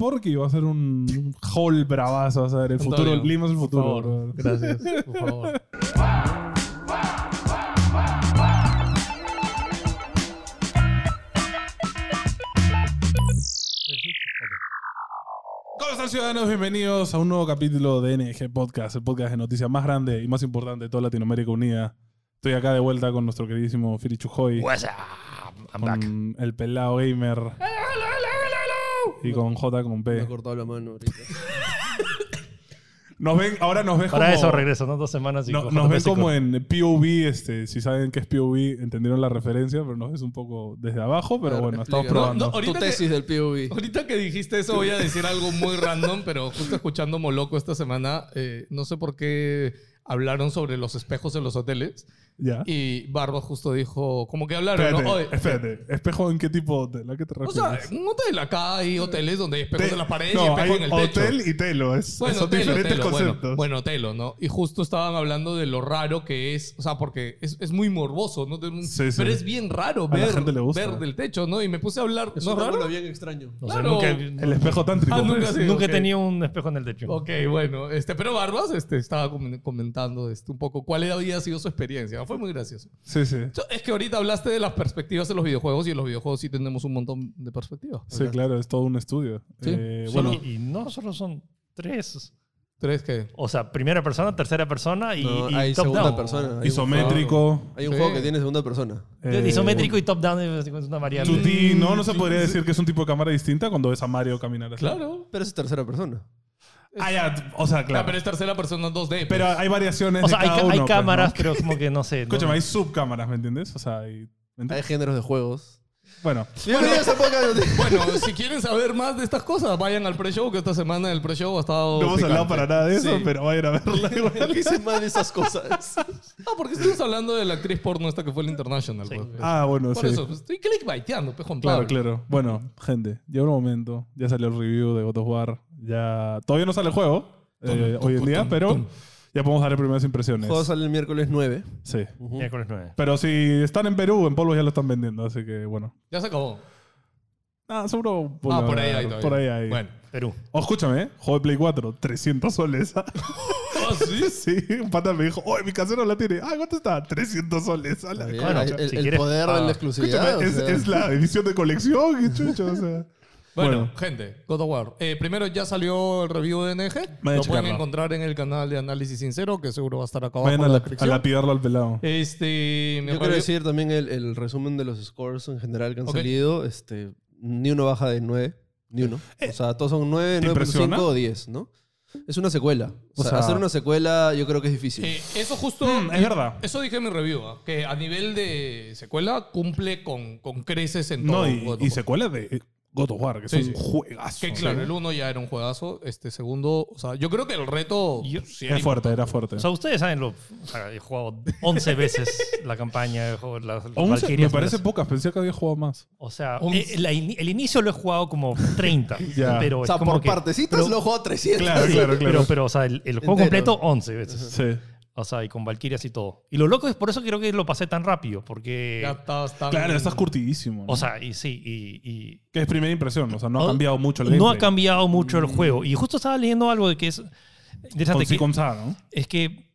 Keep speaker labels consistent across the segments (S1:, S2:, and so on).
S1: Porque va a ser un haul bravazo. Vas a ver, el
S2: Antonio,
S1: futuro, el clima es el
S2: por
S1: futuro.
S2: favor.
S1: bro.
S2: Gracias, por favor.
S1: ¿Cómo están, ciudadanos? Bienvenidos a un nuevo capítulo de NG Podcast, el podcast de noticias más grande y más importante de toda Latinoamérica Unida. Estoy acá de vuelta con nuestro queridísimo Firi Chujoy,
S3: What's up? ah, I'm back.
S1: con el pelado gamer y con J con
S2: Me he
S1: P.
S2: cortado la mano ahorita.
S1: Nos ven, ahora nos ves
S3: Para
S1: como,
S3: eso regreso, ¿no? Dos semanas y
S1: no-
S3: cojo
S1: nos ven
S3: otro plástico.
S1: como en POV, este, si saben qué es POV, entendieron la referencia, pero nos ves un poco desde abajo, pero
S2: A ver,
S1: bueno,
S2: explica.
S1: estamos probando.
S4: No, no, ahorita
S2: tu
S4: que-
S2: tesis del POV.
S4: Ahorita que dijiste eso voy a decir algo muy random, pero justo escuchando Moloco esta semana, eh, no sé por qué hablaron sobre los espejos en los hoteles
S1: Ya.
S4: y Barba justo dijo, como que hablaron, ¿no?
S1: Espérate,
S4: Oye,
S1: espérate. ¿Espejo en qué tipo de hotel? ¿A qué te
S4: o
S1: refieres?
S4: sea, en un hotel acá hay hoteles donde hay espejos
S1: Te-
S4: en las paredes y
S1: no, hay
S4: espejos en el techo.
S1: hotel y telo. Es,
S4: Bueno,
S1: son
S4: telo,
S1: diferentes
S4: telo, bueno,
S1: conceptos.
S4: Bueno, telo, ¿no? Y justo estaban hablando de lo raro que es, o sea, porque es, es muy morboso, ¿no? De un-
S1: Sí, sí.
S4: Pero es bien raro
S1: A la
S4: ver,
S1: gente le gusta.
S4: ver del techo, ¿no? Y me puse a hablar,
S2: Es
S4: ¿no
S2: un
S4: es raro?
S2: ángulo bien extraño.
S3: No sé,
S4: Claro.
S3: nunca,
S1: El espejo tántrico.
S4: Ah, nunca
S1: pues.
S4: sí,
S3: nunca he
S4: ok.
S3: tenido un espejo en el techo.
S4: Ok, bueno, este, pero Barbas este, estaba comen- comentando este, un poco cuál había sido su experiencia. Fue muy gracioso.
S1: Sí, sí.
S4: Yo- Es que ahorita hablaste de las perspectivas en los videojuegos y en los videojuegos sí tenemos un montón de perspectivas.
S1: Sí, claro, es todo un estudio.
S4: Sí.
S1: Eh,
S3: Sí,
S1: bueno,
S3: y no solo son tres.
S4: ¿Tres qué?
S3: O sea, primera persona, tercera persona y,
S2: No,
S3: y
S2: hay
S3: top
S2: segunda
S3: down.
S2: persona. Hay un
S1: isométrico.
S2: juego- Hay un
S4: Sí.
S2: juego que tiene segunda persona.
S1: eh,
S3: Isométrico y top down es una variable.
S1: 2D, ¿no? ¿No se podría decir que es un tipo de cámara distinta cuando ves a Mario caminar así?
S4: Claro.
S2: Pero es tercera persona.
S1: Ah, ya. O sea,
S4: Claro,
S1: claro.
S4: pero es tercera persona 2D.
S1: Pero hay variaciones
S3: O sea,
S1: de
S3: hay,
S1: cada
S3: ca-
S1: uno,
S3: hay
S1: pues, ¿no?
S3: cámaras, pero como que no sé.
S1: Escúchame,
S3: ¿no?
S1: hay subcámaras, ¿me entiendes? O sea, hay... ¿me
S2: Hay
S1: entiendes?
S2: géneros de juegos.
S1: Bueno,
S2: Bienvenidos a Podcast de-
S4: Bueno, si quieren saber más de estas cosas, vayan al pre-show, que esta semana el pre-show ha estado.
S1: no hemos hablado
S4: picante.
S1: para nada de eso,
S4: Sí.
S1: pero vayan a verla igual.
S2: ¿Qué hice mal de esas cosas?
S4: Ah, porque estamos hablando de la actriz porno esta que fue el International.
S3: Sí.
S4: pues.
S1: Ah, bueno,
S4: Por
S1: sí.
S4: eso, pues, estoy clickbaiteando, pues, Juan
S1: Claro,
S4: Pablo.
S1: claro. Bueno, gente, llega un momento. Ya salió el review de God of War. Ya... Todavía no sale el juego eh, hoy en día, pero ya podemos dar primeras
S2: El
S1: impresiones.
S2: juego sale el miércoles 9.
S1: Sí.
S3: Miércoles 9.
S1: Pero si están en Perú, en polvo ya lo están vendiendo, así que bueno.
S4: Ya se acabó.
S1: Ah, seguro.
S4: Ah, por ahí hay todavía.
S1: Por ahí hay.
S4: Bueno.
S3: Perú.
S1: O escúchame, ¿eh? juego de Play 4, 300 soles.
S4: Ah, sí?
S1: sí, un pata me dijo, oye, mi casero la tiene. Ah, ¿cuánto está? 300 soles. A la
S2: Bien,
S1: concha.
S3: Bueno,
S2: el, el-
S3: si
S2: el
S3: quieres-
S2: poder de
S4: ah.
S2: la
S1: Escúchame,
S2: exclusividad. o
S1: es,
S2: sea.
S1: es la edición de colección, qué chucho, o sea.
S4: Bueno, gente, God of War. Eh, primero ya salió el review de NG.
S1: Vayan a
S4: Lo pueden
S1: checarlo.
S4: encontrar en el canal de Análisis Sincero, que seguro va a estar acá abajo
S1: vayan a,
S4: en la
S1: la, a
S4: descripción.
S1: lapidarlo al pelado.
S4: Este, mi
S2: Yo quiero
S4: review-
S2: decir también el, el resumen de los scores en general que han
S4: Ok.
S2: salido. Este, ni uno baja de 9. Ni uno. O sea, todos son 9,
S1: ¿te
S2: 9.5
S1: impresiona?
S2: o 10, ¿no? Es una secuela. O,
S1: O
S2: sea,
S1: sea-
S2: hacer una secuela yo creo que es difícil.
S4: Eh, eso justo...
S1: Mm, es verdad.
S4: Eso dije en mi review, ¿ah? que a nivel de secuela cumple con, con creces en todo.
S1: No, y,
S4: God of
S1: y
S4: War.
S1: secuela de God of War, que
S4: Sí,
S1: es
S4: sí.
S1: un juegazo.
S4: Que claro, el uno ya era un juegazo. Este segundo, o sea, yo creo que el reto...
S3: Yo-
S4: sí
S1: Era
S4: hay-
S1: fuerte, era fuerte.
S3: O sea, ustedes saben lo. O sea, he jugado 11 veces la campaña. He jugado las, las
S1: 11, me
S3: Valkyrias,
S1: parece
S3: las-
S1: pocas, pensé que había jugado más.
S3: O sea,
S4: 11.
S3: eh, la ini- el inicio lo he jugado como 30.
S1: Ya.
S3: pero
S2: o sea,
S3: es pues, como
S2: por
S3: que-
S2: partecitas
S3: pero-
S2: lo he jugado 300.
S3: Sí,
S1: claro, claro.
S3: Pero, pero, o sea, el, el juego
S2: Entero.
S3: completo 11 veces.
S1: Sí.
S3: O sea, y con Valkyrias y todo. Y lo loco es por eso creo que lo pasé tan rápido. Porque.
S4: Ya estabas tan-
S1: Claro, estás curtidísimo. ¿no?
S3: O sea, y sí, y- y,
S1: que es primera impresión, o sea, no ha
S3: No-
S1: cambiado mucho el
S3: no
S1: gameplay.
S3: ha cambiado mucho el juego. Y justo estaba leyendo algo de que es interesante.
S1: Mm. Con sí,
S3: que-
S1: con sa, ¿no?
S3: Es que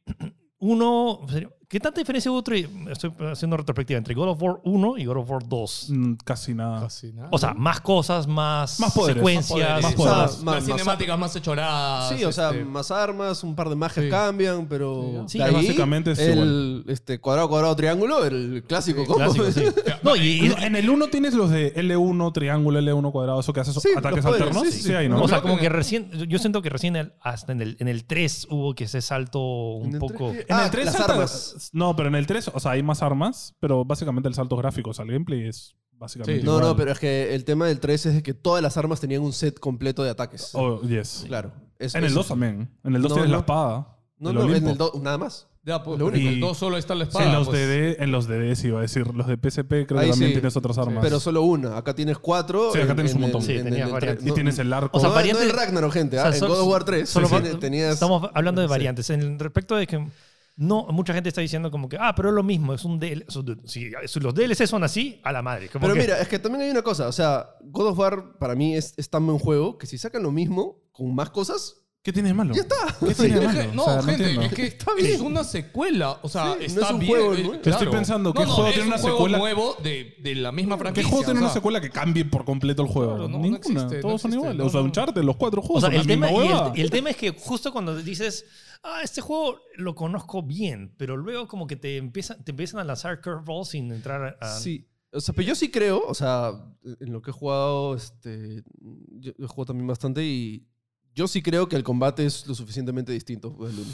S3: uno. ¿Qué tanta diferencia hubo entre. Estoy haciendo retrospectiva entre God of War 1 y God of War 2?
S1: Mm, Casi nada.
S4: Casi nada.
S3: O sea, más cosas, más,
S1: Más poderes,
S3: secuencias.
S4: Más
S1: más
S4: poderes.
S1: poderes.
S4: Más,
S2: Más- más-
S4: cinemáticas más hechoradas.
S2: Sí, o sea,
S4: este,
S2: más armas, un par de magias
S4: Sí.
S2: cambian, pero
S3: Sí,
S2: de
S3: ya.
S2: ahí,
S1: Básicamente es
S2: el
S1: igual.
S2: este cuadrado cuadrado triángulo, el clásico combo.
S3: clásico, sí. No, y- y-
S1: En el 1 tienes los de L1, triángulo, L1 cuadrado, eso que haces
S2: Sí,
S1: ataques
S2: los poderes,
S1: alternos.
S2: sí,
S1: Sí,
S2: sí, sí.
S1: ahí, ¿no?
S3: O sea,
S4: Creo
S3: como
S4: que-
S3: que recién, yo siento que recién el- hasta en el, en el 3 hubo que ese salto un
S2: el
S3: poco...
S2: 3
S1: en
S2: Ah,
S1: el 3
S2: las
S1: saltan-
S2: armas.
S1: No, pero en el 3, o sea, hay más armas, pero básicamente el salto gráfico, o sea, el gameplay es básicamente.
S4: Sí.
S2: No,
S1: igual.
S2: no, pero es que el tema del 3 es que todas las armas tenían un set completo de ataques.
S1: Oh, yes.
S2: Claro. Es-
S1: En el
S2: es-
S1: 2 también. En el 2
S2: No,
S1: tienes
S2: no.
S1: la espada.
S2: No,
S1: del
S2: no, en
S1: Olimpo.
S2: el 2 nada más.
S4: Ya, pues,
S2: Lo
S4: pero en
S1: único.
S4: el 2 solo está la espada.
S1: en los
S4: pues.
S1: DD, en los DD sí iba a decir. Los de PSP creo que
S2: Ahí
S1: también
S2: sí.
S1: tienes otras armas.
S2: Pero solo una. Acá tienes cuatro.
S1: Sí, acá tienes un montón.
S2: el-
S3: Sí, tenías
S2: el
S3: varias.
S2: tres.
S1: y
S2: No,
S1: tienes el arco.
S3: O sea,
S2: no,
S3: variante-
S2: no el Ragnarok, gente.
S3: O sea,
S2: ah, en
S3: sol-
S2: God of War 3
S3: solo
S2: sí,
S3: va-
S2: tenías...
S3: Estamos hablando de variantes. En respecto de que no, mucha gente está diciendo como que, ah, pero es lo mismo, es un DLC. Si si los DLC son así, a la madre. Como
S2: Pero
S3: que-
S2: mira, es que también hay una cosa. O sea, God of War para mí es, es tan buen juego que si sacan lo mismo con más cosas,
S1: ¿Qué tiene de malo?
S2: ya está.
S1: ¿Qué tiene de
S4: Es
S1: malo?
S4: que- no,
S1: O sea,
S4: gente,
S1: entiendo.
S4: es que
S2: Está
S4: es
S2: bien.
S4: una secuela. O sea,
S2: Sí, no
S4: está
S2: es un
S4: bien.
S2: juego
S4: eh,
S2: nuevo.
S4: claro.
S1: Estoy pensando, ¿qué
S4: No, no,
S1: juego
S4: es
S1: tiene
S4: un
S1: una
S4: juego
S1: secuela?
S4: nuevo de, de la misma
S1: ¿Qué
S4: franquicia?
S1: juego tiene
S4: o
S1: una
S4: sea,
S1: secuela que cambie por completo el juego?
S4: Claro, no, no
S1: Ninguna.
S4: existe, no
S1: Todos son
S4: existe,
S1: iguales.
S4: no,
S1: o sea,
S4: no.
S1: Uncharted, los cuatro
S3: O
S1: juegos
S3: sea,
S1: son
S3: el
S1: la misma
S3: tema, y
S1: huevada.
S3: el, y el tema es que justo cuando dices, ah, este juego lo conozco bien, pero luego como que te empiezan, te empiezan a lanzar curveballs sin entrar a... a-
S2: Sí. O sea, pero yo sí creo, o sea, en lo que he jugado, este, yo he jugado también bastante y yo sí creo que el combate es lo suficientemente distinto del uno.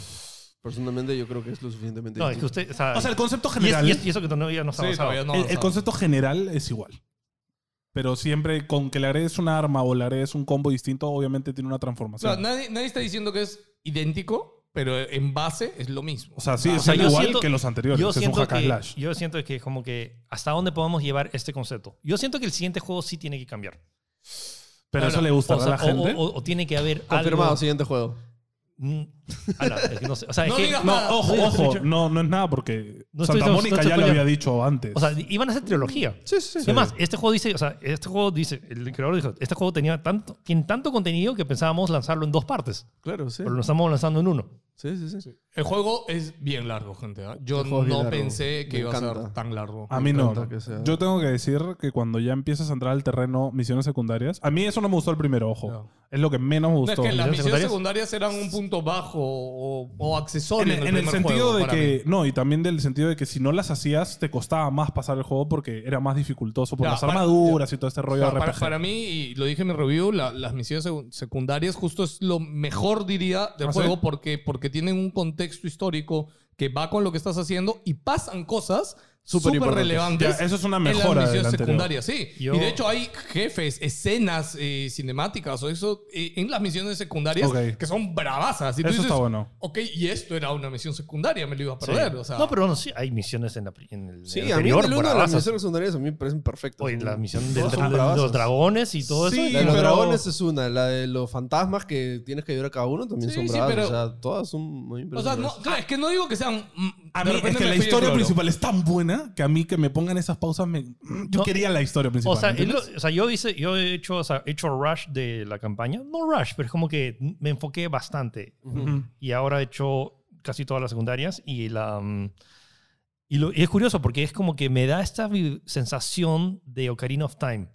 S2: Personalmente yo creo que es lo suficientemente
S3: No, es que
S2: distinto.
S3: usted... O sea,
S1: O sea, el concepto
S3: y, es-
S1: general.
S3: y es- y eso que todavía no está
S4: Sí,
S3: avanzado.
S4: todavía no.
S1: el,
S4: o
S1: el
S4: sea,
S1: concepto general es igual. Pero siempre con que le agregues un arma o le agregues un combo distinto, obviamente tiene una
S4: o sea,
S1: transformación.
S4: nadie, nadie está diciendo que es idéntico, pero en base es lo mismo.
S1: O sea, sí,
S4: Ah,
S1: es
S3: sea, yo
S1: igual
S3: siento-
S1: que los anteriores.
S3: Yo
S1: que es un
S3: siento,
S1: hack and
S3: que,
S1: slash.
S3: yo siento que como que hasta dónde podemos llevar este concepto. Yo siento que el siguiente juego sí tiene que cambiar.
S1: Pero
S4: Claro,
S1: eso le gusta
S3: o,
S1: a
S3: sea,
S1: la gente.
S3: o- o- o tiene que haber
S2: Confirmado,
S3: algo...
S2: siguiente juego.
S3: Mm, ala, es que no sé. O sea, es
S4: No
S3: que-
S4: digas
S1: no,
S4: nada.
S1: ojo,
S3: no,
S1: ojo.
S3: no,
S1: No, no es nada porque
S3: No estoy-
S1: Santa
S3: no- no
S1: Mónica
S3: estoy
S1: ya lo
S3: spoileando.
S1: había dicho antes.
S3: o sea, iban a hacer trilogía.
S2: Sí, sí, sí.
S3: Es más, este juego dice, o sea, este juego dice, el creador dijo, este juego tenía tanto, tiene tanto contenido que pensábamos lanzarlo en dos partes,
S2: Claro, sí.
S3: pero lo estamos lanzando en uno.
S2: Sí, sí, sí.
S4: El juego es bien largo, gente. ¿ah? Yo
S2: El juego
S4: no
S2: es bien largo.
S4: pensé que
S2: Me
S4: iba a ser
S2: encanta.
S4: tan largo.
S1: a mí no.
S2: encanta que sea.
S1: Yo tengo que decir que cuando ya empiezas a entrar al terreno misiones secundarias, a mí eso no me gustó el primero, ojo.
S4: No.
S1: Es lo que menos me
S4: No, es
S1: gustó.
S4: que las
S3: ¿Misiones
S4: misiones
S3: secundarias?
S4: secundarias eran un punto bajo o, o
S1: en,
S4: accesorio. En,
S1: en el
S4: primer
S1: sentido
S4: juego,
S1: de
S4: para
S1: que no y también del sentido de que si no las hacías te costaba más pasar el juego porque era más dificultoso por
S4: Ya,
S1: las
S4: para-
S1: armaduras y todo este
S4: mí. O
S1: rollo
S4: sea,
S1: de
S4: para,
S1: RPG.
S4: para mí, y lo dije en mi review, la- las misiones secu- secundarias justo es lo mejor, diría, del
S1: ¿Ah,
S4: juego
S1: sí?
S4: porque, porque tienen un contexto histórico que va con lo que estás haciendo y pasan cosas
S2: Súper
S4: súper
S2: importantes.
S1: Ya,
S4: relevantes.
S1: eso es una
S4: en
S1: mejora
S4: las
S1: del
S4: misiones
S1: anterior.
S4: secundarias, sí.
S3: Yo-
S4: Y de hecho hay jefes, escenas eh, cinemáticas o eso eh, en las misiones secundarias
S1: Ok.
S4: que son bravasas. Y tú
S1: Eso
S4: dices,
S1: está bueno.
S4: Ok, y esto era una misión secundaria, me lo iba a perder. O sea,
S3: no, pero no, sí, hay misiones en, la, pri- en el
S2: Sí,
S3: en el
S2: a mí
S3: anterior,
S2: del uno de las
S3: bravazas.
S2: misiones secundarias a mí me parecen perfectas.
S3: Oye, la misión del
S2: Todas son
S3: dra- de los
S2: bravazas.
S3: dragones y todo
S1: Sí,
S3: eso.
S2: La de los
S1: pero-
S2: dragones es una, la de los fantasmas que tienes que ayudar a cada uno también
S4: Sí,
S2: son
S4: sí,
S2: bravas.
S4: pero-
S2: O sea, todas son muy
S4: o sea,
S2: impresionantes.
S4: no, claro, es que no digo que sean. mm,
S1: A
S4: de
S1: mí es
S4: repente
S1: que
S4: me
S1: la
S4: fui de
S1: historia
S4: floro.
S1: principal es tan buena que a mí que me pongan esas pausas me- yo
S3: No.
S1: quería la historia principal.
S3: O sea,
S1: ¿entiendes?
S3: es lo- o sea, yo, hice, yo he hecho, o sea, he hecho rush de la campaña. No rush, pero es como que me enfoqué bastante.
S1: Ujú.
S3: Y ahora he hecho casi todas las secundarias. Y, la, mm, y, lo- y es curioso porque es como que me da esta vi- sensación de Ocarina of Time.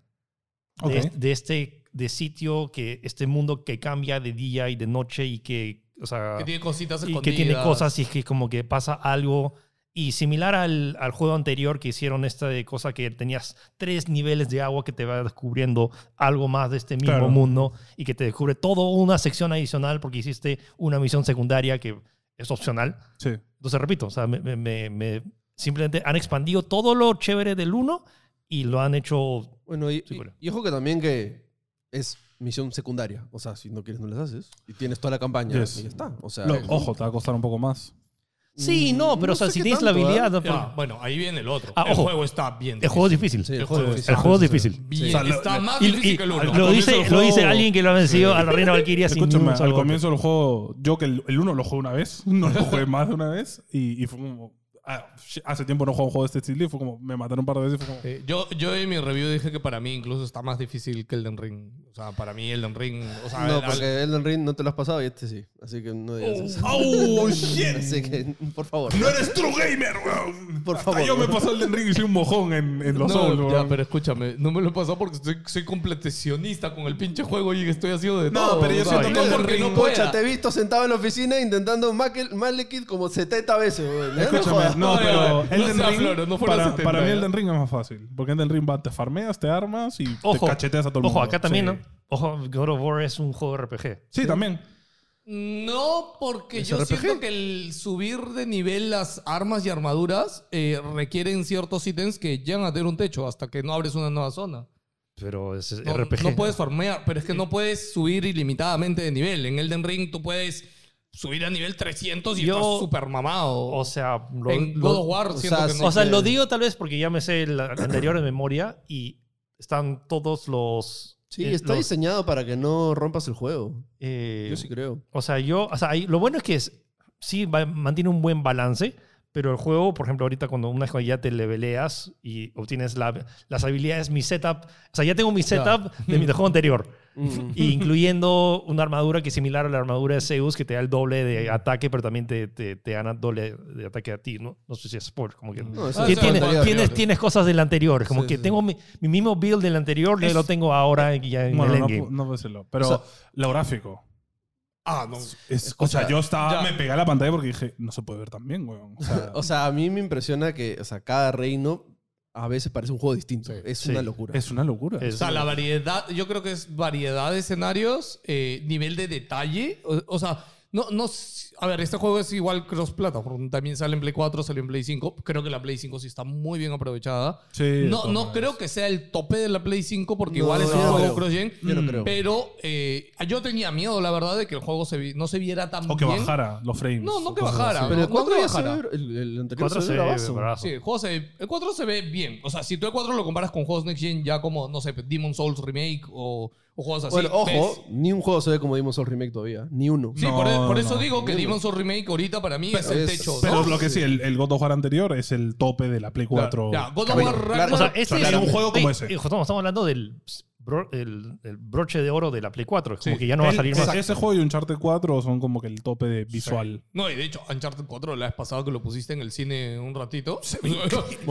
S3: De,
S1: Ok.
S3: est- de este de sitio, que este mundo que cambia de día y de noche y que, o sea,
S4: Que tiene cositas
S3: y
S4: escondidas.
S3: que tiene cosas y es que como que pasa algo. Y similar al, al juego anterior que hicieron esta de cosa que tenías tres niveles de agua que te va descubriendo algo más de este mismo
S1: Claro.
S3: mundo y que te descubre toda una sección adicional porque hiciste una misión secundaria que es opcional.
S1: Sí.
S3: Entonces, repito, o sea, me, me- me- me- simplemente han expandido todo lo chévere del uno y lo han hecho...
S2: Bueno, y,
S3: Sí, pero-
S2: y- y ojo que también que es misión secundaria. O sea, si no quieres, no las haces. Y tienes toda la campaña.
S1: Yes.
S2: Y ya está. O sea,
S1: Lo-
S2: es-
S1: ojo, te va a costar un poco más.
S3: Sí, no, pero
S2: Mm, No
S3: o sea,
S2: sé
S3: si
S2: qué
S3: tienes la
S2: tanto, ¿eh?
S3: habilidad...
S4: Ya,
S3: no, porque-
S4: Ah, bueno, ahí viene el otro.
S3: Ah,
S4: el
S3: ojo.
S4: juego está bien.
S3: el juego es difícil.
S2: Sí,
S4: el
S2: el
S4: juego
S2: juego
S4: es
S2: es
S3: el juego es difícil.
S4: Bien,
S1: O sea, lo-
S4: está más
S1: y-
S4: difícil que el uno.
S3: Lo dice,
S1: del
S3: lo dice
S1: juego-
S3: alguien que lo ha vencido a la reina Valkyria sin
S1: Escúchame,
S3: un
S1: al
S3: solo golpe.
S1: comienzo del juego, yo que el, el uno lo jugué una vez, no lo jugué más de una vez, y, y fue como. ah, shit, hace tiempo no juego un juego de este estilo y fue como. Me mataron un par de veces y fue como.
S4: Sí, eh, yo, yo en mi review dije que para mí incluso está más difícil que Elden Ring. O sea, para mí Elden Ring. O sea,
S2: No,
S4: al-
S2: porque Elden Ring no te lo has pasado y este sí. Así que no digas eso.
S1: ¡Oh, shit!
S2: Así que, mm, por favor.
S1: ¡No eres true gamer, weón!
S2: Por
S1: Hasta
S2: favor,
S1: Yo me
S2: weón.
S1: pasé el Den Ring y soy un mojón en, en los
S4: no,
S1: Souls, weón.
S4: ya, pero escúchame, no me lo he pasado porque soy, soy completicionista con el pinche juego y estoy haciendo de
S1: No,
S4: todo.
S1: pero yo
S4: o sea,
S1: siento
S4: y
S1: que
S4: no
S1: Elden
S4: porque no
S1: Ring-
S4: pueda.
S2: Pocha, te he visto sentado en la oficina intentando Mac- Malekith como 70 veces. weón. Ya no
S1: Escúchame,
S2: jodas.
S1: no,
S4: No,
S1: pero
S4: no, no
S1: Elden
S4: sea
S1: Ring,
S4: floro, no fueron
S1: para,
S4: 70,
S1: para mí
S4: ¿ya?
S1: Elden Ring es más fácil. Porque Elden Ring va, te farmeas, te armas y
S3: Ojo,
S1: te cacheteas a todo el
S3: ojo,
S1: mundo.
S3: acá también,
S1: Sí.
S3: ¿no? Ojo, God of War es un juego RPG.
S1: Sí, también.
S4: No, porque
S2: ¿Es
S4: yo
S2: RPG?
S4: siento que el subir de nivel las armas y armaduras eh, requieren ciertos ítems que llegan a tener un techo hasta que no abres una nueva zona.
S3: Pero es
S4: No,
S3: RPG.
S4: no puedes farmear, pero es que no puedes subir ilimitadamente de nivel. En Elden Ring tú puedes subir a nivel 300 y
S3: Yo-
S4: estás súper mamado.
S3: O sea, lo,
S4: en
S3: lo-
S4: God of War siento
S2: sea,
S4: que no.
S3: o sea,
S2: que-
S3: lo digo tal vez porque ya me sé el anterior de memoria y están todos los...
S2: Sí,
S3: eh,
S2: está
S3: los,
S2: diseñado para que no rompas el juego.
S3: eh,
S2: Yo sí creo.
S3: O sea, yo... O sea, ahí- lo bueno es que es- sí va- mantiene un buen balance, pero el juego, por ejemplo, ahorita cuando una vez ya te leveleas y obtienes la- las habilidades, mi setup, o sea, ya tengo mi
S4: Claro.
S3: setup de mi del juego anterior,
S2: Mm.
S3: y incluyendo una armadura que es similar a la armadura de Zeus, que te da el doble de ataque, pero también te, te, te gana doble de ataque a ti, ¿no? No sé si es por como que...
S2: No, eso
S4: Ah,
S3: Que
S2: es
S4: sí,
S3: tiene-
S4: sí,
S2: anterior.
S4: sí.
S3: tienes, tienes cosas del anterior. Como
S2: Sí,
S3: que
S2: sí.
S3: tengo mi, mi mismo build del anterior, ya
S1: Es-
S3: lo tengo ahora ya en
S1: Bueno,
S3: el
S1: no,
S3: endgame.
S1: pu- no puedo decirlo. Pero
S2: O sea-
S1: lo gráfico. Ah, no. Es, o
S2: Escucha,
S1: sea, yo estaba.
S4: ya.
S1: Me pegué a la pantalla porque dije, no se puede ver tan bien, weón. O sea,
S2: O sea, a mí me impresiona que, o sea, cada reino a veces parece un juego distinto.
S4: Sí.
S2: es
S3: Sí.
S2: una locura.
S1: es una locura.
S3: Es-
S4: O sea, la variedad, yo creo que es variedad de escenarios, eh, nivel de detalle. O, o sea, no, no. s- A ver, este juego es igual cross-platform. También sale en Play 4, salió en Play 5. Creo que la Play 5 sí está muy bien aprovechada.
S1: Sí, de
S4: no
S1: todas
S4: no
S1: maneras.
S4: creo que sea el tope de la Play 5 porque
S2: No,
S4: igual es
S2: no,
S4: un
S2: no
S4: juego
S2: creo.
S4: cross-gen.
S2: Yo no
S4: Mm.
S2: creo.
S4: Pero eh, yo tenía miedo, la verdad, de que el juego se vi- no se viera tan
S1: o que
S4: bien.
S1: bajara los frames.
S4: No, no
S1: o
S4: que
S1: cosas
S4: bajara.
S1: así.
S2: Pero el
S4: no
S2: 4 ya se
S4: trabajará.
S2: ve- el, el anterior
S3: Cuatro
S2: se
S3: se
S2: ve
S3: ve
S2: bravazo.
S3: bravazo.
S4: Sí, el, juego se ve- el 4 se ve bien. O sea, si tú el 4 lo comparas con juegos Next Gen, ya como, no sé, Demon Souls Remake o, o juegos así.
S2: Bueno, ojo,
S4: ves.
S2: ni un juego se ve como Demon's Souls Remake todavía. Ni uno.
S4: Sí,
S1: No,
S4: por, e- por
S1: no,
S4: eso
S1: no.
S4: digo que Demon Souls Remake ahorita para mí es el
S2: es-
S4: techo.
S1: Pero
S4: ¿no?
S1: lo que sí, el, el God of War anterior es el tope de la Play 4.
S4: Ya, God of
S2: Cabello,
S4: War
S2: claro,
S4: Ragnarok-
S3: O sea, este
S1: Claro,
S3: es
S1: un juego como
S3: eh,
S1: ese.
S3: eh, estamos, estamos hablando del bro- el, el broche de oro de la Play 4. Como
S4: Sí.
S3: que ya no va a
S1: El-
S3: salir
S1: es-
S3: más.
S1: Ese juego y Uncharted 4 son como que el tope de visual.
S4: No, y de hecho, Uncharted 4, la vez pasada que lo pusiste en el cine un ratito.
S2: Me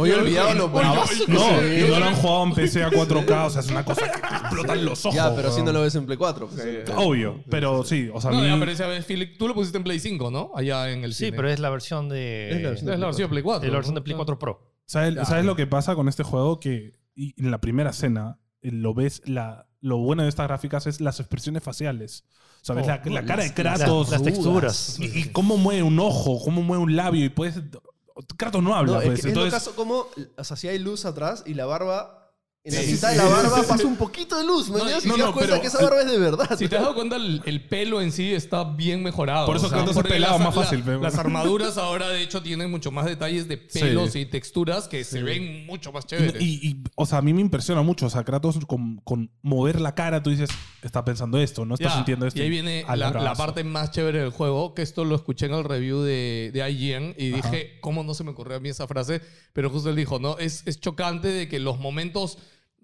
S2: había olvidado lo
S4: Oye,
S2: bravazo que
S1: No,
S2: se
S1: y
S2: ve.
S1: no lo han jugado en PC a 4K, o sea, es una cosa que te explotan los ojos.
S2: Ya, pero si
S1: weón.
S2: no lo ves en Play 4. pues, eh,
S1: Obvio, pero sí, o sea, a
S4: No,
S1: mí-
S4: ya, pero esa vez, Philip, tú lo pusiste en Play 5, ¿no? Allá en el
S3: Sí,
S4: cine.
S3: pero es la versión de.
S2: Es la
S4: es
S2: versión
S4: la versión de Play 4.
S3: de la versión de
S4: ¿no?
S3: Play 4 Pro.
S1: ¿sabes, sabes lo que pasa con este juego? Que y en la primera escena eh, lo ves, la, lo bueno de estas gráficas es las expresiones faciales. ¿Sabes?
S3: Oh,
S1: la, la cara de
S3: Las,
S1: Kratos
S3: las texturas.
S1: y, y cómo mueve un ojo, cómo mueve un labio y puedes... Kratos no habla,
S2: No, es
S1: pues,
S2: que
S1: entonces...
S2: es lo caso como, o sea, si hay luz atrás y la barba, en la
S1: Sí,
S2: mitad
S1: sí,
S2: de la
S1: sí,
S2: barba
S1: sí,
S2: pasa un poquito de luz, ¿me
S4: No,
S2: entiendes?
S4: no,
S2: y te das
S1: no,
S2: cuenta
S1: pero-
S2: que esa barba es de verdad.
S4: Si te has dado cuenta, el, el pelo en sí está bien mejorado.
S1: Por eso Kratos es
S4: porque
S1: pelado
S4: las-
S1: más fácil, pero-
S4: las armaduras ahora, de hecho, tienen mucho más detalles de pelos y texturas que se ven mucho más chéveres.
S1: Y, y- y, o sea, a mí me impresiona mucho. O sea, Kratos con, con mover la cara, tú dices, está pensando esto, no está
S4: Ya,
S1: sintiendo esto.
S4: Y ahí viene
S1: al
S4: la,
S1: abrazo.
S4: la parte más chévere del juego, que esto lo escuché en el review de, de IGN y dije, ¿cómo no se me ocurrió a mí esa frase? Pero justo él dijo, ¿no? Es, es chocante de que los momentos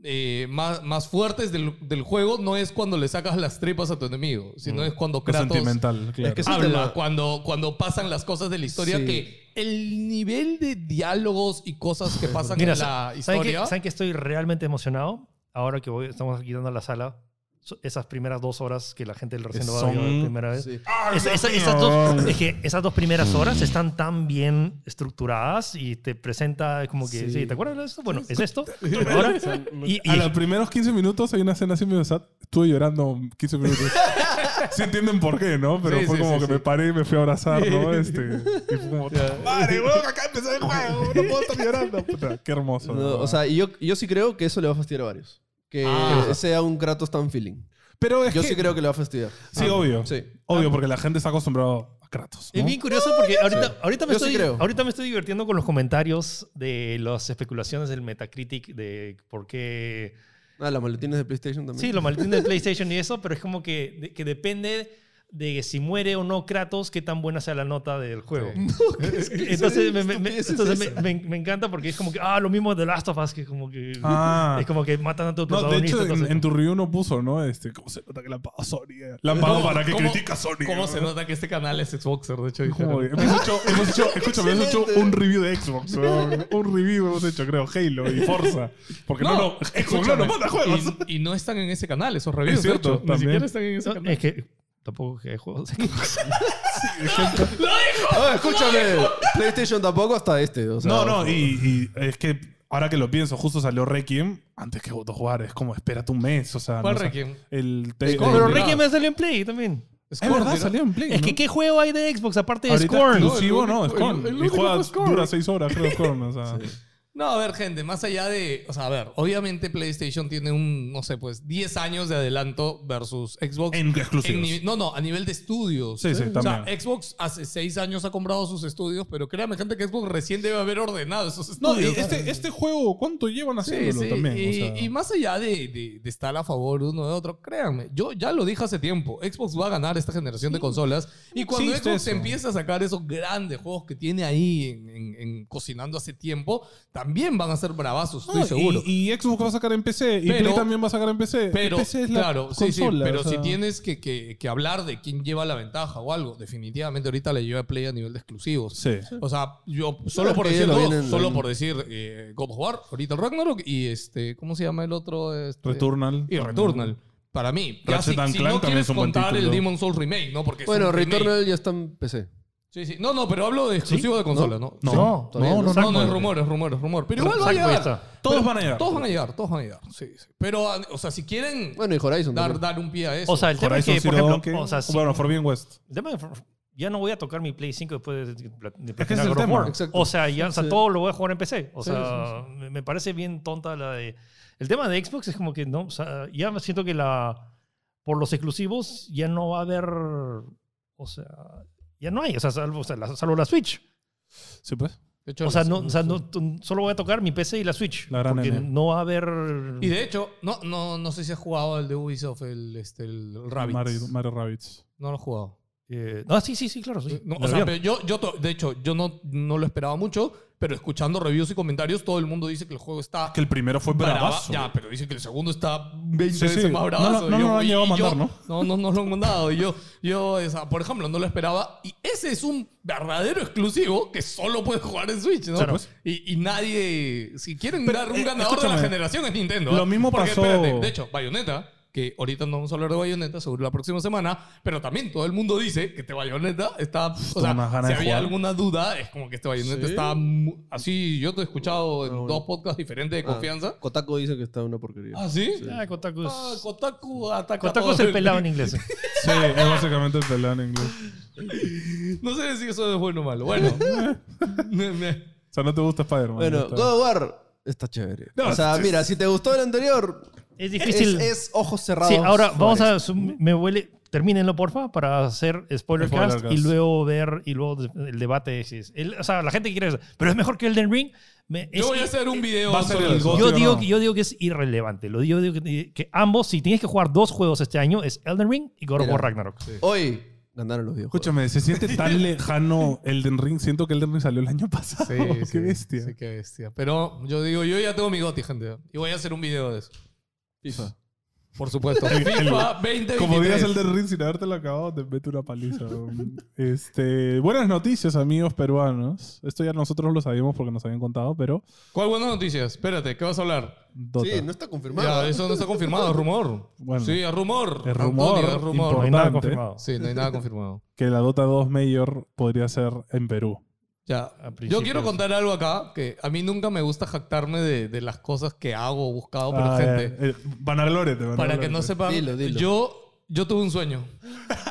S4: eh, más, más fuertes del, del juego no es cuando le sacas las tripas a tu enemigo, sino es cuando
S1: Lo
S4: Kratos
S1: sentimental, claro.
S2: es que sí,
S4: habla
S2: tema.
S4: cuando, cuando pasan las cosas de la historia
S2: Sí.
S4: que el nivel de diálogos y cosas que pasan
S3: Mira,
S4: en la
S3: ¿saben que,
S4: historia
S3: saben que estoy realmente emocionado? Ahora que voy- estamos aquí dando la sala, so- esas primeras dos horas que la gente recién lo va a ver
S1: Son-
S3: la primera vez.
S2: Sí.
S3: Esa- esa- esas, dos, es que esas dos primeras horas están tan bien estructuradas y te presenta como que,
S2: Sí.
S3: sí, ¿te acuerdas de esto? Bueno, es esto. pero ahora- y, y-
S1: a los primeros 15 minutos hay una escena así medio sad. Estuve llorando 15 minutos. sí entienden por qué, ¿no? Pero
S4: Sí,
S1: fue
S4: sí,
S1: como
S4: sí,
S1: que
S4: sí.
S1: me paré y me fui a abrazar, ¿no? Este, y fue como, ¡Madre, weón, acá empezó el juego! No puedo estar llorando. Puta, qué hermoso.
S2: No,
S1: ¿verdad?
S2: o sea, y yo, yo sí creo que eso le va a fastidiar a varios. Que
S4: Ah.
S2: sea un Kratos tan feeling.
S1: pero es
S2: Yo
S1: que...
S2: sí creo que le va a fastidiar.
S1: Sí,
S4: ah,
S1: obvio.
S2: Sí.
S1: Obvio, porque la gente está acostumbrada a Kratos. ¿no?
S3: Es bien curioso porque
S1: Ah,
S3: ahorita, ahorita, me
S2: Yo sí
S3: estoy,
S2: creo.
S3: ahorita me estoy divirtiendo con los comentarios de las especulaciones del Metacritic de por qué...
S2: Ah, las maletines de PlayStation también.
S3: Sí, lo maletín del PlayStation y eso, pero es como que, de- que depende de si muere o no Kratos, qué tan buena sea la nota del juego. Entonces, me, me- me-
S2: estupidez es
S3: entonces me-
S2: esa?
S3: me, me encanta porque es como que, ah, lo mismo de Last of Us, que es como que,
S1: Ah.
S3: es como que matan a tu
S1: No, de
S3: protagonista.
S1: hecho, en,
S3: entonces-
S1: en tu review no puso, ¿no? Este, ¿Cómo se nota que la han pagado Sony? eh? La han pagado para que
S4: ¿Cómo-
S1: critica a Sony.
S4: ¿Cómo
S1: eh?
S4: se nota que este canal es Xboxer? De hecho, dijeron.
S1: Como que Hemos hecho, hemos hecho, escúchame, hemos hecho
S2: Excelente.
S1: un review de Xbox. ¿no? Un review hemos hecho, creo, Halo y Forza. Porque no, no, Xbox no
S4: escúchame,
S1: nos manda juegos.
S4: Y, y no están en ese canal, esos reviews.
S1: Es cierto,
S4: de hecho. Ni
S1: también.
S4: siquiera están en ese canal.
S3: No, es que tampoco que hay juegos.
S2: Ah, escúchame. PlayStation tampoco hasta este. o sea,
S1: No, no, y, y es que ahora que lo pienso, justo salió Requiem antes que God of War. Es como, espérate un mes, o sea.
S4: ¿Cuál
S1: no sé.
S4: Requiem?
S1: El te-
S4: Scorn,
S3: Pero
S1: el-
S4: Requiem
S3: Ricky me salió en Play también.
S1: Es verdad,
S4: mira.
S1: salió en Play.
S3: Es
S1: ¿no?
S3: que, ¿qué juego hay de Xbox aparte de
S1: Ahorita
S3: Scorn?
S1: exclusivo,
S4: No, el
S1: no,
S4: único-
S1: Scorn.
S4: el- el
S1: y
S4: único
S1: juega,
S4: fue Scorn.
S1: dura seis horas, creo, Scorn. O sea.
S4: No, a ver, gente, más allá de. O sea, a ver, obviamente PlayStation tiene un, no sé, pues 10 años de adelanto versus Xbox.
S1: En exclusivos.
S4: En nive- no, no, a nivel de estudios.
S1: Sí, sí,
S4: o sea,
S1: también.
S4: Xbox hace seis años ha comprado sus estudios, pero créame, gente, que Xbox recién debe haber ordenado esos
S1: No,
S4: estudios.
S1: y
S4: ¿sabes?
S1: este, este juego, ¿cuánto llevan
S4: Sí,
S1: haciéndolo
S4: sí,
S1: también? O
S4: Y,
S1: sea,
S4: y más allá de, de- de estar a favor uno de otro, créanme, yo ya lo dije hace tiempo, Xbox va a ganar esta generación de consolas y cuando
S1: existe
S4: Xbox
S1: eso.
S4: empieza a sacar esos grandes juegos que tiene ahí en, en- en cocinando hace tiempo, también van a ser bravazos, estoy
S1: no, Ah, y-
S4: seguro.
S1: Y, Xbox va a sacar en PC, y
S4: Pero-
S1: Play también va a sacar en PC.
S4: pero,
S1: Y PC es la
S4: claro, sí, sí,
S1: consola,
S4: pero
S1: o sea.
S4: si tienes que, que- que hablar de quién lleva la ventaja o algo, definitivamente ahorita le lleva Play a nivel de exclusivos.
S1: Sí.
S4: O sea, yo solo
S2: es
S4: por
S2: que ya
S4: decir,
S2: lo
S4: dos,
S2: vienen-
S4: solo por decir eh, God of War, ahorita el Ragnarok y este, ¿cómo se llama el otro? Este,
S1: Returnal.
S4: Y Returnal. Para mí, ya
S1: Ratchet
S4: si,
S1: and
S4: si
S1: Clank
S4: no
S1: también
S4: quieres
S1: es un buen
S4: contar el
S1: título.
S4: Demon Souls remake, ¿no? Porque es
S2: Bueno,
S4: un remake.
S2: Returnal ya está en PC.
S4: Sí, sí. No, no, pero hablo de exclusivo de consola, ¿no?
S1: No,
S4: Sí.
S3: No,
S2: todavía
S3: no,
S2: no.
S3: no,
S4: No, no, es
S3: no.
S4: rumor, es rumor, es rumor. Pero igual va a
S3: Sackboy
S4: llegar.
S3: está.
S1: Todos
S4: Pero
S1: van a llegar.
S4: Todos van a llegar, todos van a llegar. Sí, sí. Pero, o sea, si quieren
S2: Bueno, y Horizon.
S4: dar,
S2: también.
S4: dar un pie a eso.
S3: O sea, el tema es
S1: Horizon
S3: que, por
S1: Zero
S3: ejemplo,
S1: Dawn,
S3: o sea,
S1: que-
S3: sí,
S1: Bueno, Forbidden West.
S3: el tema de- ya no voy a tocar mi Play 5 después de, de, de
S1: que es
S3: platicar
S1: el
S3: God of
S1: tema.
S3: War.
S2: Exacto.
S3: O sea, ya, o sea,
S2: Sí.
S3: todo lo voy a jugar en PC. O
S2: Sí,
S3: sea, me- me parece bien tonta la de... El tema de Xbox es como que no, o sea, ya siento que la... Por los exclusivos ya no va a haber... O sea, ya no hay, o sea, salvo, o sea, la, salvo la Switch.
S1: Sí, pues.
S4: De hecho,
S3: O sea,
S4: las-
S3: no, o sea, no- t- solo voy a tocar mi PC y la Switch.
S1: La gran
S3: porque
S1: N.
S3: no va a haber...
S4: Y de hecho, no, no, no sé si has jugado el de Ubisoft, el, este, el Rabbids.
S1: Mario, Mario Rabbids.
S4: No lo he jugado.
S3: eh, no, sí, sí, sí, claro. sí.
S4: No, o
S3: Lo
S4: sea,
S3: vieron.
S4: pero yo, yo to- de hecho, yo no, no lo esperaba mucho, pero escuchando reviews y comentarios, todo el mundo dice que el juego está...
S1: Que el primero fue
S4: brava-
S1: bravazo.
S4: Ya, pero dice que el segundo está 20
S1: Sí,
S4: veces
S1: sí.
S4: más
S1: No, no,
S4: bravazo.
S1: no,
S4: Yo-
S1: no lo han
S4: y-
S1: llegado a
S4: y yo-
S1: mandar,
S4: No, no, no lo han mandado. Y yo, yo o sea, por ejemplo, no lo esperaba. Y ese es un verdadero exclusivo que solo puedes jugar en Switch, ¿no?
S1: Claro, pues.
S4: y, y nadie... Si quieren dar un
S1: eh,
S4: ganador de la
S1: escúchame.
S4: generación es Nintendo.
S1: Lo
S4: ¿eh?
S1: mismo
S4: Porque,
S1: pasó-
S4: espérate, de hecho, Bayonetta que ahorita no vamos a hablar de Bayonetta, seguro la próxima semana, pero también todo el mundo dice que este Bayonetta está... O
S1: tengo
S4: sea,
S1: unas ganas
S4: si
S1: de
S4: había
S1: jugar.
S4: alguna duda, es como que este Bayonetta
S2: Sí.
S4: está mu- así... Yo te he escuchado en dos podcasts diferentes de
S2: Ah,
S4: confianza.
S2: Kotaku dice que está una porquería.
S4: ¿Ah, sí?
S3: Ah, Kotaku
S1: pues,
S3: es-
S4: Ah, Kotaku ataca
S3: Kotaku
S4: todo
S3: es el
S4: el-
S3: pelado en inglés.
S1: Sí, es básicamente el pelea en inglés.
S4: No sé si eso es bueno o malo. Bueno. Me- me-
S1: O sea, no te gusta Spider-Man. ya
S2: bueno,
S1: está.
S2: God of War está chévere.
S1: No,
S2: o sea,
S1: es-
S2: mira, si te gustó el anterior,
S3: Es
S2: es,
S3: difícil.
S2: es ojos cerrados.
S3: Sí, ahora vamos
S2: jugar
S3: a. su- Me huele. Termínenlo, porfa, para hacer spoiler,
S1: Spoiler
S3: cast,
S1: cast.
S3: y luego ver y luego de- el debate. si es- el- o sea, la gente que quiere. Pero es mejor que Elden Ring. Me- es
S4: Yo voy a
S3: i-
S4: hacer un video
S1: va a ser
S4: sobre
S1: el
S4: eso.
S1: GOTY.
S3: yo
S1: ¿o
S3: digo,
S1: no?
S3: que- yo digo que es irrelevante. Lo digo, digo que, que ambos, si tienes que jugar dos juegos este año, es Elden Ring y God of
S2: Mira.
S3: War Ragnarok.
S2: esto. Hoy ganaron los videojuegos.
S1: Escúchame, se siente tan lejano Elden Ring. Siento que Elden Ring salió el año pasado. Oh, Qué bestia.
S4: Sí, qué bestia. Pero yo digo, yo ya tengo mi goti, gente. Y voy a hacer un video de eso.
S2: FIFA.
S4: Por supuesto. FIFA 2023.
S1: Como digas Elden Ring sin habértelo acabado, te mete una paliza. weón. este, buenas noticias, amigos peruanos. Esto ya nosotros lo sabíamos porque nos habían contado, pero.
S4: ¿Cuál buenas noticias? Espérate, ¿qué vas a hablar?
S1: Dota.
S2: Sí, no está confirmado.
S4: Ya, eso no está confirmado, es rumor.
S1: Bueno.
S4: sí, es rumor.
S1: Es rumor,
S4: Antonio, es rumor.
S3: No hay nada
S1: Importante.
S3: confirmado.
S4: Sí, no hay nada confirmado.
S1: Que la Dota 2 Mayor podría ser en Perú.
S4: Ya.
S3: A
S4: Yo
S3: principios.
S4: quiero contar algo acá, que a mí nunca me gusta jactarme de, de las cosas que hago o buscado, pero
S1: Ah,
S4: gente,
S1: eh, eh, van a Lorete, van a
S4: para que
S1: Lorete.
S4: no sepan,
S2: Dilo, dilo.
S4: Yo, yo tuve un sueño.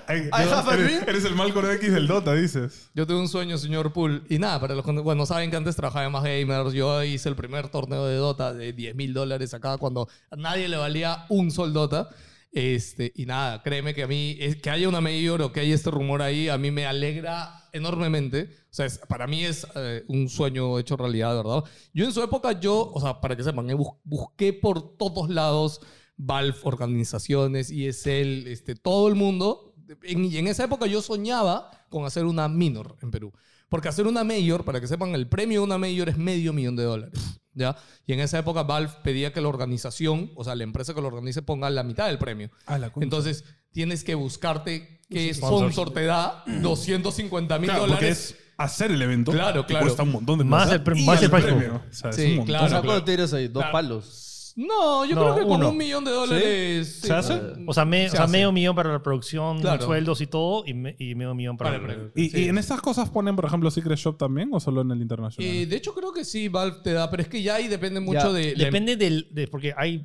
S1: Ay,
S4: Ah,
S2: I
S1: yo-
S2: have a
S1: eres,
S2: dream.
S1: eres el mal con X del Dota, dices.
S4: Yo tuve un sueño, señor Pool. Y nada, para los que bueno, saben que antes trabajaba en más gamers. Yo hice el primer torneo de Dota de 10 mil dólares acá cuando a nadie le valía un sol Dota. Este, y nada, créeme que a mí, es, que haya una mayor o que haya este rumor ahí, a mí me alegra enormemente. O sea, es- para mí es eh, un sueño hecho realidad, ¿verdad? Yo en su época, yo, o sea, para que sepan, eh, bus- busqué por todos lados Valve, organizaciones, ESL, este, todo el mundo. En- y en esa época yo soñaba con hacer una minor en Perú. Porque hacer una mayor, para que sepan, el premio de una mayor es medio millón de dólares. ¿ya? Y en esa época Valve pedía que la organización, o sea, la empresa que lo organice ponga la mitad del premio.
S1: Ah, la
S4: Entonces tienes que buscarte qué
S3: Sponsors.
S4: sponsor te da 250 mil
S1: Claro, porque es
S4: dólares.
S1: hacer el evento.
S4: Claro,
S1: y
S4: claro.
S1: Cuesta un montón de
S3: Más
S1: plata.
S3: el pre-
S1: Y
S3: más el premio.
S1: O sea, es
S4: Sí,
S1: un montón.
S4: Ah, claro.
S2: o sea, ¿cuánto te tiras ahí? Dos palos.
S4: No, yo
S3: No,
S4: creo que con
S3: uno.
S4: un millón de dólares. sí,
S3: ¿Se hace?
S4: eh,
S3: O sea, me- o
S4: se
S3: sea,
S4: hace.
S3: medio millón para la producción,
S4: Claro.
S3: sueldos y todo, y, me- y medio millón para,
S4: Para el premio.
S1: ¿Y,
S4: Sí.
S1: y en estas cosas ponen, por ejemplo, Secret Shop también o solo en el internacional?
S4: Eh, de hecho, creo que sí, Valve te da, pero es que ya ahí depende mucho
S2: Ya,
S4: de. Eh, la em-
S3: Depende del. de- porque hay.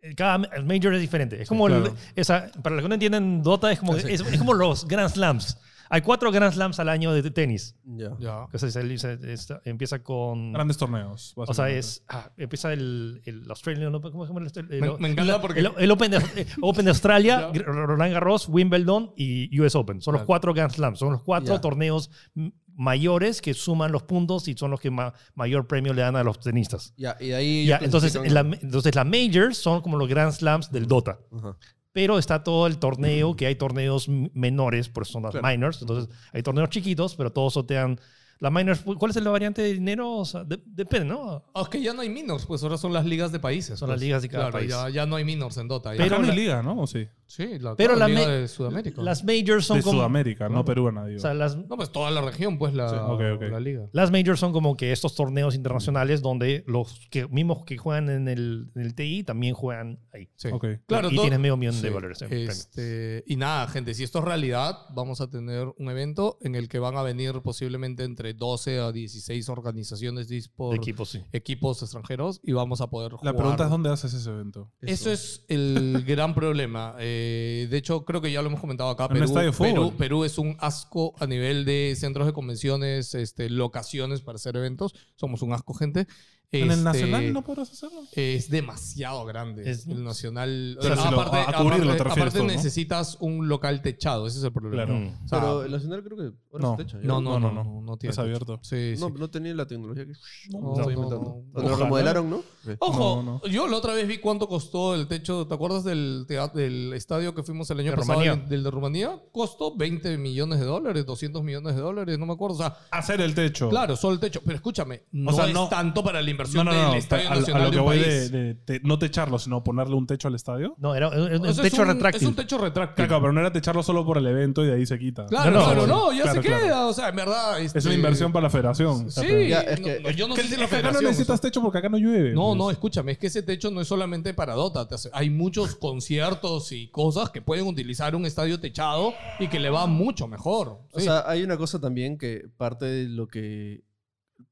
S3: eh, Cada major es diferente. Es como. el-
S1: claro.
S4: Ah,
S3: esa- para los que no entienden, Dota es como, es, es como los Grand Slams. Hay cuatro Grand Slams al año de tenis.
S2: Ya.
S4: Ya.
S3: Que se- se- se- se- empieza con.
S1: Grandes torneos.
S3: O sea,
S1: básicamente.
S3: es, ah, empieza el, el Australian Open. ¿Cómo se llama el- el-
S4: Me,
S3: el-
S4: me encanta porque.
S3: el, el Open, de, eh, Open de Australia,
S4: Ya.
S3: Gr- Roland Garros, Wimbledon y US Open. Son los
S4: Claro.
S3: cuatro Grand Slams. Son los cuatro
S2: Ya.
S3: torneos m- mayores que suman los puntos y son los que ma- mayor premio le dan a los tenistas.
S2: Ya, y de ahí.
S3: Ya,
S2: ellos
S3: entonces, la,
S2: clasifican-
S3: entonces, las majors son como los Grand Slams del Dota.
S2: Ajá.
S3: Pero está todo el torneo, que hay torneos m- menores, por eso son las
S4: Claro.
S3: minors. Entonces, hay torneos chiquitos, pero todos sotean. Las minors, ¿cuál es la variante de dinero? O sea, de- depende, ¿no?
S4: Ah, es que ya no hay minors, pues ahora son las ligas de países.
S3: Son las
S4: pues.
S3: ligas de cada
S4: Claro,
S3: país.
S4: Ya, ya no hay minors en Dota. ya.
S3: Pero
S1: Acá no hay
S3: la-
S1: liga, ¿no? ¿O sí?
S4: sí, la,
S3: pero
S4: pero
S3: la
S4: liga
S3: me-
S4: de Sudamérica.
S3: Las majors son
S1: De
S3: como.
S1: Sudamérica, no peruana, digo.
S3: O sea, las,
S4: No, pues toda la región, pues la,
S1: Sí, ok, ok.
S4: la liga.
S3: Las majors son como que estos torneos internacionales donde los que, mismos que juegan en el, en el TI también juegan ahí.
S4: Sí.
S1: Ok.
S4: Claro,
S3: y
S4: todo-
S3: tienes medio millón de
S4: Sí,
S3: dólares. en premio.
S4: este, y nada, gente, si esto es realidad, vamos a tener un evento en el que van a venir posiblemente entre 12 a 16 organizaciones dis- por
S3: de equipos, sí.
S4: equipos extranjeros y vamos a poder
S1: La
S4: jugar.
S1: pregunta es dónde haces ese evento.
S4: Eso es el gran problema. Eh, de hecho, creo que ya lo hemos comentado acá.
S1: En un
S4: Perú,
S1: estadio de fútbol.
S4: Perú, Perú es un asco a nivel de centros de convenciones, este, locaciones para hacer eventos. Somos un asco, gente.
S1: ¿En el
S4: Este,
S1: Nacional no podrás hacerlo?
S4: es demasiado grande.
S3: Es-
S4: el Nacional.
S1: O sea, si lo- a- a cubrirlo te refieres
S4: aparte
S1: tú, ¿no?
S4: necesitas un local techado, ese es el problema.
S1: Claro.
S3: Mm.
S4: O sea,
S2: Pero el Nacional creo que. Ahora
S1: No.
S2: se techa, ya.
S4: Ah. no, no, no,
S1: no,
S4: no,
S1: no.
S4: no tiene
S1: Es
S4: techo.
S1: abierto.
S4: Sí, sí.
S2: No, no tenía la tecnología que.
S4: No,
S2: No,
S4: no,
S2: estoy
S4: no,
S2: inventando.
S4: no.
S2: Cuando lo
S1: Ojalá.
S2: remodelaron, ¿no?
S4: Ojo,
S1: No,
S4: yo la otra vez vi cuánto costó el techo. ¿Te acuerdas del, teat- del estadio que fuimos el año
S3: De
S4: pasado?
S3: Rumanía.
S4: Del, del de Rumanía. Costó 20 millones de dólares, 200 millones de dólares, no me acuerdo. O sea,
S1: Hacer el techo.
S4: claro, solo el techo. Pero escúchame, no
S1: sea,
S4: es
S1: no-
S4: tanto para la
S1: No,
S4: inversión
S1: no, no.
S4: del Estadio
S1: a- a,
S4: Nacional
S1: lo
S4: de
S1: que
S4: un
S1: voy de,
S4: país.
S1: de- te- no techarlo, sino ponerle un techo al estadio.
S3: No, era eh, era un,
S4: O sea, es
S3: techo
S4: un-
S3: retráctil.
S4: Es un techo retráctil.
S1: Claro, pero no era techarlo solo por el evento y de ahí se quita.
S4: Claro,
S3: No, no,
S4: claro,
S3: sí.
S4: no, ya
S1: Claro,
S4: se
S1: claro.
S4: queda. O sea, en verdad. este,
S1: Es una inversión para la federación.
S4: Sí,
S2: Ya, es que-
S4: no, yo no
S1: Que-
S4: sé si
S1: es
S4: la
S1: que acá no
S4: federación, o sea,
S1: necesitas techo porque acá no llueve.
S4: No,
S1: pues.
S4: no, escúchame, es que ese techo no es solamente para Dota. te hace- Hay muchos conciertos y cosas que pueden utilizar un estadio techado y que le va mucho mejor.
S2: O
S4: Sí.
S2: sea, hay una cosa también que parte de lo que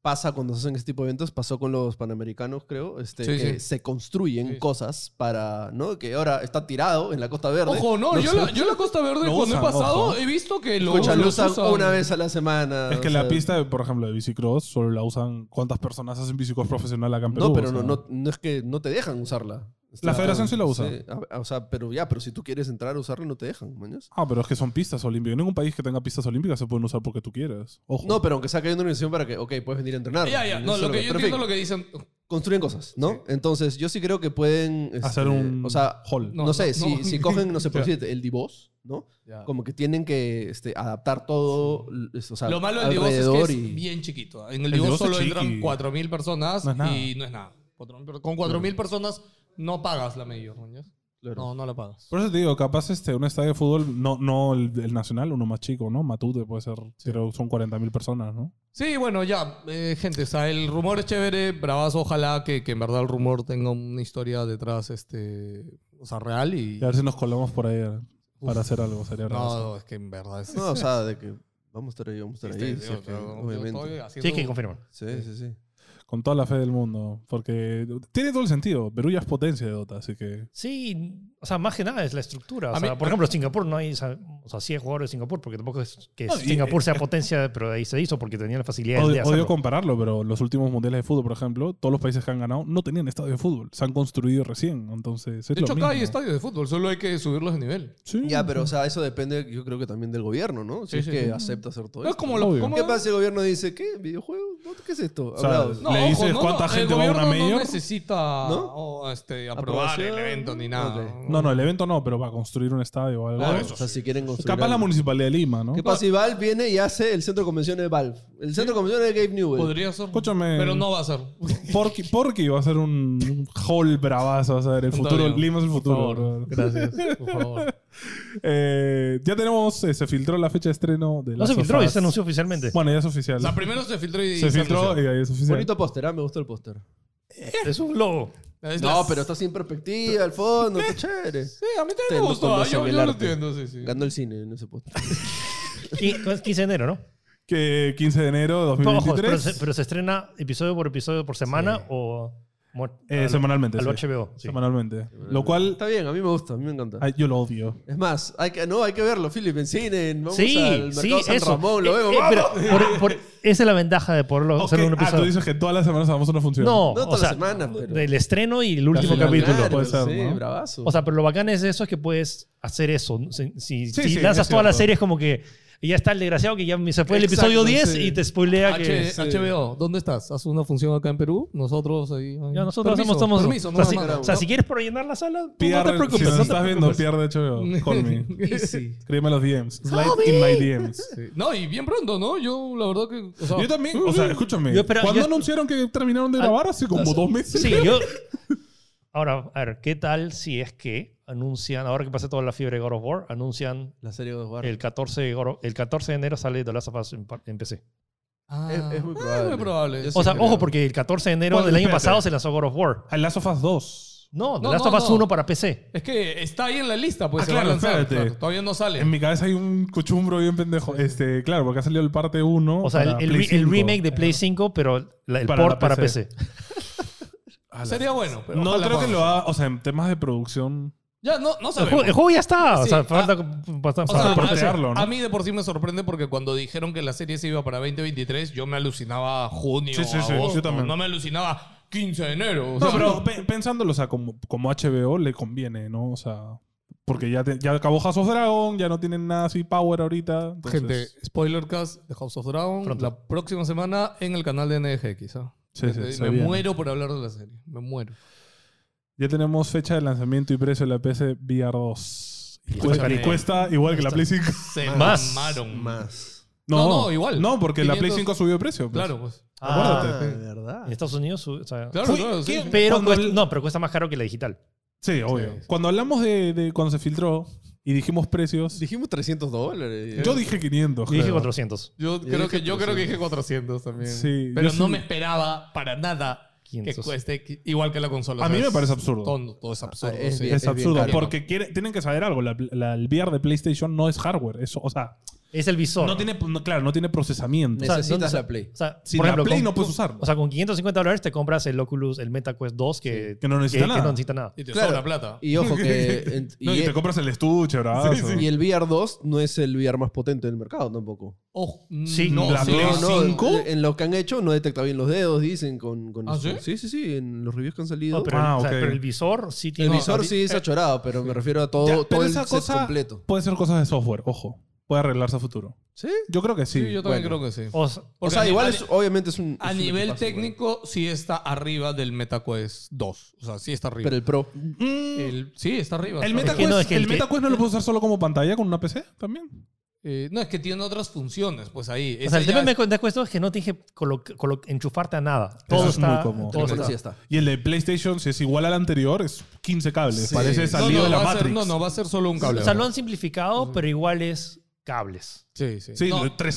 S2: pasa cuando se hacen este tipo de eventos, pasó con los panamericanos, creo, este,
S4: Sí,
S2: que
S4: sí.
S2: se construyen
S4: Sí.
S2: cosas para, ¿no? Que ahora está tirado en la Costa Verde.
S4: ojo, no, yo,
S2: sé.
S4: la, yo la Costa Verde
S1: Lo
S4: cuando
S1: usan,
S4: he pasado
S1: ojo.
S4: he visto que lo,
S2: Escucha, lo
S4: los
S2: usan
S4: usan.
S2: una vez a la semana.
S1: Es que
S2: o
S1: la
S2: sea,
S1: pista, por ejemplo, de bicicross, solo la usan. ¿Cuántas personas hacen bicicross profesional acá en Perú?
S2: No, pero
S1: O sea,
S2: no, no, no es que no te dejan usarla.
S1: La federación sí la usa.
S2: a- ah, o sea, pero ya, pero si tú quieres entrar a usarla, no te dejan, mañas.
S1: Ah, pero es que son pistas olímpicas. En ningún país que tenga pistas olímpicas se pueden usar porque tú quieres. Ojo.
S2: No, pero aunque sea que hay una organización para que, ok, puedes venir a entrenar.
S4: Ya, ya,
S2: ¿mañas?
S4: no,
S2: Solo
S4: lo que yo
S2: pero en
S4: entiendo
S2: fin,
S4: lo que dicen.
S2: Construyen cosas, ¿no?
S4: Sí.
S2: Entonces, yo sí creo que pueden... este,
S1: Hacer un
S2: O sea,
S1: hall.
S2: no,
S4: No,
S2: sé,
S4: no,
S2: si,
S4: no.
S2: si cogen, no sé, por
S1: Ya.
S2: decirte, el Divos, ¿no?
S4: Ya.
S2: Como que tienen que este, adaptar todo, l- es- o sea,
S4: Lo malo del Divos es que
S2: alrededor
S4: es
S2: y...
S4: bien chiquito. En el
S1: El
S4: Divos
S1: Divos es
S4: solo entran
S1: chiqui.
S4: 4.000 personas
S1: No es nada.
S4: y no es nada. 4.000 per- Con 4.000 personas no pagas la mayor. ¿no?
S2: Claro.
S4: No, no la pagas.
S1: Por eso te digo, capaz este, un estadio de fútbol, no, no el, el nacional, uno más chico, ¿no? Matute puede ser, pero son 40.000 personas, ¿no?
S4: Sí, bueno, ya, eh, gente, o sea, el rumor es chévere, bravazo, ojalá que, que en verdad el rumor tenga una historia detrás, este, o sea, real y...
S1: Y a ver si nos colamos por ahí eh, para hacer algo, sería
S4: no,
S1: bravazo.
S4: no, es que en verdad es...
S2: No, o sea, de que vamos a estar ahí, vamos a estar
S4: este,
S2: ahí.
S4: digo,
S2: si es que,
S4: yo- yo estoy
S2: obviamente.
S4: haciendo-
S3: Sí, que confirman.
S2: Sí, sí, sí.
S1: Con toda la fe del mundo, porque tiene todo el sentido. Perú ya es potencia de Dota, así que...
S3: Sí, o sea, más que nada es la estructura. O
S4: A
S3: sea,
S4: mí-
S3: por ejemplo, Singapur no hay, o sea, o sea, sí hay jugadores de Singapur, porque tampoco es que
S1: No, y- eh,
S3: Singapur sea potencia, pero ahí se hizo porque tenían la facilidad de
S1: Odio,
S3: hacerlo.
S1: odio compararlo, pero los últimos mundiales de fútbol, por ejemplo, todos los países que han ganado no tenían estadio de fútbol. Se han construido recién, entonces es
S4: De
S1: lo
S4: hecho,
S1: mismo.
S4: acá hay estadios de fútbol, solo hay que subirlos de nivel.
S1: Sí.
S2: Ya, pero o sea, eso depende, yo creo que también del gobierno, ¿no? Si
S4: Sí,
S2: es
S4: sí,
S2: que
S4: sí.
S2: acepta hacer todo
S4: No es
S2: esto.
S4: como los...
S1: Obvio.
S4: Como
S2: ¿Qué pasa si el gobierno dice, ¿qué? ¿Videojuegos? ¿No? ¿Qué es esto?
S1: O sea,
S2: Hablados. Ah,
S1: ¿Le dices cuánta
S4: el
S1: gente va a una
S4: gobierno No
S1: mayor?
S4: necesita
S2: ¿No?
S4: o, este, aprobar el
S2: Aprobación.
S4: evento ni nada.
S2: Ok.
S1: No, no, el evento no, pero va a construir un estadio o algo.
S3: Ah,
S2: Claro,
S4: eso
S2: o sea, si quieren construir
S1: Capaz la
S2: algo.
S1: municipalidad de Lima, ¿no?
S2: ¿Qué pasa si Valve viene y hace el centro de convenciones de Valve? El centro de convenciones de Gabe Newell.
S4: Podría ser,
S1: Escúchame.
S4: pero no va a ser.
S1: Porky, Porky va a ser un un hall bravazo, vas a ver. El
S4: Un
S1: futuro,
S4: tabio.
S1: Lima es el
S4: Por
S1: futuro.
S4: favor.
S1: brother.
S4: Gracias, por favor.
S1: Eh, ya tenemos, eh, se filtró la fecha de estreno de
S3: No
S1: Last
S3: se
S1: of
S3: filtró, ya
S1: Us.
S3: se anunció oficialmente.
S1: Bueno, ya es oficial.
S4: O sea, primero se filtró y...
S1: se filtró eh.
S4: anunció.
S1: y ahí es oficial.
S2: Bonito póster, ¿ah? me gustó el póster.
S3: es un logo.
S4: Es
S2: No,
S4: la-
S2: pero está sin perspectiva, al fondo, qué chévere.
S4: Sí, a mí también
S2: Ustedes
S4: me
S2: no
S4: gustó. ah,
S2: conocen
S4: Yo,
S2: el
S4: yo lo
S2: arte.
S4: entiendo, sí, sí.
S2: Ganó el cine en ese póster.
S3: Y- es 15 de enero, ¿no?
S1: Que 15 de enero de
S3: Pero, ojo,
S1: 2023.
S3: pero se, pero se estrena episodio por episodio por semana o Bueno,
S1: Eh,
S3: al-
S1: semanalmente,
S3: al
S1: sí.
S3: HBO. sí.
S1: Semanalmente. Lo cual,
S2: Está bien, a mí me gusta, a mí me encanta.
S1: ay, yo lo odio.
S2: Es más, hay que, no, hay que verlo, Philip, en cine, en- vamos
S3: Sí,
S2: al mercado
S3: sí,
S2: San
S3: eso.
S2: Ramón, lo
S3: Eh,
S2: vemos,
S3: eh, pero por-
S2: ¡vamos!
S3: por- esa es la ventaja de poderlo hacer
S1: Ok,
S3: en un
S1: Ah, tú
S3: episodio.
S1: dices que todas las semanas hagamos una función.
S3: no,
S2: No
S3: o
S2: todas las
S3: sea,
S2: semanas, pero-
S3: del estreno y el último
S4: final.
S1: capítulo,
S3: capítulo.
S1: puede ser,
S2: sí,
S1: ¿no?
S2: bravazo.
S3: O sea, pero lo bacán es eso, es que puedes hacer eso. Si, si-
S1: Sí,
S3: si
S1: sí,
S3: lanzas
S1: es
S3: todas las
S1: cierto.
S3: series como que ya está el desgraciado que ya me- se fue el
S2: Exacto,
S3: episodio 10
S2: sí.
S3: y te spoilea que...
S4: H- HBO, ¿dónde estás? ¿Haces una función acá en Perú? Nosotros ahí.
S3: Ya, nosotros
S4: Permiso,
S3: hacemos- somos...
S4: permiso,
S3: o
S4: no
S3: sea,
S4: más
S3: si,
S4: nada.
S3: o sea, si quieres por llenar la sala, tú no
S1: PR,
S3: te preocupes.
S1: si
S3: no
S1: nos
S3: te
S1: estás viendo,
S3: preocupes.
S1: pierde HBO. Call me.
S4: Easy.
S1: Escríbeme los DMs. Slide in my DMs.
S4: Sí. No, y bien pronto, ¿no? Yo, la verdad que. o sea,
S1: Yo también, o sea, escúchame.
S3: Yo espera-
S1: ¿Cuándo
S3: yo-
S1: anunciaron que terminaron de grabar? Hace como dos meses.
S3: Sí, yo... Ahora, a ver, ¿qué tal si es que anuncian, ahora que pasa toda la fiebre de God of War, anuncian
S2: la serie de Osvaldo.
S3: el 14 de, God of- el 14 de enero sale The Last of Us en, pa- en PC.
S4: ah,
S2: Es- es muy
S4: ah,
S2: probable.
S4: muy probable.
S2: Yo
S3: O
S2: sí
S3: sea,
S2: creo.
S3: ojo, porque el 14 de enero
S1: Bueno,
S3: del año
S1: espérate.
S3: pasado se lanzó God of War.
S1: A Last of Us 2.
S3: No, The
S4: No,
S3: Last
S4: no,
S3: of Us
S4: no.
S3: 1 para PC.
S4: Es que está ahí en la lista, pues
S1: Ah,
S4: se
S1: claro,
S4: va a lanzar.
S1: espérate.
S4: claro, todavía no sale.
S1: En mi cabeza hay un cuchumbro bien pendejo. Este, claro, porque ha salido el parte 1.
S3: O sea, el,
S1: para
S3: el
S1: Play
S3: re- el
S1: 5.
S3: remake de Play 5, pero la- el
S1: Para
S3: port
S1: la
S3: para
S1: PC.
S3: PC.
S1: A la-
S4: Sería bueno. Pero
S1: No
S4: ojalá
S1: creo que
S4: podamos.
S1: lo haga. O sea, en temas de producción.
S4: Ya, no, no
S3: El juego,
S4: sabemos.
S3: el juego ya está. o
S4: Sí,
S3: sea,
S4: ah,
S3: falta bastante-
S4: O sea,
S1: Para
S4: a-
S1: portearlo,
S4: a-
S1: ¿no?
S4: A mí de por sí me sorprende porque cuando dijeron que la serie se iba para 2023, yo me alucinaba junio,
S1: Sí, sí, sí,
S4: agosto.
S1: yo también.
S4: No me alucinaba 15 de enero. o
S1: No,
S4: sea,
S1: pero pe- pensándolo, o sea, como, como HBO le conviene, ¿no? O sea, porque ya, te- ya acabó House of Dragon, ya no tienen nada así power ahorita. entonces-
S4: Gente, spoiler cast de House of Dragon
S3: Pronto.
S4: la próxima semana en el canal de NGX. ¿ah?
S1: Sí, sí,
S4: me
S1: se viene.
S4: muero por hablar de la serie. Me muero.
S1: Ya tenemos fecha de lanzamiento y precio de la PC VR2. Y cuesta,
S4: Escúchame.
S1: y cuesta igual que la Play 5.
S4: Se
S3: Más.
S4: mamaron.
S2: más.
S1: No,
S4: No, no, igual.
S1: No, porque la Play
S4: 500
S1: 5 subió de precio. pues.
S4: Claro, pues.
S3: Ah,
S1: Acuérdate.
S2: de verdad.
S3: en Estados Unidos, o sea,
S4: Claro,
S1: Fui-
S4: claro, sí,
S1: ¿qué?
S4: sí.
S3: pero
S1: Cuando
S3: cuesta-
S1: el-
S3: no, pero cuesta más caro que la digital.
S1: Sí, obvio.
S4: sí.
S1: Cuando hablamos de, de cuando se filtró y dijimos precios,
S2: Dijimos 300 dólares.
S1: yo dije 500.
S3: Yo dije
S1: creo.
S3: 400.
S4: Yo,
S2: Yo
S4: creo
S2: dije
S4: que, yo creo que
S2: 400.
S4: dije 400 también.
S1: Sí,
S4: pero
S1: yo
S4: no
S1: sí.
S4: me esperaba para nada que
S3: 500.
S4: cueste qui- igual que la consola.
S1: A
S4: O sea,
S1: mí me
S4: es
S1: parece absurdo.
S4: Todo, todo es absurdo.
S2: Ah, es
S4: sí.
S2: bien.
S1: Es absurdo,
S2: caro.
S1: porque quiere- tienen que saber algo. La, la- el VR de PlayStation no es hardware. Eso, o sea,
S3: Es el visor.
S1: no tiene, no, claro, no tiene procesamiento.
S3: sea,
S2: Necesitas
S3: ¿dónde-
S2: la Play.
S3: O sea,
S1: Sin
S3: por
S1: la
S3: ejemplo,
S1: Play
S3: con,
S1: no puedes usarlo.
S3: o sea, con 550 dólares te compras el Oculus, el MetaQuest 2 que,
S1: que no necesita nada.
S3: no necesita nada.
S4: Y te
S2: Claro.
S4: sobra plata.
S2: Y ojo que... en-
S1: no, y,
S2: y, e-
S1: te compras el estuche, bravazo.
S4: Sí,
S2: y el VR2 no es el VR más potente del mercado tampoco.
S4: Ojo,
S3: Sí,
S4: no,
S1: la
S4: sí,
S1: Play
S4: no, eh,
S2: no,
S1: cinco?
S2: En lo que han hecho no detecta bien los dedos, dicen. Con, con
S4: ¿Ah,
S2: los-
S4: sí?
S2: sí, sí, sí, En los reviews que han salido.
S3: No, pero,
S1: Ah,
S3: o sea,
S1: ok.
S3: pero el visor sí
S2: el
S3: tiene.
S2: visor
S3: no,
S2: sí es achorado, pero me refiero a todo,
S1: Ya,
S2: todo
S1: pero
S2: el
S1: esa
S2: set
S1: cosa
S2: completo.
S1: puede ser cosas de software, ojo. Puede arreglarse a futuro.
S2: ¿Sí?
S1: Yo creo que sí.
S4: Sí, yo también
S2: bueno.
S4: creo que sí.
S3: o sea,
S2: O
S4: Porque
S2: sea,
S4: a
S2: igual
S4: nivel-
S2: es, obviamente es un...
S4: A
S2: es un
S4: nivel
S2: equipazo,
S4: técnico, sí está arriba del MetaQuest 2. O sea, sí está arriba.
S2: güey. Pero el Pro...
S1: Mm, el,
S4: El- sí, está arriba. está
S1: MetaQuest,
S4: arriba.
S3: que no, es que el
S1: el
S3: que-
S1: MetaQuest no lo puedes usar solo como pantalla con una PC también.
S4: Eh, no, es que tiene otras funciones, pues ahí.
S3: o sea,
S4: Esa
S3: el
S4: ya
S3: tema
S4: es-
S3: de MetaQuest 2 es que no tienes que colo- colo- enchufarte a nada. Todo
S1: es
S3: está.
S1: muy cómodo.
S3: todo
S2: Pero
S3: está.
S2: sí está.
S1: Y el de PlayStation, si es igual al anterior, es 15 cables.
S2: Sí.
S1: Parece
S2: No,
S4: No,
S1: salido
S4: no,
S1: de la
S4: va a ser-
S1: Matrix.
S4: no, no, va a ser solo un cable.
S3: O sea, lo han simplificado, pero igual es cables.
S4: Sí, sí.
S1: Sí,
S4: No,
S1: 3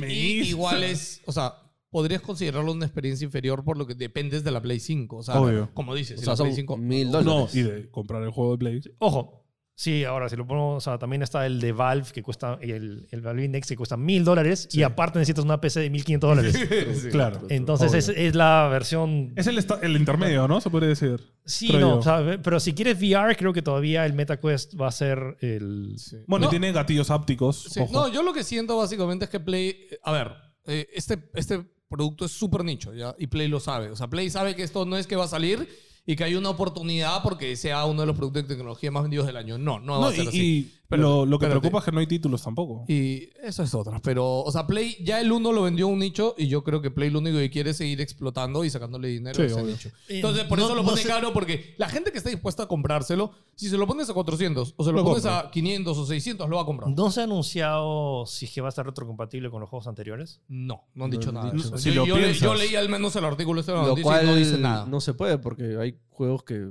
S1: HDMI.
S4: y igual es, o sea, podrías considerarlo una experiencia inferior por lo que dependes de la Play 5. O sea,
S1: Obvio.
S4: como dices,
S2: O
S4: si
S2: sea,
S4: la Play
S2: son
S4: 5
S2: mil
S1: No,
S2: dólares.
S1: y de comprar el juego de Play.
S3: Ojo, sí, ahora si lo ponemos, o sea, también está el de Valve que cuesta, el, el Valve Index que cuesta mil dólares y aparte necesitas una PC de 1500 dólares.
S1: claro.
S3: Entonces es, es la versión.
S1: Es el, esta- el intermedio, ¿no? Se podría decir.
S3: sí,
S1: creo
S3: no,
S1: yo.
S3: o sea, pero si quieres VR, creo que todavía el MetaQuest va a ser el.
S4: Sí.
S1: Bueno, y
S4: No,
S1: tiene gatillos hápticos.
S4: Sí,
S1: ojo.
S4: No, yo lo que siento básicamente es que Play. A ver, eh, este, este producto es súper nicho, ¿ya? Y Play lo sabe. O sea, Play sabe que esto no es que va a salir y que hay una oportunidad porque sea uno de los productos de tecnología más vendidos del año. No, no, va
S1: No,
S4: a ser
S1: y,
S4: así.
S1: y
S4: Espérate,
S1: lo, lo que
S4: espérate.
S1: preocupa es que no hay títulos tampoco.
S4: Y eso es otra. Pero, o sea, Play ya el 1 lo vendió a un nicho y yo creo que Play lo único que quiere es seguir explotando y sacándole dinero
S1: Sí,
S4: a ese
S1: obvio.
S4: nicho. Entonces, por
S3: No-
S4: eso lo
S3: no
S4: pone
S3: sé-
S4: caro porque la gente que está dispuesta a comprárselo, si se lo pones a 400 o se lo,
S1: Lo
S4: pones
S1: compra.
S4: a 500 o 600, lo va a comprar.
S3: No se ha anunciado si es que va a estar retrocompatible con los juegos anteriores.
S4: No, no han dicho
S2: No han
S4: nada.
S1: dicho
S4: Yo-
S1: nada. Si
S4: yo,
S1: lo
S4: le-
S1: piensas.
S4: yo leí al menos el artículo este de la
S2: Lo
S4: noticia
S2: cual
S4: y no dice nada.
S2: no se puede porque hay juegos que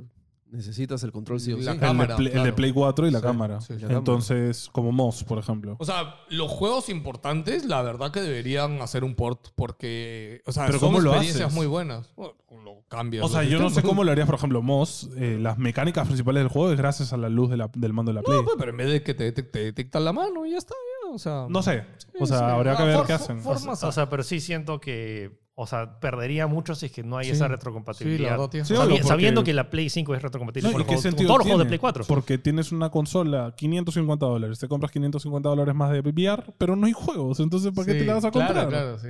S2: necesitas el control sí o
S4: La
S2: sí.
S1: el,
S4: cámara,
S1: de Play, el de
S4: claro.
S1: Play 4 y la
S4: Sí,
S1: cámara.
S4: sí, la
S2: cámara.
S1: Entonces, como Moss, por ejemplo.
S4: O sea, los juegos importantes, la verdad que deberían hacer un port porque, o sea,
S1: Pero
S4: son
S1: ¿cómo lo
S4: experiencias
S1: haces?
S4: muy buenas. Bueno, lo cambias.
S1: O sea,
S4: lo
S1: yo no sé
S4: sistemas.
S1: cómo lo harías, por ejemplo, Moss. eh, las mecánicas principales del juego es gracias a la luz de la- del mando de la Play.
S4: No, pues, pero en vez de que te, te, te detectan la mano, ya está, ya, o sea.
S1: No sé. O
S4: Sí,
S1: sea,
S4: sí.
S1: habría que
S4: Ah,
S1: ver
S4: for-
S1: qué
S4: for-
S1: hacen.
S4: for-
S3: O sea, pero sí siento que O sea, perdería mucho si es que no hay
S4: Sí.
S3: esa
S4: Sí, la
S3: retrocompatibilidad.
S4: verdad, tienes
S1: Sí,
S4: razón.
S3: Sabi-
S1: Claro, porque-
S3: Sabiendo que la Play 5 es retrocompatible
S1: No,
S3: con,
S1: ¿y
S3: los
S1: qué
S3: juegos- con
S1: sentido
S3: todos los
S1: tiene?
S3: juegos de Play 4.
S1: Porque tienes una consola, 550 dólares, te compras 550 dólares más de VR, pero no hay juegos, entonces ¿para qué
S4: Sí,
S1: te la vas a
S4: claro,
S1: comprar?
S4: Claro, sí.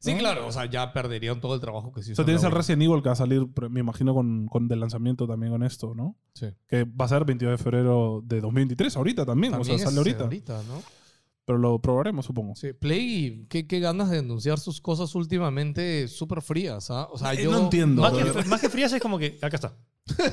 S4: Sí,
S1: ¿No?
S4: claro, o sea, ya perderían todo el trabajo que se
S1: O
S4: hizo.
S1: sea,
S4: en
S1: tienes
S4: la
S1: el
S4: Wii.
S1: Resident Evil que va a salir, pre- me imagino, con, con del lanzamiento también con esto, ¿no?
S4: Sí.
S1: Que va a ser 22 de febrero de 2023, ahorita también, o
S4: También
S1: sea,
S4: es
S1: sale ahorita.
S4: ¿no?
S1: Pero lo probaremos, supongo.
S4: Sí, Play, qué, qué ganas de anunciar sus cosas últimamente súper frías, ¿ah? O sea,
S1: Eh,
S4: yo...
S1: no entiendo.
S3: más,
S1: de
S3: que,
S1: verdad.
S3: más que frías es como que acá está.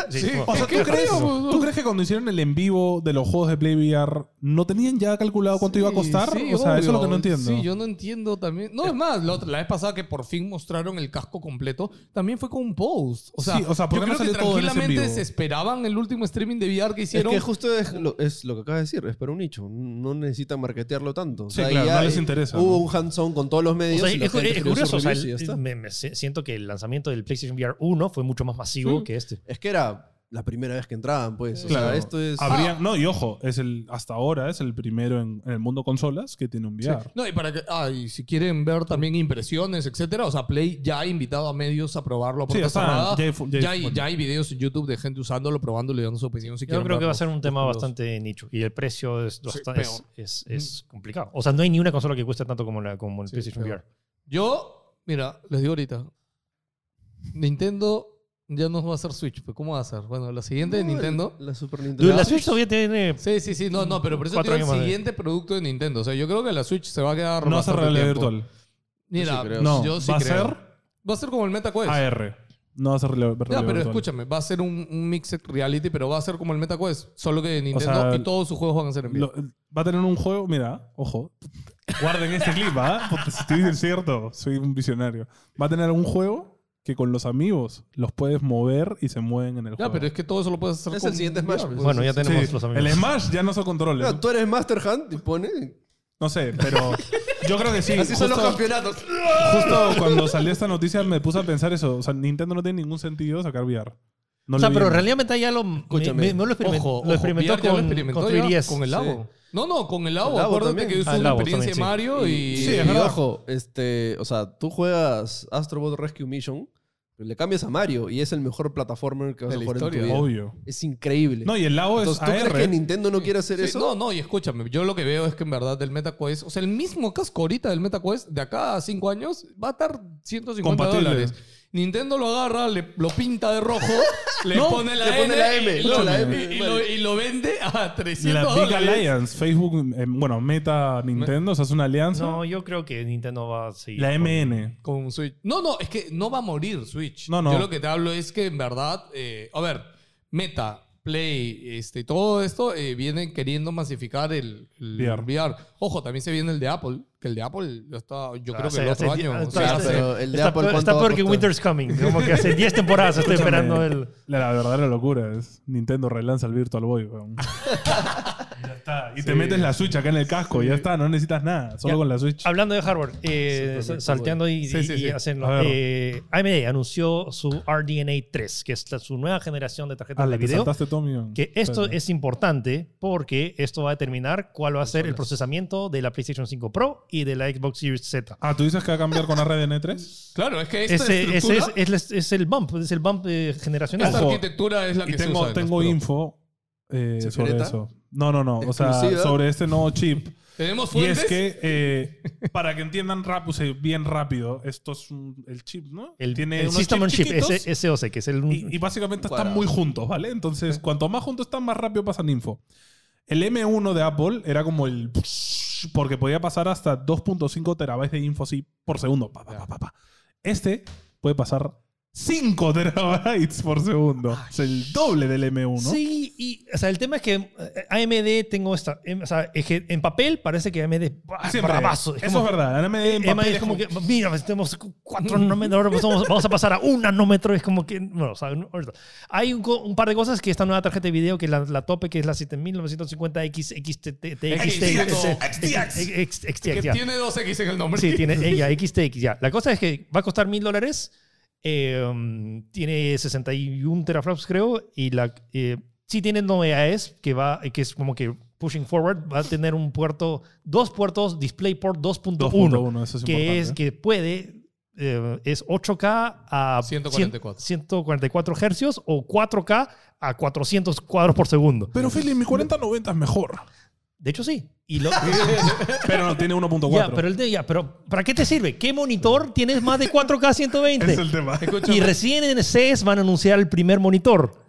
S3: Sí,
S4: Sí,
S3: como-
S1: O sea,
S4: ¿qué
S1: ¿tú crees,
S4: crees?
S1: tú crees que cuando hicieron el en vivo de los juegos de Play VR, no tenían ya calculado cuánto iba a
S4: Sí,
S1: costar?
S4: sí,
S1: o sea, eso es lo que
S4: obvio.
S1: no entiendo. Eh.
S4: Sí, yo no entiendo también. No, es más, la, otra- la vez pasada que por fin mostraron el casco completo, también fue con un post. O sea,
S1: Sí, o sea, ¿por
S4: yo
S1: qué no
S4: creo que
S1: salió todo en ese
S4: tranquilamente
S1: vivo?
S4: se esperaban el último streaming de VR que
S2: Es
S4: hicieron.
S2: que justo es lo, es lo que acabas de decir, es para un nicho. No necesitan marketearlo tanto. O
S1: Sí,
S2: sea,
S1: claro,
S2: ya
S1: no les interesa,
S2: Hubo
S1: ¿no?
S2: un hands-on con todos los
S3: O
S2: medios.
S3: sea,
S2: y la
S3: es,
S2: gente
S3: es
S2: escribió
S3: curioso, o
S2: sus
S3: sea,
S2: reviews y ya está.
S3: el- me- me se- siento que el lanzamiento del PlayStation VR 1 fue mucho más masivo que este.
S2: Es que era la primera vez que entraban, pues. O
S1: Claro.
S2: sea, esto es.
S4: Ah.
S1: Habría- no, y ojo, es el, hasta ahora es el primero en, en el mundo consolas que tiene un
S4: Sí.
S1: VR.
S4: No, y para que, ah, y si quieren ver también impresiones, etcétera, o sea, Play ya ha invitado a medios a probarlo por
S1: Sí, o sea, ya hay fu- ya hay
S4: ya, hay,
S1: full.
S4: ya hay videos en YouTube de gente usándolo, probándolo y dando su opinión si
S3: Yo
S4: quieren
S3: creo que
S4: verlo.
S3: va a ser un tema
S4: Los-
S3: bastante nicho y el precio es, bastante,
S4: peor.
S3: es, es- es complicado. O sea, no hay ni una consola que cueste tanto como, la, como el
S4: Sí,
S3: PlayStation
S4: peor.
S3: VR.
S4: Yo, mira, les digo ahorita. Nintendo ya no va a hacer Switch. pues, ¿Cómo va a ser? Bueno, la siguiente de
S2: No,
S4: Nintendo.
S2: La, la Super
S3: Dude,
S2: Nintendo.
S3: la Switch todavía tiene...
S4: Sí, sí, sí, no, no, pero por eso
S3: Cuatro
S4: digo el
S3: años más de-
S4: siguiente producto de Nintendo. O sea, yo creo que la Switch se va a quedar.
S1: No va a ser
S4: bastante
S1: realidad
S4: tiempo.
S1: virtual.
S4: Mira,
S2: Yo sí creo.
S1: No,
S4: yo sí
S1: va a
S4: creo.
S1: ser Ah,
S4: Va a ser como el MetaQuest.
S1: AR. No va a ser reali- realidad
S4: Ya, Pues. pero
S1: virtual.
S4: escúchame, va a ser un, un mixed reality, pero va a ser como el MetaQuest, solo que de Nintendo
S1: sea,
S4: y todos sus juegos van a ser en vivo.
S1: Lo- eh, va a tener un juego, mira, ojo. Guarden este clip, ¿ah? Porque si te dicen cierto, soy un visionario. Va a tener un juego que con los amigos los puedes mover y se mueven en el
S4: Ya,
S1: juego.
S4: pero es que todo eso lo puedes hacer
S2: Es
S4: con
S2: el siguiente
S4: VR,
S2: Smash,
S4: pues.
S2: pues.
S3: Bueno, ya
S1: Sí,
S3: tenemos los amigos.
S1: El Smash ya no son controles.
S2: Claro, tú eres Master Hand y pone.
S1: No sé, pero yo creo que sí.
S2: Así son los
S1: Justo-
S2: campeonatos.
S1: Justo cuando salió esta noticia me puse a pensar eso. O sea, Nintendo no tiene ningún sentido sacar VR. No
S3: o sea,
S1: le
S3: pero
S1: viene.
S3: realmente ya lo, me-
S2: Escúchame.
S3: me- no lo, experimen-
S4: Ojo,
S3: lo
S4: ojo,
S3: experimentó
S4: VR ya lo
S3: con,
S4: experimentó
S3: con
S4: ya
S3: 3DS.
S4: con el Labo. No, no, con el Labo.
S2: El Labo
S4: Acuérdate
S2: también.
S4: que
S3: Ah,
S4: es
S3: el
S4: una
S3: Labo
S4: experiencia de
S3: también,
S4: Mario y...
S2: y,
S1: Sí,
S2: y
S1: es verdad.
S2: ojo, este, o sea, tú juegas Astro Bot Rescue Mission, le cambias a Mario y es el mejor plataformer que vas
S4: De
S2: a
S4: la
S2: jugar en tu
S4: historia.
S2: vida.
S1: Obvio.
S2: Es increíble.
S1: No, y pues, el lado es
S2: Entonces, ¿tú
S1: AR.
S2: crees que Nintendo no quiere hacer
S4: Sí,
S2: eso?
S4: No, no, y escúchame, yo lo que veo es que en verdad del MetaQuest, o sea, el mismo casco ahorita del MetaQuest de acá a 5 años va a estar 150
S1: Compatible.
S4: dólares. Nintendo lo agarra, le, lo pinta de rojo, le pone la
S2: le pone
S4: N,
S2: la M,
S4: y, lo,
S2: la M,
S4: y- y
S2: vale.
S4: lo- y lo vende a 300
S1: La Big
S4: dólares.
S1: Alliance, Facebook, eh, bueno, Meta, Nintendo, o sea, es una alianza.
S3: No, yo creo que Nintendo va a seguir.
S1: la
S3: con-
S1: MN.
S4: Con un Switch. No, no, es que no va a morir Switch.
S1: No, no.
S4: Yo lo que te hablo es que en verdad, eh, a ver, Meta, Play, este, todo esto eh, vienen queriendo masificar el, el
S1: VR.
S4: VR. Ojo, también se viene el de Apple, que el de Apple ya está, yo creo
S3: Ah,
S4: que
S3: hace-
S4: el otro
S3: hace-
S4: año.
S3: hace-
S4: o sea,
S2: hace-
S4: hace-
S2: Pero el de
S3: está
S2: Apple,
S3: peor-
S2: ¿cuánto
S3: está
S2: va a
S3: peor que
S2: costar?
S3: Winter's Coming. Como que hace 10 temporadas estoy
S1: Escúchame,
S3: esperando el...
S1: La, la verdadera locura es Nintendo relanza el Virtual Boy. weón.
S3: Ah, Ya está.
S1: Y te metes la Switch acá en el casco, ya está, no necesitas nada, solo
S3: Ya.
S1: con la Switch.
S3: Hablando de hardware, eh,
S4: Super
S3: salteando y,
S4: Sí,
S3: y-
S4: sí,
S3: y
S4: sí.
S3: hacen
S1: A ver.
S3: eh, AMD anunció su RDNA 3, que es la- su nueva generación de tarjetas
S1: Ah,
S3: de
S1: la que
S3: video.
S1: saltaste, Tommy. weón.
S3: Que esto
S1: Espérate.
S3: es importante porque esto va a determinar cuál va a ser el procesamiento de la PlayStation 5 Pro y de la Xbox Series Z.
S1: Ah, ¿tú dices que va a cambiar con RDN3?
S4: claro, es que esta
S3: Ese, ese
S4: estructura,
S3: es, es, la- es el bump, es el bump eh, generacional.
S4: esta
S1: Ojo.
S4: arquitectura es la que
S1: y
S4: se
S1: tengo,
S4: usa en los
S1: tengo
S4: Pro.
S1: info eh, sobre
S2: ¿Secreta?
S1: eso. No, no, no. O sea,
S2: ¿Exclusiva?
S1: sobre este nuevo chip.
S4: Tenemos
S1: Y
S4: fuentes.
S1: es que, eh, para que entiendan rápido, o sea, bien rápido, esto es un- el chip, ¿no?
S3: el,
S1: Tiene
S3: el
S1: unos
S3: System on Chip,
S1: chiquitos
S3: ese- SOC, que es el.
S1: y, y básicamente están
S2: Cuadrado.
S1: muy juntos, ¿vale? Entonces, cuanto más juntos están, más rápido pasan info. El M1 de Apple era como el... Porque podía pasar hasta 2.5 terabytes de info así por segundo. Pa, pa, pa, pa, pa. Este puede pasar 5 terabytes por segundo. Es el doble del M1.
S3: Sí, y o sea, el tema es que eh, AMD tengo esta. em, O sea, es que en papel parece que AMD bah,
S1: Siempre.
S3: bravazo. Es
S1: Eso
S3: como-
S1: es verdad. La AMD en
S3: Emma
S1: papel
S3: es como que, mira, necesitamos cuatro nanómetros, pues vamos, vamos a pasar a un nanómetro. Es como que, bueno, o sea, no- ahorita. hay un, co- un par de cosas que esta nueva tarjeta de video, que la, la tope, que es la 7950X, XTX,
S4: que
S3: XTX, ya.
S4: tiene 2X en el nombre.
S3: Sí, tiene, eh, ya, XTX, ya. La cosa es que va a costar mil dólares, eh, um, tiene 61 teraflops, creo, y la, eh, sí tiene novedades, que, va, que es como que pushing forward, va a tener un puerto, dos puertos DisplayPort 2.1
S1: 2.1, eso es
S3: que
S1: importante.
S3: es
S1: ¿eh?
S3: que puede eh, es 8K a
S4: 144.
S3: 100 144 hercios o 4K a 400 cuadros por segundo.
S1: Pero Philip, mi 4090 es mejor.
S3: De hecho, sí. Y lo-
S1: Pero no tiene 1.4.
S3: ya, pero el de, ya, pero ¿para qué te sirve? ¿Qué monitor tienes más de 4K 120?
S1: es el tema.
S4: Escúchame.
S3: Y recién en CES van a anunciar el primer monitor.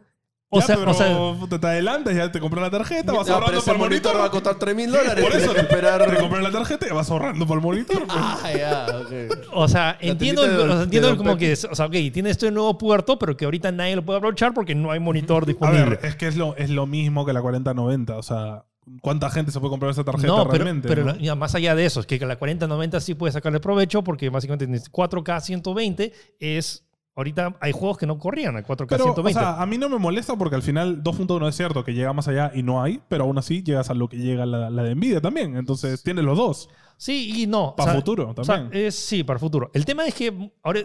S3: O
S1: Ya,
S3: sea,
S1: pero
S3: o sea,
S1: te, te adelantas, ya te compras la tarjeta, vas
S2: Ya, pero
S1: ahorrando
S2: ese
S1: para el monitor.
S2: monitor va a costar 3 mil dólares.
S1: Por eso
S2: Tienes que esperar.
S1: Te compras la tarjeta y vas ahorrando para el monitor. pues.
S2: Ah, ya, ok.
S3: o sea,
S2: La
S3: entiendo,
S2: telita de
S3: el- o sea,
S2: Don-
S3: entiendo
S2: de
S3: el
S2: Don
S3: como
S2: Pepe.
S3: que, es- o sea, ok, tiene este nuevo puerto, pero que ahorita nadie lo puede aprovechar porque no hay monitor
S1: A
S3: disponible.
S1: ver, es que es lo, es lo mismo que la 4090. O sea, ¿cuánta gente se puede comprar esa tarjeta
S3: no, pero,
S1: realmente?
S3: pero
S1: no?
S3: la- ya, más allá de eso, es que la 4090 sí puede sacarle provecho porque básicamente este tienes 4K 120 es... Ahorita hay juegos que no corrían a 4K
S1: Pero,
S3: 120.
S1: o sea, a mí no me molesta porque al final 2.1 es cierto que llega más allá y no hay, pero aún así llegas a lo que llega la, la de Nvidia también. Entonces tienes los dos.
S3: sí y no. o
S1: Para
S3: sea,
S1: futuro
S3: o sea, eh,
S1: también.
S3: es- sí, para el futuro. El tema es que ahora,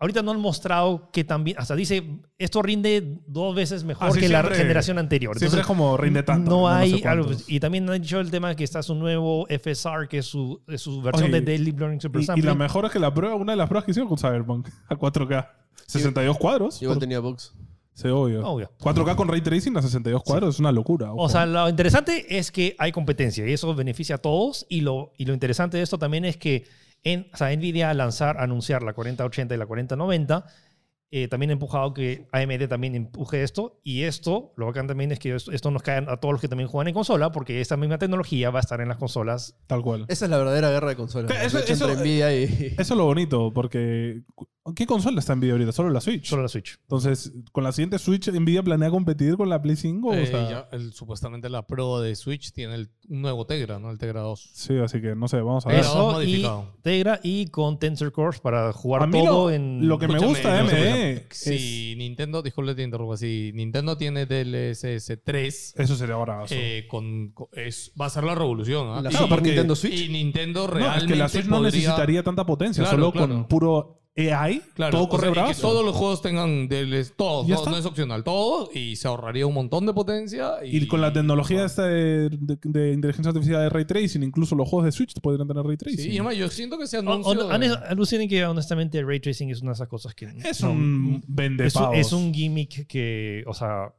S3: ahorita no han mostrado que también... Hasta dice, esto rinde dos veces mejor
S1: Ah, sí,
S3: que la
S1: siempre-
S3: generación anterior.
S1: Siempre
S3: Entonces,
S1: es como rinde tanto.
S3: No hay
S1: sé
S3: algo.
S1: cuántos.
S3: Y también han dicho el tema que está su nuevo FSR, que es su, es su versión
S1: Oye,
S3: de Daily Learning Super
S1: Y, y la
S3: Sampling.
S1: mejor es que la prueba, una de las pruebas que hicieron con Cyberpunk a 4K. 62 cuadros.
S2: Igual
S1: por-
S2: tenía box.
S1: Se obvio.
S3: Obvio.
S1: 4K con ray tracing a 62 cuadros es una locura. ojo.
S3: O sea, lo interesante es que hay competencia y eso beneficia a todos. Y lo, y lo interesante de esto también es que en, o sea, Nvidia al lanzar, anunciar la 4080 y la 4090, eh, también ha empujado que AMD también empuje esto. Y esto, lo bacán también es que esto, esto nos cae a todos los que también juegan en consola, porque esta misma tecnología va a estar en las consolas.
S1: tal cual.
S2: Esa es la verdadera guerra de consolas.
S1: Pero eso-
S2: la lucha
S1: eso-
S2: entre Nvidia y.
S1: Eso es lo bonito, porque ¿qué consola está en Nvidia ahorita? Solo la Switch.
S3: Solo la Switch.
S1: Entonces, con la siguiente Switch, Nvidia planea competir con la Play 5. o
S4: Eh,
S1: sea,
S4: ya, el- supuestamente la Pro de Switch tiene el, un nuevo Tegra, ¿no? El Tegra 2.
S1: sí, así que no sé, vamos a ver.
S4: Pero-
S3: Eso y
S4: modificado.
S3: Tegra y con Tensor Cores para jugar
S1: A mí
S3: todo
S1: lo-
S3: en.
S1: lo que me
S4: Escúchame,
S1: gusta de E,
S4: yo sé, por
S1: ME
S4: ejemplo, Si Nintendo, disculpe, te interrumpo. Si Nintendo tiene DLSS 3,
S1: Eso sería bravazo.
S4: eh, con, con- es, va a ser la revolución. ¿ah?
S2: La
S4: Y-
S1: Claro,
S2: Super
S1: porque-
S2: Nintendo
S4: Y
S2: Switch.
S4: Nintendo
S1: No,
S4: realmente
S1: es que la Switch no
S4: podría-
S1: necesitaría tanta potentencia,
S4: Claro,
S1: solo
S4: claro.
S1: con puro AI,
S4: Claro,
S1: todo
S4: o
S1: corre
S4: sea, y que
S1: bravazo.
S4: todos los juegos tengan DLSS, todos,
S1: Ya
S4: no,
S1: está.
S4: no es opcional, todos, y se ahorraría un montón de potencia. Y,
S1: Y con la tecnología esta de, de- de inteligencia artificial de ray tracing, incluso los juegos de Switch podrían tener ray tracing.
S4: Sí, y además yo siento que ese
S3: O-
S4: anuncio...
S3: o- ane- Alucinen que honestamente Ray Tracing es una de esas cosas que.
S1: es
S3: no-
S4: mm,
S1: un
S3: es, un-
S1: vendepavos.
S3: es un gimmick que. O sea.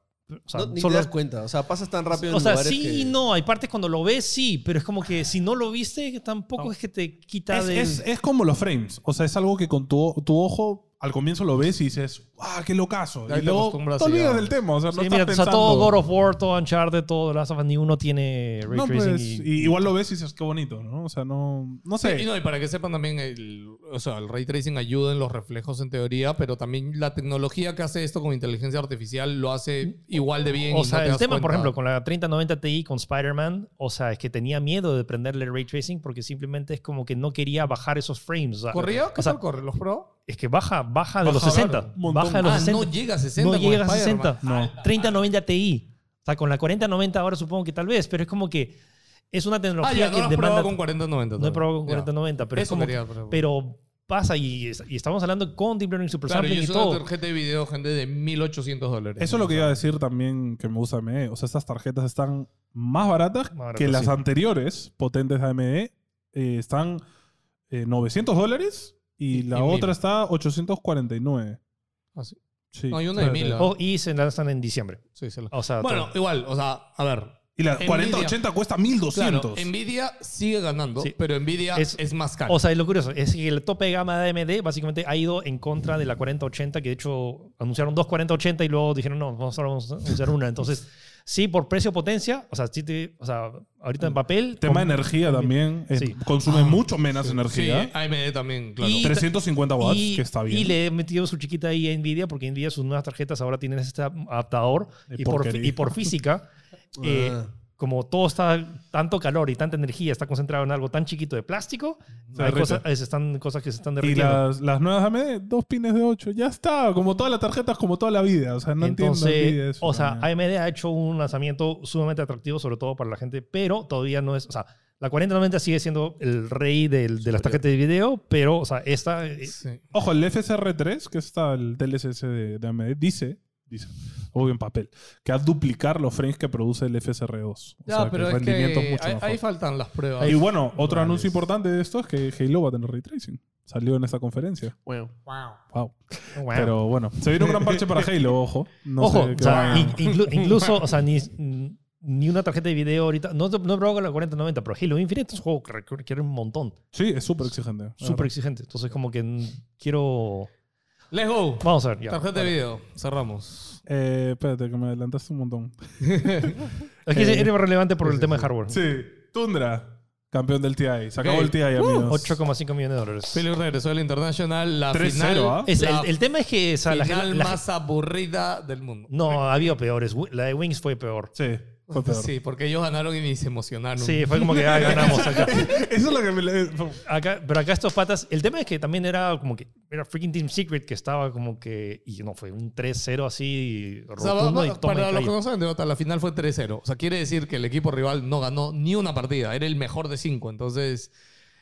S3: O sea,
S2: No, ni
S3: solo-
S2: te das cuenta. O sea, pasas tan rápido
S3: o
S2: en
S3: sea
S2: lugares
S3: sí y
S2: que-
S3: no. Hay partes cuando lo ves, sí. Pero es como que si no lo viste, tampoco es que te quita
S1: Es,
S3: del-
S1: es- es como los frames. O sea, es algo que con tu, tu ojo al comienzo lo ves y dices, ¡ah, qué locazo! Y
S4: Ahí te
S1: luego
S4: acostumbras
S1: te
S4: y
S1: olvidas
S4: ya.
S1: del tema. O sea,
S3: Sí,
S1: no
S3: mira,
S1: estás
S3: o sea,
S1: pensando.
S3: todo God of War, todo Uncharted, todo Last of Us, ni uno tiene Ray
S1: no,
S3: Tracing.
S1: pues,
S3: y-
S1: y- igual lo ves y dices, qué bonito, ¿no? O sea, no, no
S4: Sí,
S1: sé.
S4: y no, y para que sepan también, el, o sea, el ray tracing ayuda en los reflejos en teoría, pero también la tecnología que hace esto con inteligencia artificial lo
S1: Mm.
S4: hace igual de bien. y
S3: O
S4: no
S3: sea,
S4: te
S3: el
S4: das
S3: tema, por
S4: cuenta.
S3: ejemplo, con la 3090 Ti con Spider-Man, o sea, es que tenía miedo de prenderle ray tracing porque simplemente es como que no quería bajar esos frames. o sea,
S4: ¿Corría? ¿Qué
S3: o sea,
S4: tal corre? ¿Los pro?
S3: es que baja, baja de
S4: Baja,
S3: los
S4: claro,
S3: 60.
S1: un montón.
S3: baja de los
S4: Ah,
S3: 60.
S4: no llega a 60.
S3: No
S4: con
S3: llega a
S4: Spider-Man.
S3: 60.
S1: No.
S3: 3090 Ti. O sea, con la 4090 ahora supongo que tal vez, pero es como que es una
S4: Ah,
S3: tecnología
S4: ya, no
S3: que
S4: lo has
S3: demanda.
S4: probado con 4090.
S3: no he probado con
S4: Ya.
S3: 4090, pero es
S4: Eso
S3: como
S4: quería,
S3: que-
S4: por ejemplo.
S3: pero pasa y, es- y estamos hablando con Deep Learning Super
S4: Claro, y
S3: Sampling y
S4: es
S3: todo.
S4: una tarjeta de video, gente, de 1800 dólares.
S1: Eso es lo que iba a decir también que me gusta AMD. O sea, estas tarjetas están más baratas
S3: Más baratas,
S1: que las
S3: sí.
S1: anteriores potentes de AMD. Eh, están eh, 900 dólares y,
S4: Y-
S1: la
S4: y mil.
S1: otra está 849.
S4: Ah, sí.
S1: Sí.
S4: No, hay una de
S1: Espérate.
S4: mil, ¿ah?
S3: O- Oh, y se lanzan en diciembre.
S4: Sí, se la-
S3: O sea,
S4: Bueno,
S3: Ah, todo.
S4: igual, o sea, a ver.
S1: Y la
S4: Nvidia.
S1: 4080 cuesta 1200.
S4: Claro, Nvidia sigue ganando,
S3: Sí.
S4: pero Nvidia
S3: Es-
S4: es, más caro.
S3: O sea, y lo curioso es que el tope de gama de AMD básicamente ha ido en contra de la 4080, que de hecho anunciaron dos 4080 y luego dijeron, no, vamos a vamos a anunciar una. Entonces, sí, por precio potencia, o sea, sí te- o sea ahorita en papel.
S1: Tema
S3: con-
S1: de energía también. eh,
S3: Sí.
S1: Consume mucho menos
S4: Sí,
S1: energía.
S4: AMD también, claro.
S3: ¿eh? Y-
S1: 350 watts,
S3: y-
S1: que está bien.
S3: Y le he metido su chiquita ahí a Nvidia, porque Nvidia sus nuevas tarjetas ahora tienen este adaptador.
S1: De
S3: Y por, fi-
S1: porquería.
S3: y por física, eh,
S2: Ah.
S3: como todo está, tanto calor y tanta energía está concentrado en algo tan chiquito de plástico,
S1: Se
S3: hay
S1: derrite.
S3: cosas, es- están, cosas que se están
S1: Y
S3: derritiendo.
S1: las, las nuevas AMD, dos pines de 8. Ya está. Como todas las tarjetas, como toda la vida. O sea, no
S3: Entonces,
S1: entiendo. Nvidia eso
S3: o sea,
S1: también.
S3: AMD ha hecho un lanzamiento sumamente atractivo, sobre todo para la gente, pero todavía no es, o sea, la 4090 sigue siendo el rey del- de las tarjetas de video, pero, o sea, esta, eh,
S4: Sí.
S1: Ojo, el FSR3, que está el DLSS de, de AMD, dice dice. Obvio en papel. Que va a duplicar los frames que produce el FSR2. O
S4: Ya,
S1: sea, que
S4: pero
S1: el
S4: es que
S1: rendimiento es mucho
S4: ahí,
S1: mejor.
S4: ahí faltan las pruebas.
S1: Y bueno, otro
S4: Vale.
S1: anuncio importante de esto es que Halo va a tener ray tracing. Salió en esta conferencia.
S2: Bueno,
S1: Wow.
S3: Wow.
S1: Pero bueno, se viene un gran parche para Halo, ojo. No
S3: Ojo,
S1: sé
S3: o
S1: qué
S3: sea,
S1: va-
S3: in- inclu- incluso, o sea, ni, ni una tarjeta de video ahorita. No, no he probado con la 4090, pero Halo Infinite es un juego que requ- requiere un montón.
S1: Sí, es súper exigente.
S3: Súper exigente. Entonces, como que mm, quiero.
S4: Let's go.
S3: Vamos a ver. ya.
S4: Tarjeta de
S3: Vale.
S4: video. Cerramos.
S1: Eh, espérate, que me adelantaste un montón.
S3: Es que
S1: Eh,
S3: era relevante por el tema de hardware.
S1: Sí, Tundra, campeón del TI. Se acabó
S4: Ok.
S1: el TI, amigos.
S3: 8,5 millones de dólares.
S4: Philip regresó al International. La
S1: 3-0,
S4: final,
S1: ¿ah?
S3: Es-
S4: la
S3: el, el tema es que o sea, la,
S4: final
S3: gente- la-
S4: más aburrida del mundo.
S3: No, había peores. Wi- La de Wings fue peor.
S1: Sí, fue peor.
S4: Sí, porque ellos ganaron y se emocionaron.
S3: Sí, fue como que ah, ganamos acá.
S1: Eso es lo que me... le-
S3: Acá- Pero acá estos patas. El tema es que también era como que. Era freaking Team Secret que estaba como que. Y no, fue un 3-0 así.
S4: O sea, va-
S3: Rotundo
S4: va-
S3: y toma y
S4: para los que
S3: calla.
S4: no saben de nota, la final fue 3-0. O sea, quiere decir que el equipo rival no ganó ni una partida. Era el mejor de cinco. Entonces,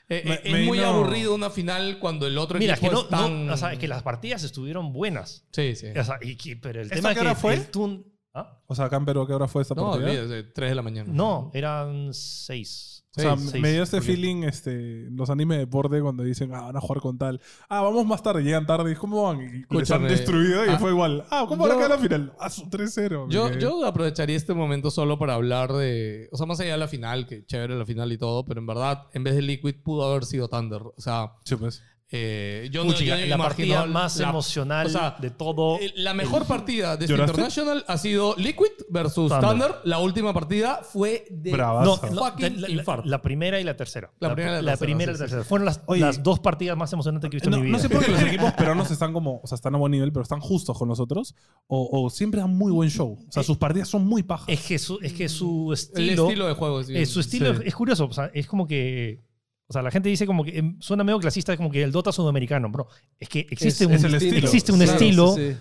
S4: eh,
S1: Me-
S4: eh, es
S1: me
S4: muy
S1: no-
S4: aburrido una final cuando el otro
S3: Mira, es
S4: equipo
S3: que, no,
S4: es tan...
S3: no, o sea, es que las partidas estuvieron buenas.
S4: Sí, sí.
S3: O sea, y que- pero el
S1: ¿Esta
S3: tema
S1: qué
S3: es que
S1: hora fue?
S3: el tun- ¿Ah?
S1: O sea, acá en Perú, ¿a ¿qué hora fue esta
S4: No,
S1: partida?
S4: olvídate, 3 de la mañana.
S3: No, eran seis.
S1: O sea,
S4: Seis,
S1: me
S3: seis,
S1: dio este
S3: porque-
S1: feeling, este, los animes de borde cuando dicen, ah, van a jugar con tal. Ah, vamos más tarde, llegan tarde. ¿Y ¿Cómo van? Y les han
S4: Escúchame.
S1: destruido y
S4: Ah.
S1: fue igual. Ah, ¿cómo van a
S4: Yo-
S1: quedar la final? Ah, su 3-0.
S4: Yo,
S1: Miguel.
S4: yo aprovecharía este momento solo para hablar de. O sea, más allá de la final, que chévere la final y todo, pero en verdad, en vez de Liquid, pudo haber sido Thunder. O sea,
S1: Sí, pues.
S4: eh, yo no.
S3: Puchica,
S4: yo no
S3: la
S4: imagino
S3: partida más
S4: la-
S3: emocional
S4: o sea,
S3: de todo.
S4: eh, La mejor partida de este
S1: ¿Lloraste?
S4: International ha sido Liquid versus
S3: Thunder.
S4: Thunder. La última partida fue de.
S1: Brava.
S3: No,
S1: Pasa.
S3: no,
S4: Fucking
S3: la, la-
S4: infarto.
S3: la primera y la tercera.
S4: La primera y la tercera,
S3: primera y
S4: sí,
S3: la tercera. Fueron las,
S1: Oye.
S3: las dos partidas más emocionantes que he visto
S1: No,
S3: en mi vida.
S1: no sé por qué los equipos peruanos están como, o sea, están a buen nivel, pero están justos con nosotros. O, o siempre dan muy buen show. O sea, sus partidas son muy pajas.
S3: Eh, Es que su, es que su
S4: El
S3: estilo.
S4: estilo, de juego. sí.
S3: eh, su estilo
S4: Sí.
S3: es, es curioso. O sea, es como que. O sea, la gente dice como que. em, Suena medio clasista, es como que el Dota sudamericano, bro. Es que existe
S2: Es-
S3: un,
S1: es el estilo.
S3: Existe un
S2: Claro,
S3: estilo
S2: sí, sí.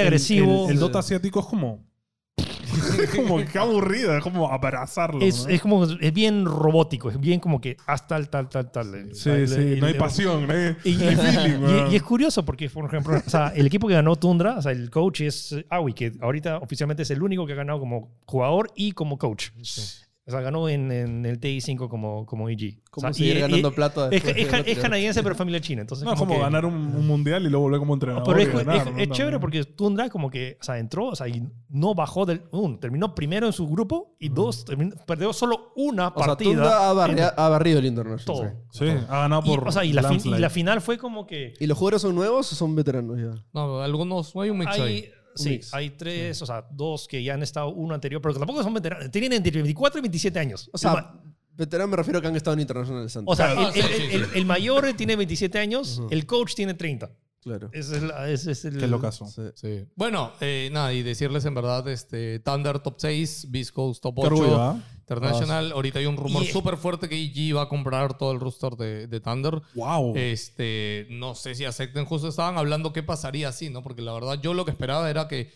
S1: Porque el- el-
S3: agresivo.
S1: El, el Dota asiático es como. es como que aburrido, es como abrazarlo.
S3: es,
S1: ¿no?
S3: es como es bien robótico, es bien como que haz tal, tal, tal, tal. El-
S1: sí,
S3: el-
S1: sí, no hay
S3: el-
S1: pasión, no hay,
S3: Y,
S1: no hay feeling.
S3: y-
S1: weón.
S3: y es curioso porque, por ejemplo, o sea, el equipo que ganó Tundra, o sea, el coach es eh, Awi, que ahorita oficialmente es el único que ha ganado como jugador y como coach. O sea, ganó en, en el TI5 como, como EG. O
S2: ¿cómo
S3: sea, y-
S2: seguir
S3: y-
S2: ganando plata?
S3: es,
S2: después de
S3: es ca-
S2: la
S3: es
S2: otra?
S3: canadiense, pero familia china. Entonces,
S1: no, es como ganar un, un mundial y luego volver como
S3: que-
S1: entrenador.
S3: Pero es,
S1: y
S3: es-
S1: ganar,
S3: es
S1: ¿no? También.
S3: chévere porque Tundra como que, o sea, entró, o sea, y no bajó del... Un, terminó primero en su grupo
S1: Mm.
S3: y dos, terminó- perdió solo una
S2: O sea,
S3: partida.
S2: Tunda ha, barria- ha barrido el
S3: Todo.
S2: International. sí.
S1: Sí, ha ganado
S3: Y,
S1: por.
S3: o sea, y la, fin- y
S1: landslide.
S3: la final fue como que...
S2: ¿Y los jugadores son nuevos o son veteranos ya?
S4: No, algunos. Hay un mix ahí.
S3: Hay, sí,
S2: mix.
S3: hay tres, o sea, dos que ya han estado uno anterior, pero que tampoco son veteranos. Tienen entre 24 y 27 años.
S2: O sea,
S3: El ma-
S2: veteranos me refiero a que han estado en Internacionales antes.
S3: o sea,
S4: Ah,
S3: el,
S4: sí,
S3: el-
S4: sí, sí.
S3: el- el mayor tiene 27 años, el coach tiene 30.
S2: claro.
S3: Ese es la- ese es el-
S1: Qué locazo.
S2: Sí.
S4: Sí. Bueno, eh, nada, y decirles en verdad, este, Thunder top 6, Beast Coast top
S1: Qué
S4: 8.
S1: orgullo, ¿ah?
S3: Eh,
S4: International, ahorita hay un rumor
S3: Y-
S4: súper fuerte que EG va a comprar todo el roster de, de Thunder.
S1: Wow.
S4: Este, no sé si acepten, justo estaban hablando qué pasaría así, ¿no? Porque la verdad yo lo que esperaba era que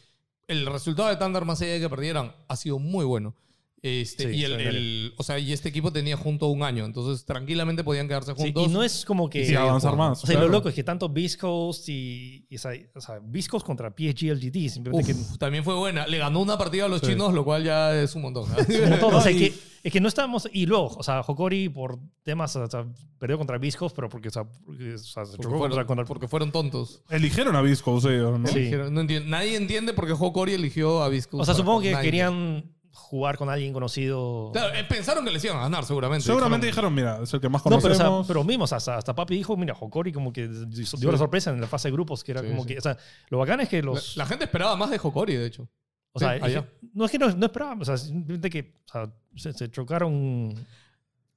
S4: el resultado de Thunder, más allá de que perdieran, ha sido muy bueno. Este,
S3: Sí,
S4: y, el,
S3: sí, dale.
S4: el- o sea, y este equipo tenía junto un año, entonces tranquilamente podían quedarse
S3: Sí,
S4: juntos.
S3: y no es como que...
S1: y avanzar
S4: bueno,
S1: más.
S3: o sea,
S1: claro.
S3: lo loco es que tanto Viscos y, y, o sea, o sea, Viscos contra PSG LGD,
S4: Uf,
S3: simplemente que...
S4: también fue buena. Le ganó una partida a los
S1: Sí.
S4: chinos, lo cual ya es un montón. ¿eh?
S3: Como todo, o sea,
S1: No, y-
S3: que- es que no estábamos. Y luego, o sea, Hokori por temas, o sea, perdió contra Viscos, pero porque, o sea, porque, o sea, se
S4: Porque
S3: chocó contra,
S4: fueron,
S3: contra-
S4: porque fueron tontos.
S1: Eligieron a Visco, o sea, ¿no?
S3: Sí.
S4: Dijeron, no entiendo. Nadie entiende por qué Hokori eligió a Visco.
S3: O sea,
S4: para
S3: supongo que
S4: Fortnite.
S3: querían jugar con alguien conocido.
S4: Claro, eh, pensaron que les iban a ganar, seguramente.
S1: Seguramente dijeron, mira, es el que más
S3: No, pero, o
S1: conocemos.
S3: sea, pero mismo, o sea, hasta, hasta Papi dijo, mira, Hokori como que dio la sorpresa en la fase de grupos, que era
S4: Sí,
S3: como
S4: sí.
S3: que, o sea, lo bacán es que
S4: La,
S3: los...
S4: la gente esperaba más de Hokori, de hecho.
S3: o sea,
S4: sí,
S3: es que-
S4: allá.
S3: no es que no, no esperábamos, o sea, simplemente que o sea, se, se chocaron...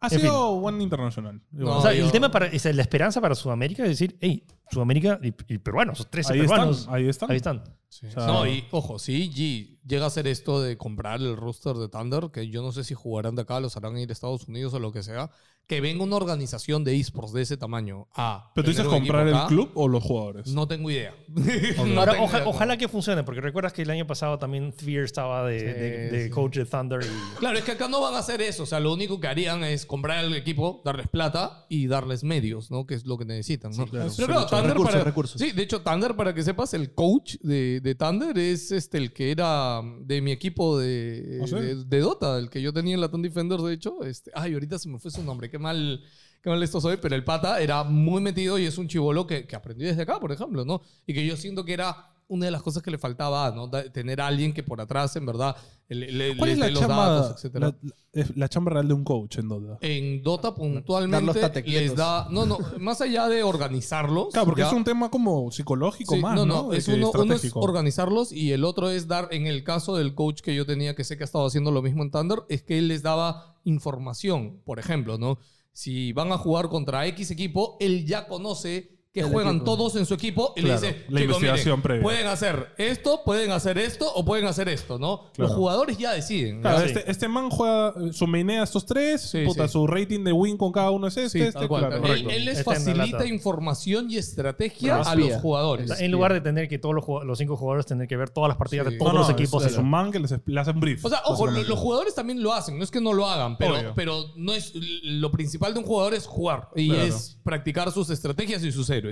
S1: ha
S3: en
S1: sido buen internacional.
S4: No,
S3: o sea,
S4: yo-
S3: el tema para, o sea, la esperanza para Sudamérica es decir, hey, Sudamérica y, y peruanos, los 13
S1: ahí,
S3: peruanos,
S1: están, ahí están.
S3: ahí están.
S1: O sea,
S4: no, y ojo, si G llega a hacer esto de comprar el roster de Thunder, que yo no sé si jugarán de acá, los harán ir a Estados Unidos o lo que sea, que venga una organización de esports de ese tamaño a.
S1: ¿Pero tú
S4: tener
S1: dices
S4: un equipo
S1: comprar el
S4: acá,
S1: club o los jugadores?
S4: No tengo idea.
S3: Ahora, oja- ojalá que funcione, porque recuerdas que el año pasado también Fear estaba de, de-
S4: Sí,
S3: de
S4: sí.
S3: coach de Thunder y
S4: Claro, es que acá no van a hacer eso. O sea, lo único que harían es comprar el equipo, darles plata y darles medios, ¿no? Que es lo que necesitan, ¿no?
S2: claro.
S4: Pero claro,
S2: Recursos,
S4: Thunder
S2: recursos,
S4: para,
S2: recursos.
S4: Sí, de hecho, Thunder, para que sepas, el coach de, de Thunder es este el que era de mi equipo de,
S1: ¿Ah, sí?
S4: de, de Dota, el que yo tenía en la Town Defenders, de hecho. Este, ay, ahorita se me fue su nombre. Qué mal, qué mal esto soy. Pero el pata era muy metido y es un chivolo que, que aprendí desde acá, por ejemplo, ¿no? Y que yo siento que era una de las cosas que le faltaba, ¿no? Da- tener a alguien que por atrás, en verdad, le, le-
S1: ¿Cuál
S4: le
S1: es
S4: dé
S1: la
S4: los
S1: chamba,
S4: datos, etcétera.
S1: la, la- la chamba real de un coach en Dota?
S4: En Dota
S2: Dar los
S4: puntualmente
S2: tatecletos.
S4: les da... No, no, más allá de organizarlos.
S1: Claro, porque
S4: ya,
S1: es un tema como psicológico
S4: Sí,
S1: más,
S4: no,
S1: ¿no?
S4: no,
S1: De
S4: es
S1: que
S4: uno, uno es
S1: estratégico.
S4: organizarlos y el otro es dar, en el caso del coach que yo tenía, que sé que ha estado haciendo lo mismo en Thunder, es que él les daba información, por ejemplo, ¿no? Si van a jugar contra X equipo, él ya conoce que
S2: El
S4: juegan
S2: equipo.
S4: todos en su equipo y
S1: Claro,
S4: le dice,
S1: la
S4: "Chicos,
S1: investigación
S4: miren,
S1: previa".
S4: pueden hacer esto, pueden hacer esto o pueden hacer esto, ¿no? Los
S1: Claro.
S4: jugadores ya deciden.
S1: Claro,
S4: ¿ya?
S1: este, este man juega, eh, su mainea a estos tres,
S4: Sí,
S1: puta,
S4: sí.
S1: su rating de win con cada uno es este,
S4: Sí,
S1: este,
S4: tal cual.
S1: claro.
S4: Él-
S3: correcto.
S4: él, les
S3: Este en la
S4: facilita
S3: lata.
S4: información y estrategia
S2: Pero
S4: a los
S2: espía.
S4: jugadores.
S1: Este,
S3: en lugar de tener que todos los, jugado- los cinco jugadores tener que ver todas las partidas
S4: Sí.
S3: de
S1: No,
S3: todos
S1: no,
S3: los
S1: es-
S3: equipos.
S1: es un man que les, le hace un brief.
S4: O sea, ojo, lo-
S1: básicamente.
S4: los jugadores también lo hacen, no es que no lo hagan,
S1: Obvio.
S4: pero, pero no es lo principal de un jugador es jugar y
S1: Claro.
S4: es practicar sus estrategias y sus héroes.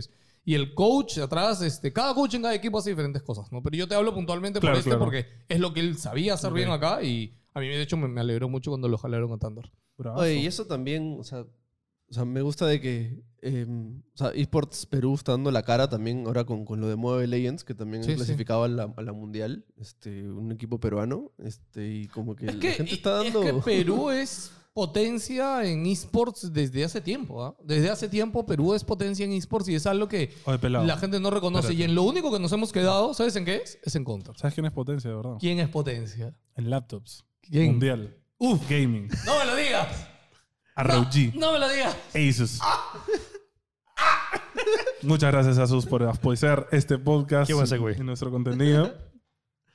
S4: Y el coach atrás, este, cada coach en cada equipo hace diferentes cosas, ¿no? Pero yo te hablo puntualmente
S1: Claro,
S4: por este
S1: claro.
S4: porque es lo que él sabía hacer bien acá y a mí de hecho me, me alegró mucho cuando lo jalaron a Thunder.
S1: Bravazo.
S2: Oye, y eso también, o sea, o sea, me gusta de que eh, o sea, eSports Perú está dando la cara también ahora con, con lo de Mobile Legends, que también
S4: Sí, sí.
S2: clasificaba a, la, a la Mundial, este, un equipo peruano, este, y como que
S4: Es
S2: la
S4: que,
S2: gente está
S4: es
S2: dando...
S4: que Perú es potencia en esports desde hace tiempo, ¿ah? Desde hace tiempo Perú es potencia en esports y es algo que
S1: Oye, pelado.
S4: la gente no reconoce.
S1: Espérate.
S4: Y en lo único que nos hemos quedado, ¿sabes en qué es? Es en Counter.
S1: ¿Sabes quién es potencia, de verdad?
S4: ¿Quién es potencia?
S1: En laptops.
S4: ¿Quién?
S1: Mundial. Uf. Gaming.
S4: No me lo digas.
S1: ROG.
S4: No me lo digas.
S1: Asus. Muchas gracias, Asus, por apoyar este podcast
S3: Qué buen segue.
S1: y nuestro contenido.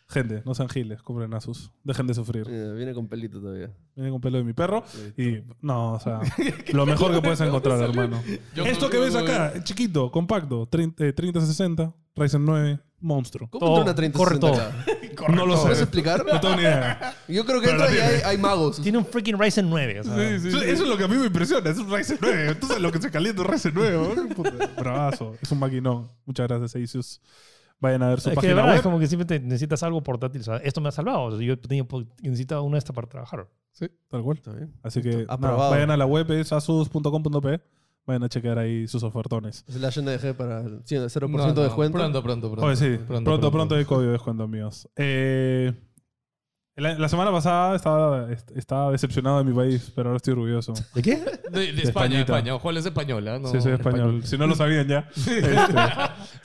S1: Gente, no sean giles, compren Asus. Dejen de sufrir.
S2: Mira, viene con pelito todavía.
S1: Vienen con pelo de mi perro y. No, o sea, lo mejor que puedes encontrar, hermano. Esto que ves acá, chiquito, compacto, 30, eh, 3060, Ryzen 9, monstruo.
S2: ¿Cómo
S3: Todo,
S2: entra una 30
S3: corre todo.
S1: No lo
S2: ¿Puedes
S1: sé.
S2: explicar?
S1: No tengo ni idea.
S2: Yo creo que
S1: Pero
S2: entra
S1: la
S2: y hay,
S1: tiene.
S2: hay magos.
S3: Tiene un freaking Ryzen 9. o sea,
S1: Eso eso es lo que a mí me impresiona, es un Ryzen 9. Entonces lo que se calienta es un Ryzen 9. puta. Bravazo, es un maquinón. Muchas gracias, Asus. Vayan a ver su
S3: Es que
S1: página
S3: de verdad es
S1: web.
S3: como que siempre te necesitas algo portátil. o sea, esto me ha salvado. o sea, yo tenía, po- necesitaba una de estas para trabajar.
S1: Tal cual.
S2: Está bien.
S1: Así que nada,
S2: Aprobado.
S1: vayan a la web, es asus.com.pe. Vayan a checar ahí sus ofertones.
S2: Es la NDG para el 100,
S4: No,
S2: 0% de
S4: no,
S2: descuento.
S4: Pronto, pronto, pronto.
S1: Oye, sí, pronto, pronto, hay código de descuento, amigos. Eh, la, la semana pasada estaba, est- estaba decepcionado de mi país, pero ahora estoy orgulloso.
S3: ¿De qué?
S4: De, de España,
S1: Españita.
S4: España. Ojo, él es española. No,
S1: sí, soy español. Si no lo sabían ya. Este,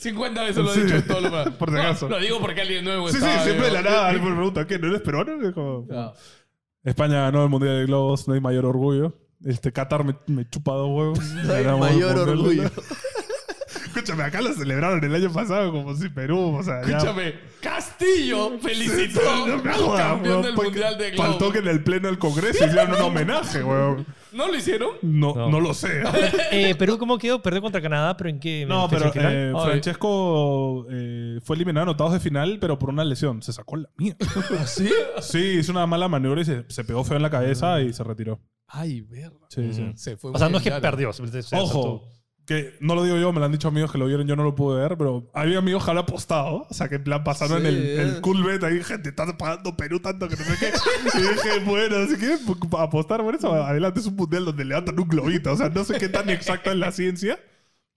S4: 50 veces lo he dicho
S1: Sí.
S4: en todo lo
S1: Por si acaso.
S4: Lo digo porque alguien nuevo
S1: sí, sí,
S4: está,
S1: siempre de
S4: digo.
S1: la nada. Alguien me pregunta, ¿qué? ¿No eres peruano? Es como-
S4: Ah.
S1: España ganó el Mundial de Globos, no hay mayor orgullo. Este Qatar me, me chupa dos huevos.
S2: No hay
S1: Ganamos el
S2: mayor
S1: Mundial.
S2: orgullo.
S1: Escúchame, acá lo celebraron el año pasado como si Perú, o sea, ya-
S4: Escúchame, Castillo felicitó
S1: No me
S4: al
S1: jodas,
S4: campeón
S1: weón,
S4: del
S1: porque
S4: Mundial de Globo.
S1: Faltó que en el pleno del Congreso hicieran un homenaje, weón.
S4: ¿No lo hicieron?
S1: No,
S3: No.
S1: no lo sé.
S3: Eh, Perú, ¿cómo quedó? Perdió contra Canadá, pero ¿en qué?
S1: No,
S3: en fecha
S1: pero
S3: final?
S1: eh,
S4: Ay.
S1: Francesco eh, fue eliminado en octavos de final, pero por una lesión. Se sacó la mía.
S4: ¿Sí?
S1: Sí, hizo una mala maniobra y se, se pegó feo en la cabeza y se retiró.
S4: Ay, verga.
S1: Sí, sí.
S4: Se fue
S3: o sea,
S4: muy
S3: no es que
S4: claro.
S3: perdió. simplemente se
S1: Ojo, que no lo digo yo, me lo han dicho amigos que lo vieron, yo no lo pude ver, pero había amigos que han apostado. O sea, que en plan pasaron
S2: Sí,
S1: el,
S2: eh.
S1: el cool bet ahí, gente, estás pagando Perú tanto que no sé qué. y dije, bueno, así que pa- apostar por eso, adelante es un mundial donde levantan un globito. O sea, no sé qué tan exacta es la ciencia.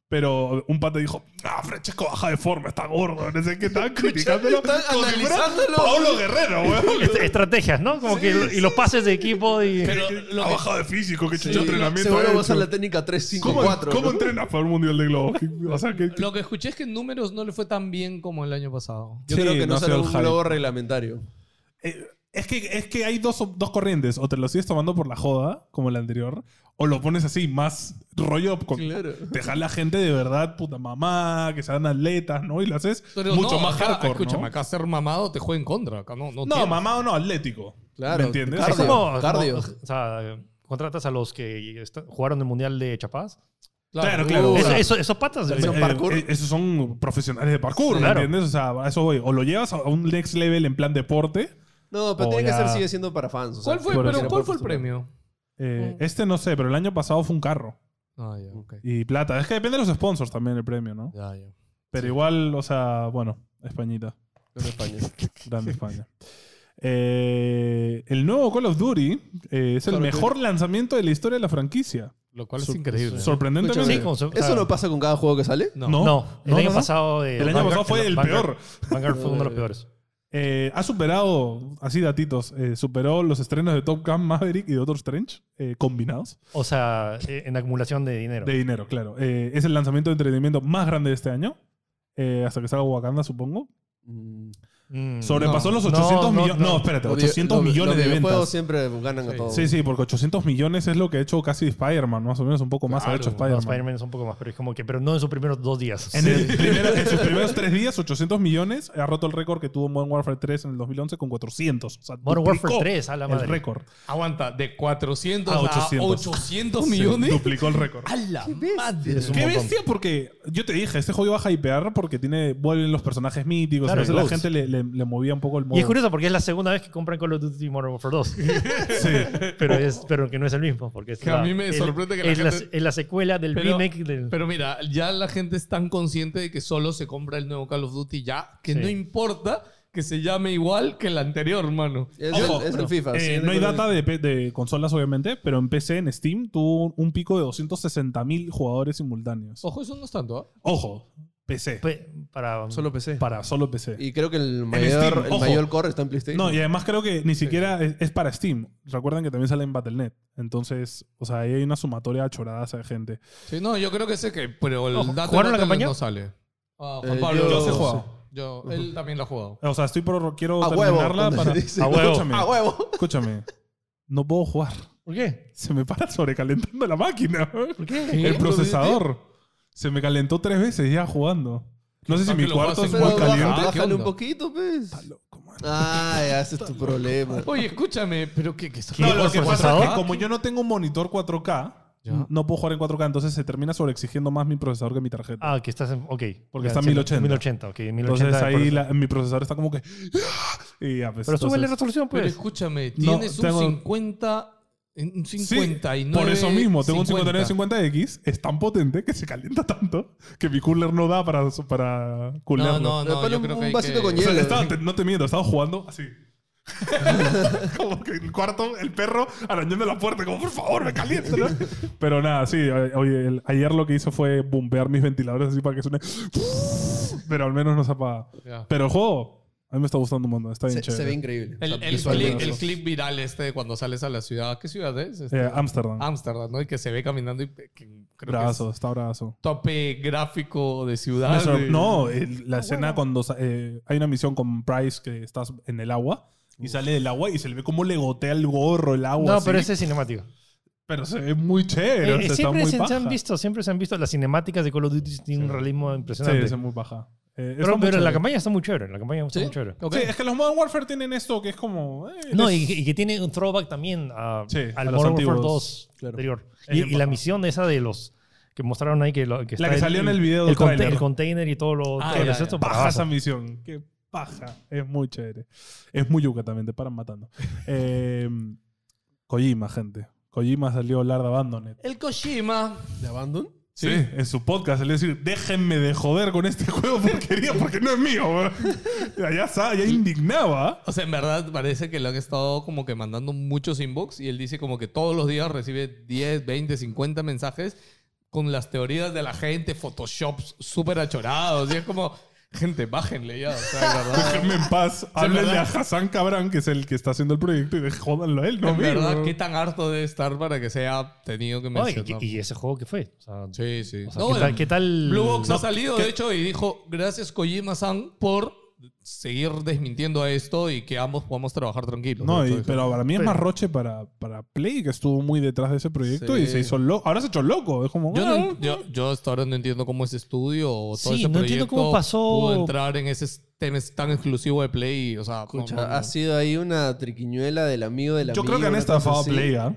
S1: Pero un pata dijo, ah, Francesco baja de forma, está gordo, no sé qué, estaban criticándolo.
S2: están
S1: como si fuera
S2: analizándolo.
S1: Paolo Guerrero, weón.
S3: Est- Estrategias, ¿no? Como que y los pases de equipo y.
S4: Pero lo
S1: ha
S4: que-
S1: bajado de físico, qué
S2: Sí,
S1: chucha entrenamiento ha
S2: Seguro va a
S1: hecho.
S2: usar la técnica 354.
S1: ¿Cómo,
S2: 4
S1: ¿cómo entrenas para un mundial de globo? O sea, que,
S4: lo que escuché es que en números no le fue tan bien como el año pasado.
S2: Yo
S1: Sí,
S2: creo que
S1: no
S2: no,
S1: ha
S2: será
S1: sido
S2: un
S1: el hype.
S2: globo reglamentario.
S1: Eh, es, que, es que hay dos, dos corrientes. O te lo sigues tomando por la joda, como el anterior, o lo pones así, más rollo. Con,
S2: Claro.
S1: Te jala gente de verdad, puta mamá, que sean atletas, ¿no? Y lo haces
S4: Pero
S1: mucho
S4: no,
S1: más
S4: acá,
S1: hardcore.
S4: Escúchame,
S1: ¿no?
S4: acá ser mamado te juega en contra. Acá no, no,
S1: No,
S4: tienes.
S1: mamá o no, atlético.
S2: Claro,
S1: ¿Me entiendes?
S3: es
S2: claro.
S1: O sea,
S3: como.
S2: cardio.
S3: como- o sea, contratas a los que est- jugaron el Mundial de Chapaz.
S1: Claro, claro.
S3: Eso-
S1: Claro.
S3: eso- esos patas.
S1: Eh,
S2: Hacen
S1: eh,
S2: parkour.
S1: eh, esos son profesionales de parkour,
S3: Sí.
S1: ¿me
S3: Claro.
S1: entiendes? O sea, a eso voy. O lo llevas a un next level en plan deporte.
S2: No, pero
S1: O
S2: tiene que
S1: Oh, ya-
S2: ser, sigue siendo para fans. o sea,
S4: ¿Cuál fue,
S2: sí,
S1: Por
S4: pero,
S1: ejemplo,
S4: ¿cuál fue el
S2: por
S4: premio?
S1: Eh, Este no sé, pero el año pasado fue un carro
S4: Ah, ya, ok.
S1: y plata. Es que depende de los sponsors también el premio, ¿no?
S4: Ya, ya.
S1: Pero igual, o sea, bueno, Españita.
S2: supuesto, en España.
S1: Grande España. Eh, el nuevo Call of Duty eh, es el
S2: Call of
S1: mejor lanzamiento de la historia de la franquicia.
S4: Lo cual es
S2: Sur-
S4: increíble.
S2: sur-
S1: Sorprendentemente.
S3: Sí, como se- o sea,
S2: ¿Eso no pasa con cada juego que sale?
S4: no.
S1: no.
S3: No, el
S1: No,
S3: año
S1: no, no.
S3: pasado. eh,
S1: el año
S3: Vanguard-
S1: pasado fue el
S3: Vanguard-
S1: peor.
S3: Vanguard fue uno de los peores.
S1: Eh, ha superado, así datitos, eh, superó los estrenos de Top Gun, Maverick y Doctor Strange eh, combinados.
S3: O sea, eh, en acumulación de dinero.
S1: De dinero, claro. Eh, es el lanzamiento de entretenimiento más grande de este año. eh, hasta que salga Wakanda, supongo.
S2: Mm.
S3: Mm.
S1: Sobrepasó
S3: No,
S1: los 800
S3: no,
S1: millones. No,
S3: no.
S1: espérate,
S2: Los vi-
S1: 800
S2: los-
S1: millones
S2: los
S1: de
S2: videojuegos
S1: ventas.
S2: siempre ganan a
S4: Sí.
S2: todos.
S1: Sí, sí, porque 800 millones es lo que ha hecho casi Spider-Man, más o menos, un poco más ha
S4: Claro,
S1: hecho
S4: no,
S1: Spider-Man.
S3: No, Spider-Man es un poco más, pero es como que, pero no en sus primeros dos días.
S1: En, el primero- en sus primeros tres días, 800 millones. Ha roto el récord que tuvo Modern Warfare 3 en el 2011 con 400. O sea,
S3: Modern
S1: duplicó
S3: Warfare 3, a la
S1: El
S3: madre.
S1: récord.
S4: Aguanta, de 400
S1: A
S4: a
S1: 800.
S4: 800, millones. Ah,
S1: Sí, duplicó el récord.
S4: ¡A la madre!
S2: bestia!
S1: Qué bestia, porque yo te dije, este juego iba a hypear porque tiene, vuelven los personajes míticos.
S3: Claro,
S1: a veces la
S3: Ghost.
S1: gente le, le- le movía un poco el modo.
S3: Y es curioso porque es la segunda vez que compran Call of Duty Modern Warfare 2.
S1: Sí. Eh,
S3: pero, es, pero que no es el mismo. Porque es
S4: Que
S3: la,
S4: a mí me
S3: el-
S4: sorprende que la
S3: es la,
S4: gente-
S3: es la secuela del
S4: Pero-
S3: remake del.
S4: Pero mira, ya la gente es tan consciente de que solo se compra el nuevo Call of Duty ya, que
S3: Sí.
S4: no importa que se llame igual que el anterior, mano.
S2: Es,
S1: Ojo,
S2: el, es el FIFA.
S1: eh,
S2: sí,
S1: no hay
S2: recuerdo-
S1: data de, P- de consolas, obviamente, pero en PC, en Steam, tuvo un pico de 260.000 jugadores
S3: Oh.
S1: simultáneos.
S4: Ojo, eso no es tanto, ¿ah?
S1: Ojo, PC.
S3: pe- para,
S2: Solo PC.
S1: Para solo PC.
S2: Y creo que el mayor,
S1: Steam,
S2: el
S1: ojo.
S2: mayor core está en PlayStation.
S1: No, y además creo que ni siquiera es, es para Steam. Recuerden que también sale en Battle.net. Entonces, o sea, ahí hay una sumatoria choradaza de gente.
S4: Sí, no, yo creo que sé que, pero el
S3: Ojo,
S4: dato
S3: ¿jugaron la
S4: no te-
S3: campaña?
S4: no sale. Ah, Juan
S2: Eh,
S4: Pablo.
S2: yo-
S1: Yo sí he
S4: sí.
S1: jugado.
S4: Yo- él también la ha jugado.
S1: O sea, estoy por... Quiero
S2: A huevo,
S1: terminarla
S2: como
S1: para...
S2: se dice.
S3: A huevo.
S1: Escúchame,
S2: ¡A huevo!
S1: escúchame. No puedo jugar.
S3: ¿Por qué?
S1: Se me para sobrecalentando la máquina.
S3: ¿Por qué?
S1: El procesador. Se me calentó tres veces ya jugando. No sé si
S4: Tal
S1: mi
S4: que lo
S1: cuarto es
S4: pasen,
S1: muy
S2: Pero
S4: ¿no?
S1: caliente.
S4: Ah,
S2: baja-
S4: ¿qué
S2: bájale un
S4: onda?
S2: poquito, pues.
S1: Loco, man.
S2: Ay, Ah, ese es tu problema.
S4: Oye, escúchame, pero ¿qué, qué está
S1: No, lo
S3: ¿Por
S1: que pasa es
S3: procesador?
S1: que como yo no tengo un monitor 4K,
S4: Ya.
S1: no puedo jugar en 4K, entonces se termina sobreexigiendo más mi procesador que mi tarjeta.
S3: Ah, que estás en. Ok.
S1: Porque
S3: Ya,
S1: está en
S3: sí,
S1: 1080.
S3: 1080, ok. 1080
S1: Entonces
S3: de
S1: ahí
S3: proceso.
S1: la- mi procesador está como que. Y ya, pues,
S3: Pero sube la
S1: entonces-
S3: resolución,
S4: Pero
S3: pues.
S4: escúchame,
S1: No,
S4: tienes
S1: tengo-
S4: un 50... Un
S1: Sí,
S4: 59...
S1: por eso mismo, tengo un 5950X, es tan potente que se calienta tanto que mi cooler no da para, para
S4: No,
S1: coolerlo.
S4: no, no,
S2: Ponle
S4: yo
S2: un-
S4: creo que
S2: un
S4: hay
S2: vasito
S4: que-
S2: con
S1: O
S2: hielo.
S1: sea, estaba- te- no te miento, estaba jugando así. como que el cuarto, el perro arañando la puerta, como por favor, me calienta. ¿no? Pero nada, sí, eh, oye, el- ayer lo que hizo fue bombear mis ventiladores así para que suene. Pero al menos no se apaga.
S4: Ya.
S1: Pero el juego, a mí me está gustando un montón, está bien
S2: Se, se
S1: chévere.
S2: ve increíble.
S4: El,
S2: O sea,
S4: el
S2: visualmente
S4: clip, el
S2: eso.
S4: clip viral este de cuando sales a la ciudad. ¿Qué ciudad es? Este,
S1: Eh, Ámsterdam.
S4: Ámsterdam, ¿no? Y que se ve caminando y pe- que creo
S1: Bravazo,
S4: que
S1: está bravazo.
S4: es tope gráfico de
S1: Me
S4: ciudad.
S1: sor-
S4: de-
S1: No, el-
S3: Ah,
S1: la escena cuando sa- eh, hay una misión con Price que estás en el agua y sale del agua y se le ve cómo le gotea el gorro, el agua.
S3: No,
S1: así.
S3: pero ese es cinemático.
S1: Pero se ve muy chévere.
S3: Eh,
S1: o sea, está
S3: siempre
S1: muy
S3: se, se han
S1: paja.
S3: visto, siempre se han visto las cinemáticas de Call of Duty tienen un realismo
S1: Sí,
S3: impresionante.
S1: se ve muy baja. Eh, está
S3: pero
S1: muy
S3: pero la
S1: chévere.
S3: campaña está muy chévere. La campaña está muy chévere.
S4: Ok.
S1: Sí, es que los Modern Warfare tienen esto que es como. eh,
S3: No,
S1: es-
S3: y, y que tiene un throwback también a,
S1: Sí, a
S3: al
S1: los
S3: Modern Warfare
S1: antiguos.
S3: 2
S1: Claro.
S3: anterior.
S1: Es
S3: Y,
S1: bien
S3: y la
S1: paja.
S3: misión esa de los que mostraron ahí que, lo- que
S1: La que salió en el video del
S3: el, conte-
S1: tráiler.
S3: el container y todo lo
S4: Ah,
S3: todo
S4: ya,
S3: eso,
S4: ya.
S3: esto
S1: paja
S3: bravazo.
S1: esa misión. Qué paja. Es muy chévere. Es muy yuca también, te paran matando. Eh, Kojima, gente. Kojima salió a hablar de Abandoned.
S4: El Kojima.
S2: ¿De Abandon?
S1: Sí, en su podcast salió a decir, déjenme de joder con este juego porquería porque no es mío. weón". ya, sa- ya indignaba.
S4: O sea, en verdad parece que le han estado como que mandando muchos inbox y él dice como que todos los días recibe 10, 20, 50 mensajes con las teorías de la gente, photoshops súper achorados. Y es como, gente, bájenle ya. O sea, en verdad.
S1: Déjenme en paz. Háblenle a
S4: ¿verdad?
S1: Hassan Cabran, que es el que está haciendo el proyecto, y de- jódanlo a él, no a
S4: en
S1: mí,
S4: verdad,
S1: weón.
S4: qué tan harto debe estar para que se haya tenido que
S3: No, y-
S4: mencionar.
S3: y, y ese juego que fue. O sea,
S4: Sí, sí.
S3: o sea,
S4: No,
S3: ¿qué, tal,
S4: el
S3: qué tal-
S4: Blue Box ha
S3: no,
S4: salido, de hecho, y dijo, gracias Kojima-san por seguir desmintiendo a esto y que ambos podamos trabajar tranquilos.
S1: No, y-
S4: De hecho, dijo,
S1: pero para mí es
S3: Pero-
S1: más roche para, para Play, que estuvo muy detrás de ese proyecto
S2: Sí.
S1: y se hizo loco. Ahora se ha hecho loco. Es como.
S4: Yo,
S1: "Ah,
S4: no, yo, yo hasta ahora no entiendo cómo ese estudio o todo
S3: Sí,
S4: ese
S3: no
S4: proyecto
S3: entiendo cómo pasó.
S4: pudo entrar en ese tema tan exclusivo de Play. O sea, no,
S2: Escucha,
S4: no, no.
S2: ha sido ahí una triquiñuela del amigo del
S1: Yo
S2: amigo.
S1: creo que han
S2: una cosa
S1: estafado a
S2: así.
S1: Play, ¿ah?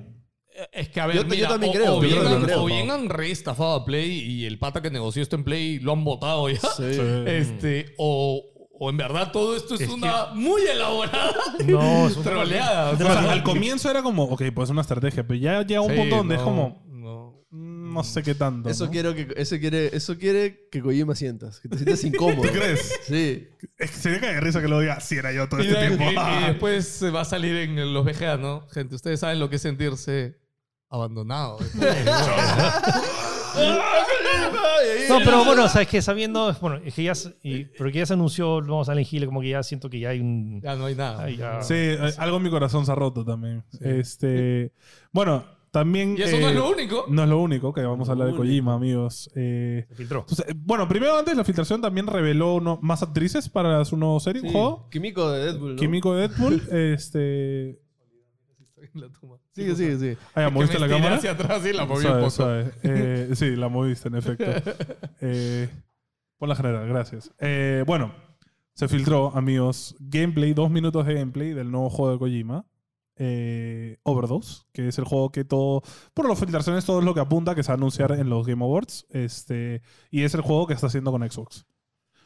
S4: Es que a ver,
S2: Yo- yo
S4: mira,
S2: también
S4: o,
S2: creo,
S4: o
S2: yo
S4: bien,
S2: también
S4: han,
S2: creo.
S4: o bien han reestafado a Play y el pata que negoció esto en Play lo han votado ya.
S2: Sí.
S1: Eh,
S4: Este, o, o en verdad todo esto es,
S3: Es que-
S4: una muy elaborada
S3: No, es un-
S4: troleada.
S1: O sea, al comienzo era como, ok, pues es una estrategia, pero ya llega un
S4: Sí,
S1: punto donde es
S4: no,
S1: como,
S4: no.
S1: mm, no sé qué tanto.
S2: Eso
S1: ¿no?
S2: quiero que eso quiere, eso quiere que Kojima sientas, que te sientas incómodo.
S1: ¿Tú crees?
S2: Sí.
S1: Es que sería que de risa que lo diga, si era yo todo
S4: Y,
S1: este
S4: de-
S1: tiempo.
S4: y-
S3: ah.
S4: y después se va a salir en los BGA, ¿no? Gente, ustedes saben lo que es sentirse abandonado.
S3: No, pero bueno, o sea, es que sabiendo, bueno, es que ya, se- y- pero que ya se anunció, vamos a Silent Hill, como que ya siento que ya hay un...
S4: ya no hay nada.
S3: Ay, ya.
S1: Sí, eh, algo en mi corazón se ha roto también. Este, bueno, también...
S4: Y eso no
S1: eh,
S4: es lo único.
S1: No es lo único, que vamos a hablar de
S2: único.
S1: Kojima, amigos. Eh,
S3: Se filtró.
S1: entonces, eh, bueno, primero antes la filtración también reveló uno- más actrices para su nuevo serie, un juego.
S2: Químico de Deadpool, ¿no?
S1: Químico de Deadpool, este...
S4: La toma.
S2: Sigue, sigue, sigue.
S1: Ah, ya,
S4: Que
S1: moviste
S4: me
S1: la
S4: estiré
S1: cámara.
S4: hacia atrás y la moví
S1: Suave,
S4: un poco.
S1: suave. Eh, sí, la moviste, en efecto. Eh, pon la general, gracias. Eh, bueno, se filtró, amigos, gameplay, dos minutos de gameplay del nuevo juego de Kojima. eh, Overdose, que es el juego que todo, por las filtraciones, todo es lo que apunta que se va a anunciar en los Game Awards. Este, y es el juego que está haciendo con Xbox.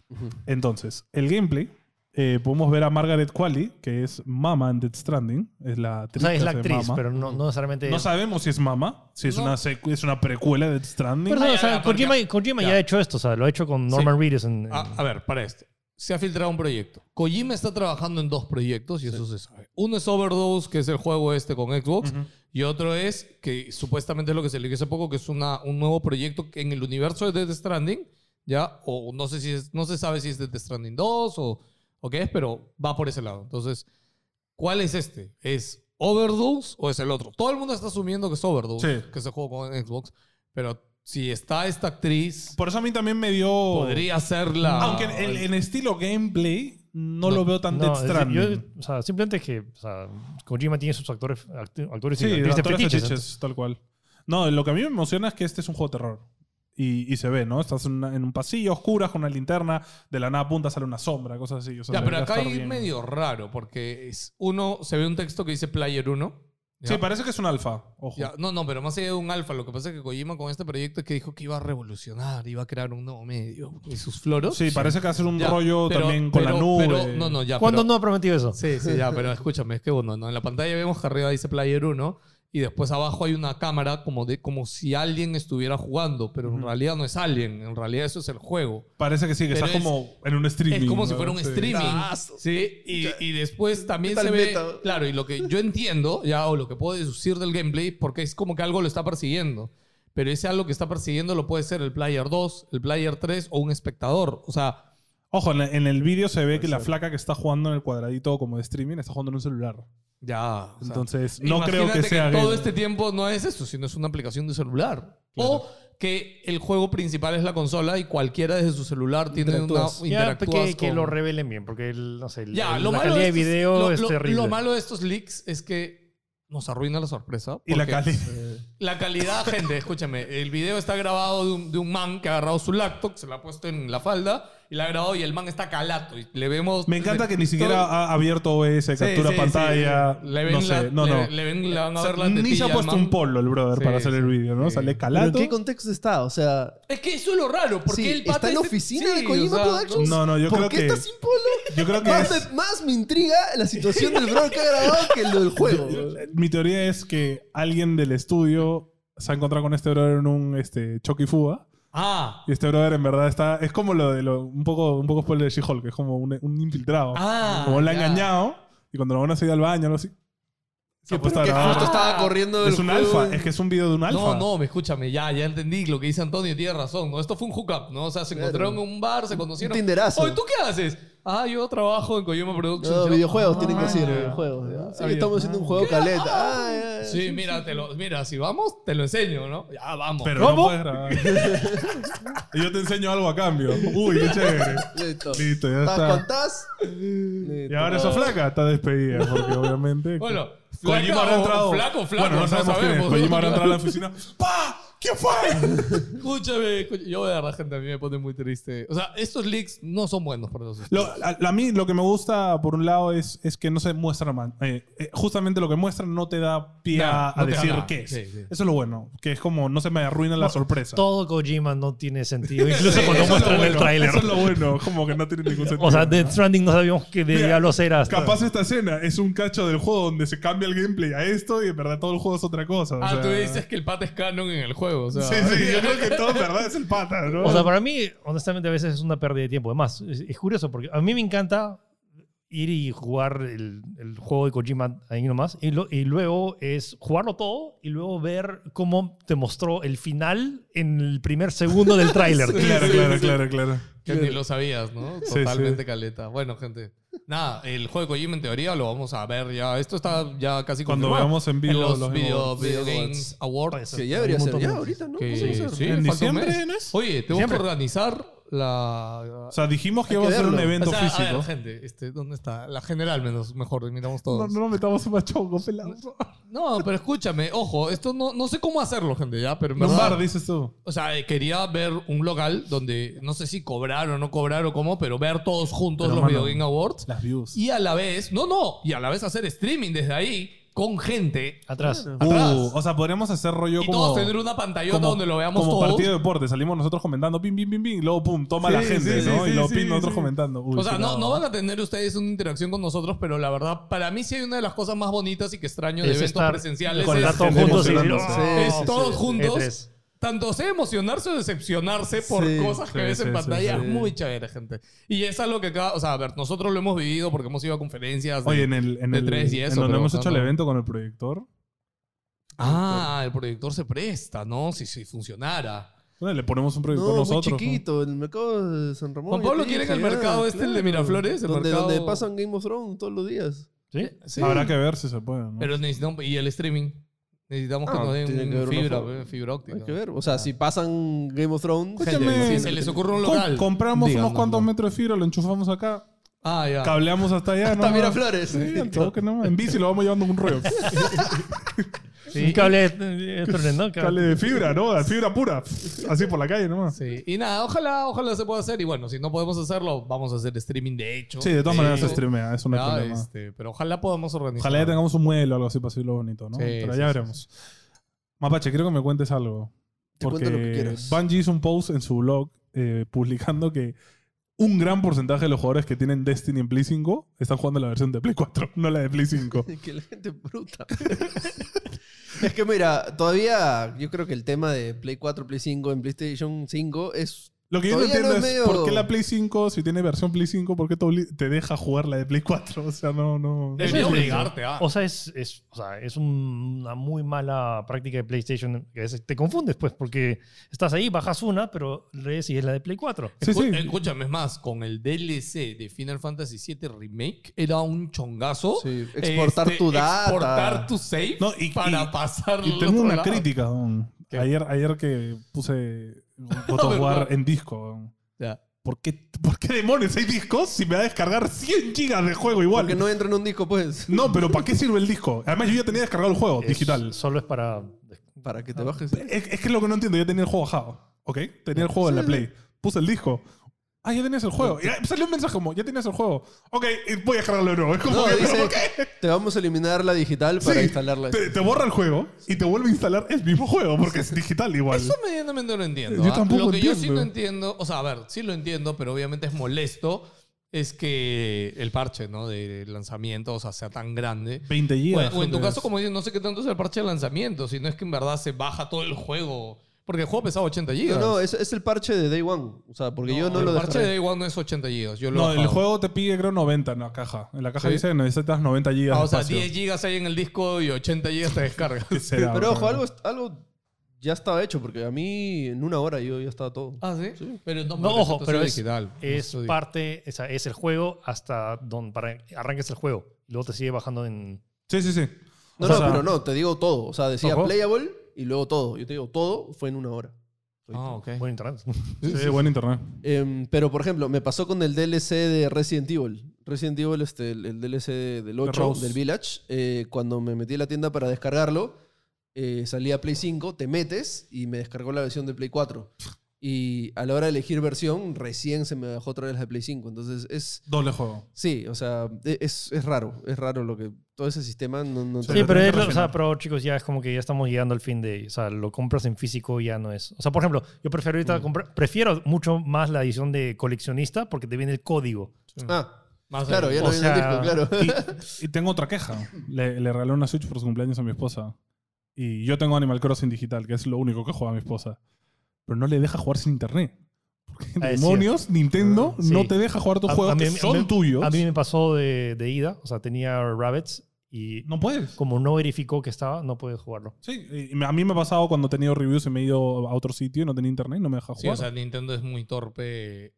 S2: Ujú.
S1: Entonces, el gameplay, eh, podemos ver a Margaret Qualley, que es Mama en Dead Stranding, es la
S3: O
S1: actriz.
S3: sea, es
S1: que
S3: la
S1: hace
S3: actriz,
S1: Mama.
S3: pero no, no necesariamente...
S1: No sabemos si es Mama, si es,
S4: No.
S1: una, secu- es una precuela de Death Stranding.
S3: Pero, o
S4: Ah, ya,
S3: sea,
S4: ya, porque-
S3: Kojima, Kojima ya.
S4: ya.
S3: ha hecho esto, o sea, lo ha hecho con Norman Reedus en... en-
S4: Ah,
S1: Ah,
S4: A, a ver, para esto. Se ha filtrado un proyecto. Kojima está trabajando en dos proyectos y eso se sabe. Uno es Overdose, que es el juego este con Xbox, y otro es, que supuestamente es lo que se le hace poco, que es una, un nuevo proyecto que en el universo de Death Stranding, ya, o no sé si es- no se sabe si es Death Stranding 2 o, o qué es, pero va por ese lado. Entonces, ¿cuál es este? ¿Es Overdose o es el otro? Todo el mundo está asumiendo que es Overdose,
S1: Sí.
S4: que es el juego con Xbox, pero si está esta actriz,
S1: Por eso a mí también me dio.
S4: podría ser la...
S1: Aunque en, en- en estilo gameplay no,
S4: No,
S1: lo veo tan
S3: No,
S1: Death
S3: es decir,
S1: Stranding.
S3: yo- o sea, simplemente es que o sea, Kojima tiene sus actores, actu- actores
S1: sí,
S3: y actrices
S1: actores
S3: fetiches.
S1: fetiches, tal cual. No, lo que a mí me emociona es que este es un juego de terror. Y, y se ve, ¿no? Estás en, una- en un pasillo oscuro con una linterna, de la nada punta sale una sombra, cosas así. O sea,
S4: Ya, pero
S1: debería
S4: acá
S1: estar
S4: hay
S1: bien.
S4: medio raro, porque es uno se ve un texto que dice Player 1.
S1: Sí, parece que es un alfa, ojo.
S4: no, no, pero más allá de un alfa, lo que pasa es que Kojima con este proyecto es que dijo que iba a revolucionar, iba a crear un nuevo medio. ¿Y sus floros?
S1: Sí, parece que hacer un
S4: Ya,
S1: rollo
S4: pero-
S1: también con
S4: pero-
S1: la nube.
S4: pero- no,
S1: Ah,
S4: no, ya.
S3: ¿Cuándo
S4: pero-
S3: no ha prometido eso?
S4: Sí, sí, ya, pero escúchame, es que bueno, ¿no? en la pantalla vemos que arriba dice Player 1 y después abajo hay una cámara como, de, como si alguien estuviera jugando, pero en
S1: Ujú.
S4: realidad no es alguien, en realidad eso es el juego.
S1: Parece que sí, que
S4: Pero
S1: estás
S4: es-
S1: como en un streaming.
S4: Es como si
S1: ¿no?
S4: fuera un
S1: Sí.
S4: streaming.
S2: Tazo.
S4: Sí, y, y después también
S2: Metal
S4: se ve.
S2: Meta.
S4: Claro, y lo que yo entiendo, ya, o lo que puedo deducir del gameplay, porque es como que algo lo está persiguiendo. Pero ese algo que está persiguiendo lo puede ser el player 2, el player 3 o un espectador. O sea,
S1: Ojo, en, la- en el vídeo se ve que la flaca que está jugando en el cuadradito como de streaming está jugando en un celular.
S4: ya. o sea,
S1: Entonces, no creo
S4: imagínate
S1: que sea
S4: todo
S1: game.
S4: este tiempo no es eso, sino es una aplicación de celular. O que el juego principal es la consola y cualquiera desde su celular tiene una.
S2: Interactúas.
S3: Ya, que,
S4: interactúas
S3: que
S4: con-
S3: lo revelen bien, porque el- no sé, el-
S4: Ya,
S3: el-
S4: lo
S3: la
S4: malo
S3: calidad de
S4: estos-
S3: video
S4: lo-
S3: es
S4: lo-
S3: terrible.
S4: Lo malo de estos leaks es que nos arruina la sorpresa.
S1: Y la
S4: porque
S1: cali.
S4: La calidad, gente, escúchame. El video está grabado de un, de un man que ha agarrado su laptop, se la ha puesto en la falda y la ha grabado y el man está calato. Y le vemos.
S1: Me encanta que ni
S4: todo-
S1: siquiera ha abierto OBS,
S4: Sí,
S1: captura
S4: sí, sí.
S1: pantalla.
S4: Le ven
S1: no
S4: la-
S1: sé, no,
S4: le-
S1: no.
S4: le ven- le van a
S1: O sea,
S4: ver la
S1: ni se
S4: tetilla
S1: ha
S4: al
S1: puesto
S4: man.
S1: un polo el brother
S4: Sí,
S1: para hacer
S4: sí,
S1: el vídeo, ¿no?
S4: sí.
S1: Sale
S2: ¿Pero en
S1: calato.
S2: qué contexto está? O sea,
S4: Es que eso es lo raro. Porque
S2: sí,
S4: el pata
S2: ¿está en la
S4: este-
S2: oficina
S4: sí,
S2: de Kojima
S4: o sea,
S2: Productions?
S1: no, no, yo
S2: ¿Por
S1: creo
S2: qué
S1: que-
S2: está sin polo?
S1: Yo creo que
S2: Más,
S1: es-
S2: me- más me intriga la situación del bro que ha grabado que lo del juego.
S1: mi teoría es que alguien del estudio se ha encontrado con este brother en un este, choque y fuga.
S4: Ah,
S1: Y este brother en verdad está... Es como lo de... Lo, un, poco, un poco spoiler de She-Hulk. que Es como un, un infiltrado.
S4: ah.
S1: como le ha
S4: ya.
S1: engañado. Y cuando lo van a seguir al baño algo así... Se ha puesto a
S2: Que
S1: grabar.
S2: justo estaba corriendo el
S1: Es un
S2: juego.
S1: alfa. Es que es un video de un alfa.
S4: No, no, me escúchame, ya, ya entendí lo que dice Antonio, tiene razón. ¿no? Esto fue un hookup, ¿no? O sea, se
S2: Claro.
S4: encontraron en un bar, se conocieron.
S2: Un tinderazo.
S4: Oye, ¿tú qué haces? Ah, yo trabajo en Kojima Productions.
S2: No,
S4: Yo,
S2: videojuegos
S4: "Ah,
S2: tienen que decir,
S4: ya".
S2: videojuegos. ¿no? Sí,
S4: sabía.
S2: estamos haciendo un juego caleta. Ah, ya, ya.
S4: Sí, mira, te lo, mira, si vamos, te lo enseño, ¿no? Ya, vamos.
S1: Pero
S3: ¿Cómo?
S1: no puedes grabar. Y yo te enseño algo a cambio. Uy, qué chévere.
S2: Listo.
S1: Listo, ya
S2: ¿Estás
S1: está.
S2: contás?
S1: Y ahora esa flaca está despedida, porque obviamente.
S4: bueno,
S1: Kojima
S4: flaca
S1: habrá
S4: o-
S1: entrado.
S4: Flaco, flaco,
S1: bueno, no sabemos, quién es. Kojima habrá entrado a la oficina. ¡Pa! ¿Qué fue?
S4: Escúchame, escúchame. Yo de verdad, gente, a mí me pone muy triste. O sea, estos leaks no son buenos para nosotros.
S1: Lo- a, a mí lo que me gusta, por un lado, es, es que no se muestra man- eh, eh, justamente lo que muestran no te da pie
S4: Nada,
S1: a,
S4: no te da
S1: decir
S4: nada.
S1: qué es.
S4: Sí, sí.
S1: Eso es lo bueno. Que es como no se me arruina la
S3: No,
S1: sorpresa.
S3: Todo Kojima no tiene sentido, incluso
S1: Sí, eso
S3: cuando
S1: es lo
S3: muestran el
S1: bueno,
S3: tráiler.
S1: Eso es lo bueno. Como que no tiene ningún sentido.
S3: O sea, Death Stranding no sabíamos que de
S1: Mira,
S3: diablos era. hasta-
S1: Capaz esta escena es un cacho del juego donde se cambia el gameplay a esto y en verdad todo el juego es otra cosa. o
S4: ah,
S1: sea.
S4: tú dices que el pata es canon en el juego. O sea,
S1: Sí, sí, yo creo que todo en verdad es el pata, ¿no?
S3: O sea, para mí, honestamente, a veces es una pérdida de tiempo. Además, es, es curioso porque a mí me encanta ir y jugar el, el juego de Kojima ahí nomás y, lo- y luego es jugarlo todo y luego ver cómo te mostró el final en el primer segundo del tráiler.
S1: claro,
S4: sí,
S1: claro,
S4: sí.
S1: claro, claro.
S4: Que ni lo sabías, ¿no?
S1: Sí,
S4: Totalmente
S1: sí.
S4: caleta. Bueno, gente. Nada, el juego de Kojima en teoría lo vamos a ver ya. Esto está ya casi
S1: Cuando
S4: confirmado.
S1: veamos en vivo
S4: en los,
S1: los
S4: video,
S2: awards.
S4: Video
S2: Video
S4: Games
S2: awards.
S4: Awards.
S2: Que ya debería
S3: Un
S2: ser,
S3: montón
S2: ya
S3: de-
S2: ahorita, ¿no?
S4: Que-
S2: Vamos a hacer.
S4: sí,
S1: En
S4: falta un
S1: diciembre,
S4: mes.
S1: ¿no es?
S4: Oye, tenemos que
S3: Diciembre.
S4: organizar la...
S1: O sea, dijimos que
S2: Hay que
S1: iba a ser un
S2: verlo.
S1: evento
S4: O sea, a ver,
S1: físico.
S4: gente, este, ¿dónde está? La general menos, mejor, miramos
S1: no,
S4: todos.
S1: no metamos un machongo, pelado.
S4: No, pero escúchame, ojo, esto no, no sé cómo hacerlo, gente, ya, pero en
S1: Un
S4: verdad-
S1: bar, dices tú.
S4: O sea, eh, quería ver un local donde no sé si cobrar o no cobrar o cómo, pero ver todos juntos
S1: Pero,
S4: los
S1: mano,
S4: Video Game Awards.
S1: Las views.
S4: Y a la vez, no, no, y a la vez hacer streaming desde ahí con gente.
S3: Atrás.
S4: atrás.
S1: Uh, o sea, podríamos hacer rollo
S4: y
S1: como.
S4: todos tener una pantallota
S1: como-
S4: donde lo veamos
S1: como
S4: todos.
S1: partido de deporte, salimos nosotros comentando, pim, pim, pim, pim, y luego pum, toma
S2: Sí,
S1: la gente,
S2: sí,
S1: ¿no?
S2: sí,
S1: y lo
S2: sí,
S1: pim,
S2: sí,
S1: nosotros
S2: sí.
S1: comentando. Uy, ¿eh?
S4: O sea,
S1: qué
S4: no,
S1: bravo.
S4: no van a tener ustedes una interacción con nosotros, pero la verdad, para mí sí hay una de las cosas más bonitas y que extraño de
S3: Es
S4: eventos
S3: estar
S4: presenciales.
S3: con
S4: es,
S3: la todos
S1: gente
S3: juntos y decir,
S1: emocionándose.
S3: "Oh,
S4: es
S2: sí,
S4: todos
S2: sí.
S4: juntos.
S3: E3".
S4: Tanto sea emocionarse o decepcionarse por
S2: Sí,
S4: cosas que
S1: sí,
S4: ves
S1: sí,
S4: en
S1: sí,
S4: pantalla
S2: sí.
S4: es muy chévere, gente. Y es algo que acá, o sea, a ver, nosotros lo hemos vivido porque hemos ido a conferencias. de-
S1: Oye, en el. En
S4: de
S1: el
S4: tres y eso,
S1: en donde
S4: pero
S1: hemos
S4: no,
S1: hecho
S4: no.
S1: el evento con el proyector.
S4: ah, el proyector se presta, ¿no? Si, si funcionara.
S1: Bueno, le ponemos un proyector
S2: No,
S1: nosotros.
S2: muy
S1: ¿no?
S2: chiquito, el mercado de San Ramón.
S4: Juan
S2: ya
S4: Pablo
S2: te
S4: quiere
S2: dije,
S4: ir al
S2: ya,
S4: mercado este, el de Miraflores, el
S2: donde,
S4: mercado-
S2: donde pasan Game of Thrones todos los días.
S3: ¿Sí?
S4: Sí.
S1: Habrá que ver si se puede. ¿no?
S4: Pero necesitamos. Y el streaming. Necesitamos que
S2: Ah,
S4: nos
S2: tiene
S4: den
S2: que haber una
S4: fibra, eh,
S2: forma.
S4: fibra óptica.
S2: Hay que ver. O sea, si pasan Game of Thrones,
S1: Escúchame.
S2: gente,
S4: Si
S2: sí,
S4: se les
S2: sí.
S4: ocurre un
S1: Com-
S4: local.
S1: compramos unos
S4: díganoslo.
S1: cuantos metros de fibra, lo enchufamos acá,
S4: Ah, ya.
S1: cableamos hasta allá.
S2: Hasta
S1: ¿no?
S2: Miraflores.
S1: Sí, al toque, ¿no? En bici lo vamos llevando con un rollo.
S3: Sí, y cable, eh, Ethernet, ¿no? Cable-
S1: Cable de fibra, ¿no? Fibra pura. Así por la calle nomás.
S4: Sí. Y nada, ojalá, ojalá se pueda hacer. Y bueno, si no podemos hacerlo, vamos a hacer streaming de hecho.
S1: Sí, de todas maneras se
S4: hecho.
S1: streamea, eso no es
S4: Ya,
S1: problema.
S4: este, pero ojalá podamos organizar.
S1: Ojalá ya tengamos un mueble o algo así para hacerlo bonito, ¿no?
S4: Sí,
S1: Pero
S4: sí,
S1: ya
S4: sí,
S1: veremos. Mapache, quiero que me cuentes algo.
S2: Te cuento lo que quieras.
S1: Bungie hizo un post en su blog eh, publicando que un gran porcentaje de los jugadores que tienen Destiny en Play 5 están jugando la versión de Play 4, no la de Play 5.
S2: Que la gente es bruta. es que mira, todavía yo creo que el tema de Play 4, Play 5 en PlayStation 5 es.
S1: Lo que yo no
S2: Todavía
S1: entiendo
S2: no
S1: es
S2: es medio-
S1: por qué la Play 5, si tiene versión Play 5, ¿por qué te, obli- te deja jugar la de Play 4? O sea, no, no.
S4: Debería
S3: Eso es-
S4: obligarte ah. a.
S3: O sea, es, es, o sea, es un- una muy mala práctica de PlayStation. que es- te confundes, pues, porque estás ahí, bajas una, pero lees y es la de Play 4.
S1: Sí,
S4: Escu-
S1: sí.
S4: Escúchame, es más, con el DLC de Final Fantasy VII Remake era un chongazo.
S2: Sí, exportar
S4: Este,
S2: tu data.
S4: Exportar tu save
S1: No, y-
S4: para
S1: y-
S4: pasarlo.
S1: Y
S4: al
S1: tengo
S4: otro
S1: una
S4: lado.
S1: crítica, don.
S4: ¿Qué?
S1: Ayer, ayer que puse God of War en disco. don.
S4: Ya.
S1: ¿Por qué, ¿Por qué demonios hay discos si me va a descargar 100 gigas de juego igual?
S2: Porque no entra en un disco, pues.
S1: No, pero ¿para qué sirve el disco? Además, yo ya tenía descargado el juego
S3: Es-
S1: digital.
S3: Solo es para.
S2: Para que te bajes.
S1: Es, es que es lo que no entiendo. Yo tenía el juego bajado. ¿Ok? Tenía el juego en la Play. Puse el disco. Ah, ya tenías el juego. Y ahí salió un mensaje como, ya tenías el juego. Ok, y voy a descargarlo de nuevo. Es como
S2: No,
S1: que, ¿pero
S2: dice,
S1: por qué?
S2: te vamos a eliminar la digital para
S1: Sí,
S2: instalarla.
S1: Te, te borra el juego y te vuelve a instalar el mismo juego porque es digital igual.
S4: Eso medianamente lo entiendo.
S1: Yo
S4: ¿ah?
S1: tampoco
S4: Lo que yo sí
S1: entiendo.
S4: no entiendo, o sea, a ver, sí lo entiendo, pero obviamente es molesto, es que el parche, ¿no? De lanzamiento, o sea, sea tan grande.
S1: 20
S4: O,
S1: gigas.
S4: o en tu
S1: creo que
S4: caso,
S1: es.
S4: como dices, no sé qué tanto es el parche de lanzamiento, sino es que en verdad se baja todo el juego. Porque el juego pesaba 80 GB.
S2: No, no, es, es el parche de Day One. O sea, porque yo no
S4: el
S2: lo
S4: parche
S2: descargué.
S4: de igual no es 80 GB. Yo lo he
S1: No, el
S4: bajado.
S1: juego te pide creo 90 en la caja. En la caja
S4: Sí.
S1: dice que necesitas 90 gigas.
S4: Ah,
S1: de
S4: o sea,
S1: espacio.
S4: 10 GB hay en el disco y 80 GB te descargas.
S1: ¿Qué será,
S2: Pero ojo,
S1: bro?
S2: algo, algo ya estaba hecho, porque a mí en una hora yo ya estaba todo.
S4: ah, ¿sí? Pero no,
S3: No,
S4: porque
S3: ojo,
S4: esto
S3: pero es,
S4: digital.
S3: es
S4: Esto es
S3: parte. o sea, es el juego hasta donde para, arranques el juego. Y luego te sigue bajando en.
S1: Sí, sí, sí.
S2: No,
S1: O sea,
S2: no, pero no, te digo todo. O sea, decía
S3: Ojo.
S2: playable y luego todo. Yo te digo todo fue en una hora.
S4: digital. Ah, ok.
S3: Buen internet.
S1: Sí, buen internet.
S2: Em, pero, por ejemplo, me pasó con el DLC de Resident Evil. Resident Evil, este, el, el DLC del 8,
S1: Rose.
S2: del Village. eh, cuando me metí a la tienda para descargarlo, eh, salía Play 5, te metes y me descargó la versión de Play 4. Y a la hora de elegir versión, recién se me bajó otra vez la de Play 5. Entonces es...
S1: Doble juego.
S2: Sí, o sea, e- es, es raro, es raro lo que... Todo ese sistema no... no
S1: Sí,
S3: Sí,
S1: lo
S3: pero,
S1: tienen
S3: es
S1: que
S3: lo- o sea,
S1: racionar.
S3: pero chicos, ya es como que ya estamos llegando al fin de. O sea, lo compras en físico ya no es. O sea, por ejemplo, yo prefiero ahorita
S4: Mm.
S3: comprar. Prefiero mucho más la edición de coleccionista porque te viene el código.
S2: Ah,
S4: Más
S2: claro,
S4: allá.
S2: ya
S3: o
S2: lo vi en
S3: sea,
S2: el disco, claro.
S1: Y, y tengo otra queja. Le, le regalé una Switch por su cumpleaños a mi esposa. Y yo tengo Animal Crossing digital, que es lo único que juega mi esposa. Pero no le deja jugar sin internet. Porque
S3: Ah, es Ah,
S1: demonios, Nintendo
S3: Sí.
S1: no te deja jugar tus
S3: A-
S1: juegos
S3: a mí-
S1: que
S3: a mí-
S1: son tuyos.
S3: A mí me pasó de, de ida. O sea, tenía Rabbits y
S1: no puedes.
S3: como no verificó que estaba, no pude jugarlo.
S1: Sí, y me- a mí me ha pasado cuando he tenido reviews y me he ido a otro sitio y no tenía internet y no me deja jugar.
S4: Sí, o sea, Nintendo es muy torpe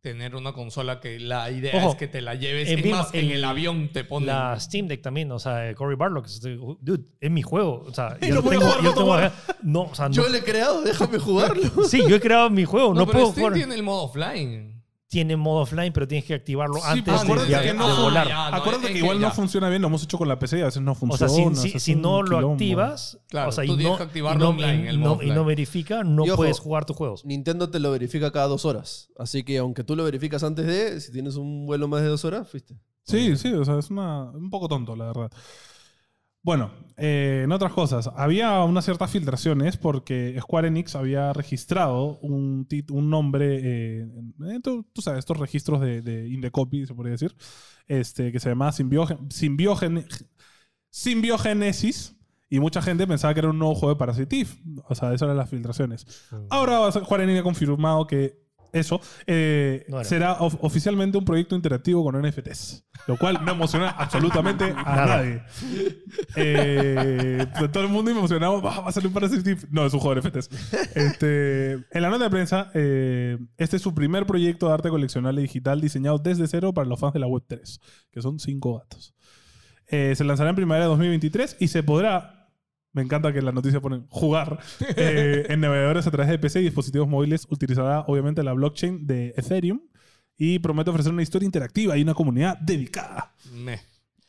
S4: tener una consola que la idea
S3: Ojo,
S4: es que te la lleves.
S3: en
S4: Es
S3: vivo-
S4: más, en
S3: en
S4: el avión te ponen.
S3: La Steam Deck también, o sea, Cory Barlock, es de- dude, es mi juego. O sea,
S1: Y
S3: yo
S1: no puedes
S3: tengo,
S1: jugar
S3: yo
S1: con tu
S3: tengo-
S1: mano.
S3: no, o sea, no-
S2: Yo lo he creado, déjame jugarlo.
S3: sí, yo he creado mi juego,
S4: No,
S3: no,
S4: pero
S3: puedo
S4: Steam
S3: jugar. Tiene,
S4: tiene el modo offline.
S3: modo offline, pero tienes que activarlo
S1: Sí,
S3: antes
S1: pero
S3: de,
S1: acuérdate
S3: de-
S1: que no
S3: de
S1: fue-
S3: volar.
S4: ya, Ah, no,
S1: Acuérdate
S4: es
S1: que igual
S4: ya.
S1: no funciona bien, lo hemos hecho con la PC y a veces no
S3: O
S1: funciona.
S3: sea, si, si-
S1: es
S3: si
S1: un
S3: no lo
S1: quilombo.
S3: activas,
S4: Claro,
S3: o sea, y
S4: tú tienes
S3: no,
S4: que
S3: y
S4: activarlo
S3: no-
S4: online, el
S3: y no-
S4: modo
S3: y no
S4: offline.
S3: verifica, no
S2: Y ojo,
S3: puedes jugar tus juegos.
S2: Nintendo te lo verifica cada dos horas. Así que aunque tú lo verificas antes de, si tienes un vuelo más de dos horas, fuiste.
S1: Sí, sí, o sea, es una, un poco tonto, la verdad. Bueno, eh, en otras cosas, había unas ciertas filtraciones porque Square Enix había registrado un, tit- un nombre, eh, eh, tú, tú sabes, estos registros de, de Indecopy, se podría decir, este, que se llamaba Simbiogen- Simbiogen- Simbiogenesis, y mucha gente pensaba que era un nuevo juego de Parasite Eve. O sea, esas eran las filtraciones. Ahora va a ser- Square Enix ha confirmado que eso eh,
S3: No era.
S1: será of- oficialmente un proyecto interactivo con NFTs, lo cual no emociona absolutamente a
S3: Nada.
S1: nadie. Eh, todo el mundo emocionado, "Ah, va a salir un Parasite Eve". No, es un juego de NFTs. Este, en la nota de prensa, eh, este es su primer proyecto de arte coleccionable digital diseñado desde cero para los fans de la Web3, que son cinco gatos. Eh, se lanzará en primavera de 2023 y se podrá, me encanta que en la noticia ponen jugar, eh, en navegadores a través de PC y dispositivos móviles. Utilizará obviamente la blockchain de Ethereum y promete ofrecer una historia interactiva y una comunidad dedicada.
S4: Meh.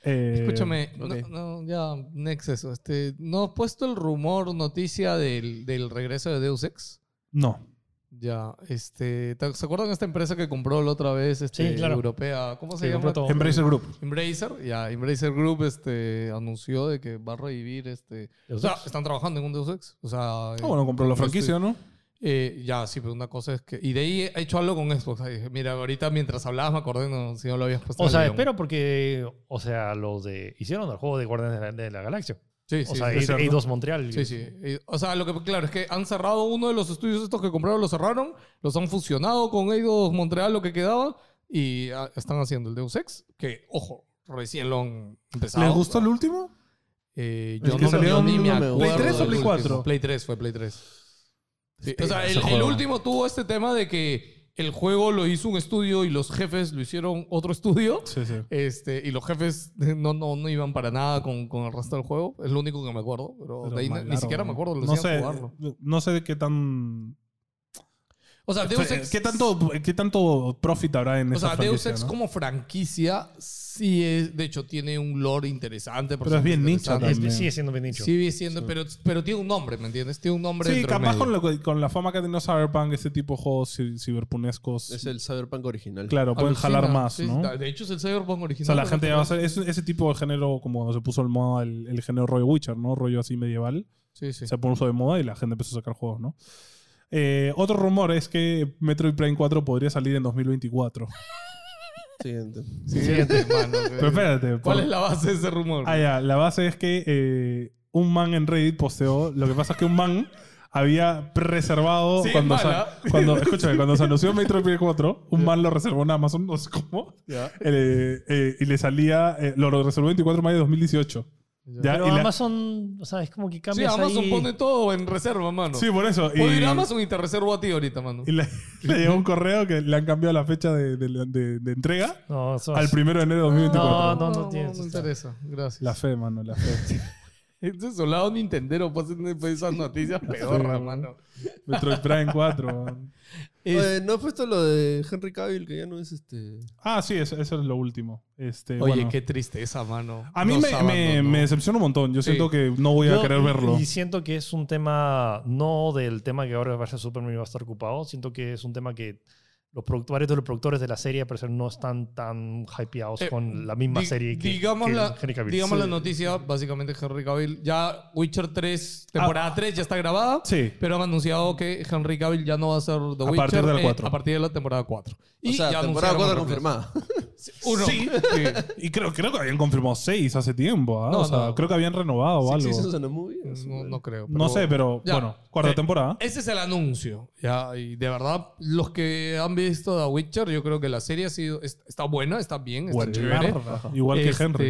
S1: Eh,
S4: Escúchame, no-
S2: ok.
S4: no, ya, next eso. Este, ¿No has puesto el rumor, noticia del, del regreso de Deus Ex?
S1: No.
S4: Ya, este, ¿te- ¿se acuerdan de esta empresa que compró la otra vez, este,
S3: Sí, claro.
S4: europea? ¿Cómo se
S3: Sí,
S4: llama?
S3: compró todo.
S1: Embracer Group.
S4: Embracer, ya, Embracer Group este, anunció de que va a revivir este. O sea, están trabajando en un Deus Ex. O sea, este,
S1: Ah, bueno,
S4: Pues
S1: compró la franquicia, ¿no?
S4: eh, ya, sí, pero una cosa es que. Y de ahí he hecho algo con Xbox. Ay, dije, mira, ahorita mientras hablabas me acordé no, si no lo habías puesto. en
S3: O
S4: el
S3: sea,
S4: guión.
S3: espero porque, o sea, los de hicieron el juego de Guardianes de la, de la Galaxia.
S4: Sí,
S3: O
S4: sí,
S3: sea,
S4: sí,
S1: cierto.
S3: A2 Montreal.
S4: sí, sí. Eh, O sea, lo que claro es que han cerrado uno de los estudios estos que compraron, lo cerraron, los han fusionado con Eidos Montreal, lo que quedaba, y ah, están haciendo el Deus Ex, que, ojo, recién lo han empezado.
S1: ¿Les gustó el último?
S4: Eh,
S1: El
S4: yo
S1: que
S4: no,
S1: salió
S4: yo ni
S2: en
S4: me
S2: Play
S4: acuerdo.
S1: 3 o
S4: del
S1: Play
S4: último.
S1: 4?
S4: Play 3 fue Play 3. Sí, o sea,
S1: Ese
S4: el, el
S1: juego.
S4: último tuvo este tema de que el juego lo hizo un estudio y los jefes lo hicieron otro estudio.
S1: Sí, sí.
S4: Este, y los jefes no, no, no iban para nada con, con el resto del juego. Es lo único que me acuerdo. Pero,
S1: Pero
S4: de ahí ni-
S1: mal
S4: ni siquiera
S1: largo,
S4: me acuerdo. Lo
S1: No
S4: hacían
S1: sé,
S4: jugarlo.
S1: no sé de qué tan.
S4: O sea, Deus
S1: fe-
S4: Ex,
S1: eh, ¿Qué tanto, qué tanto profit habrá en
S4: o
S1: esa
S4: sea, Deus
S1: franquicia,
S4: Ex
S1: no?
S4: como franquicia sí es, de hecho, tiene un lore interesante.
S1: Pero es bien
S4: personajes
S1: nicho
S4: interesantes.
S1: también.
S3: Es- sigue siendo bien dicho.
S4: Sigue siendo, pero, pero tiene un nombre, ¿me entiendes? Tiene un nombre.
S1: Sí,
S4: entre
S1: capaz
S4: medio.
S1: con, lo que- con la fama que ha tenido Cyberpunk, ese tipo de juegos ci- ciberpunescos.
S2: Es el Cyberpunk original.
S1: Claro, pueden
S4: Alucina.
S1: jalar más,
S4: Sí,
S1: ¿no?
S4: De hecho, es el Cyberpunk
S1: O
S4: original.
S1: sea, la gente ya va a
S4: ser
S1: hacer es- ese tipo de género, como cuando se puso el moda el, el género rollo Witcher, ¿no? Rollo así medieval.
S4: Sí, sí.
S1: Se puso de moda y la gente empezó a sacar juegos, ¿no? Eh, otro rumor es que Metroid Prime 4 podría salir en 2024.
S2: Siguiente.
S4: Siguiente, hermano.
S1: Pero espérate. por-
S4: ¿Cuál es la base de ese rumor?
S1: Ah, ya, la base es que eh, un man en Reddit posteó. Lo que pasa es que un man había reservado
S4: Sí,
S1: cuando,
S4: es
S1: se-
S4: mala.
S1: cuando, escúchame, cuando se anunció Metroid Prime 4, un man lo reservó en Amazon, no sé cómo.
S4: Ya.
S1: eh, eh, y le salía. eh, lo reservó el 24 de mayo de 2018. Ya,
S3: Pero
S1: y la-
S3: Amazon, o sea, es como que
S4: Sí,
S3: cambias
S4: Amazon
S3: ahí.
S4: pone todo en reserva, mano.
S1: Sí, por eso.
S4: Puedo
S1: y,
S4: ir a Amazon y te reservo a ti ahorita, mano.
S1: y le, le llegó un correo que le han cambiado la fecha de, de- de- de entrega
S3: No, eso
S1: al
S3: es-
S1: primero de enero de 2024.
S3: No, no, no tienes,
S4: No me
S3: está.
S4: interesa. Gracias.
S1: La fe, mano, la fe.
S4: Este pues, solado Nintendero pasa esas noticias pedorra, mano. Este,
S1: Metroid Prime 4. man.
S4: Es-
S2: Oye, ¿no has puesto lo de Henry Cavill, que ya no es este.
S1: Ah, sí, eso, eso es lo último. Este,
S4: Oye,
S1: bueno.
S4: qué tristeza, mano.
S1: A mí
S4: Nos
S1: me, me,
S4: abandonó.
S1: me decepciona un montón. Yo
S4: Sí.
S1: siento que no voy a
S3: Yo-
S1: querer verlo.
S3: Y siento que es un tema, no del tema que ahora vaya Superman y va a estar ocupado, siento que es un tema que los productores varios de los productores de la serie al parecer no están tan hypeados
S4: Eh,
S3: con la misma
S4: Di-
S3: serie que,
S4: digamos
S3: que
S4: la,
S3: Henry Cavill.
S4: digamos la
S3: Sí.
S4: noticia, básicamente Henry Cavill. Ya Witcher 3, temporada
S1: Ah.
S4: 3 ya está grabada.
S1: Sí.
S4: Pero han anunciado que Henry Cavill ya no va a ser The
S1: A
S4: Witcher.
S1: partir de la
S4: eh,
S1: cuatro.
S4: a partir de la temporada 4.
S2: o sea, temporada 4 confirmada.
S4: Uno.
S1: Sí. Y creo, creo que habían confirmado seis hace tiempo. ¿ah?
S4: No,
S1: o sea,
S4: no.
S1: creo que habían renovado o
S2: ¿Sí
S1: algo.
S2: existe eso en la movie?
S4: No, no creo.
S1: no sé, pero
S4: Ya.
S1: bueno, cuarta
S4: Eh,
S1: temporada.
S4: Ese es el anuncio. Ya, y de verdad, los que han visto The Witcher, yo creo que la serie ha sido, es- está buena, está bien, está
S1: Buena
S4: eh, chévere.
S1: mierda. Igual que Henry.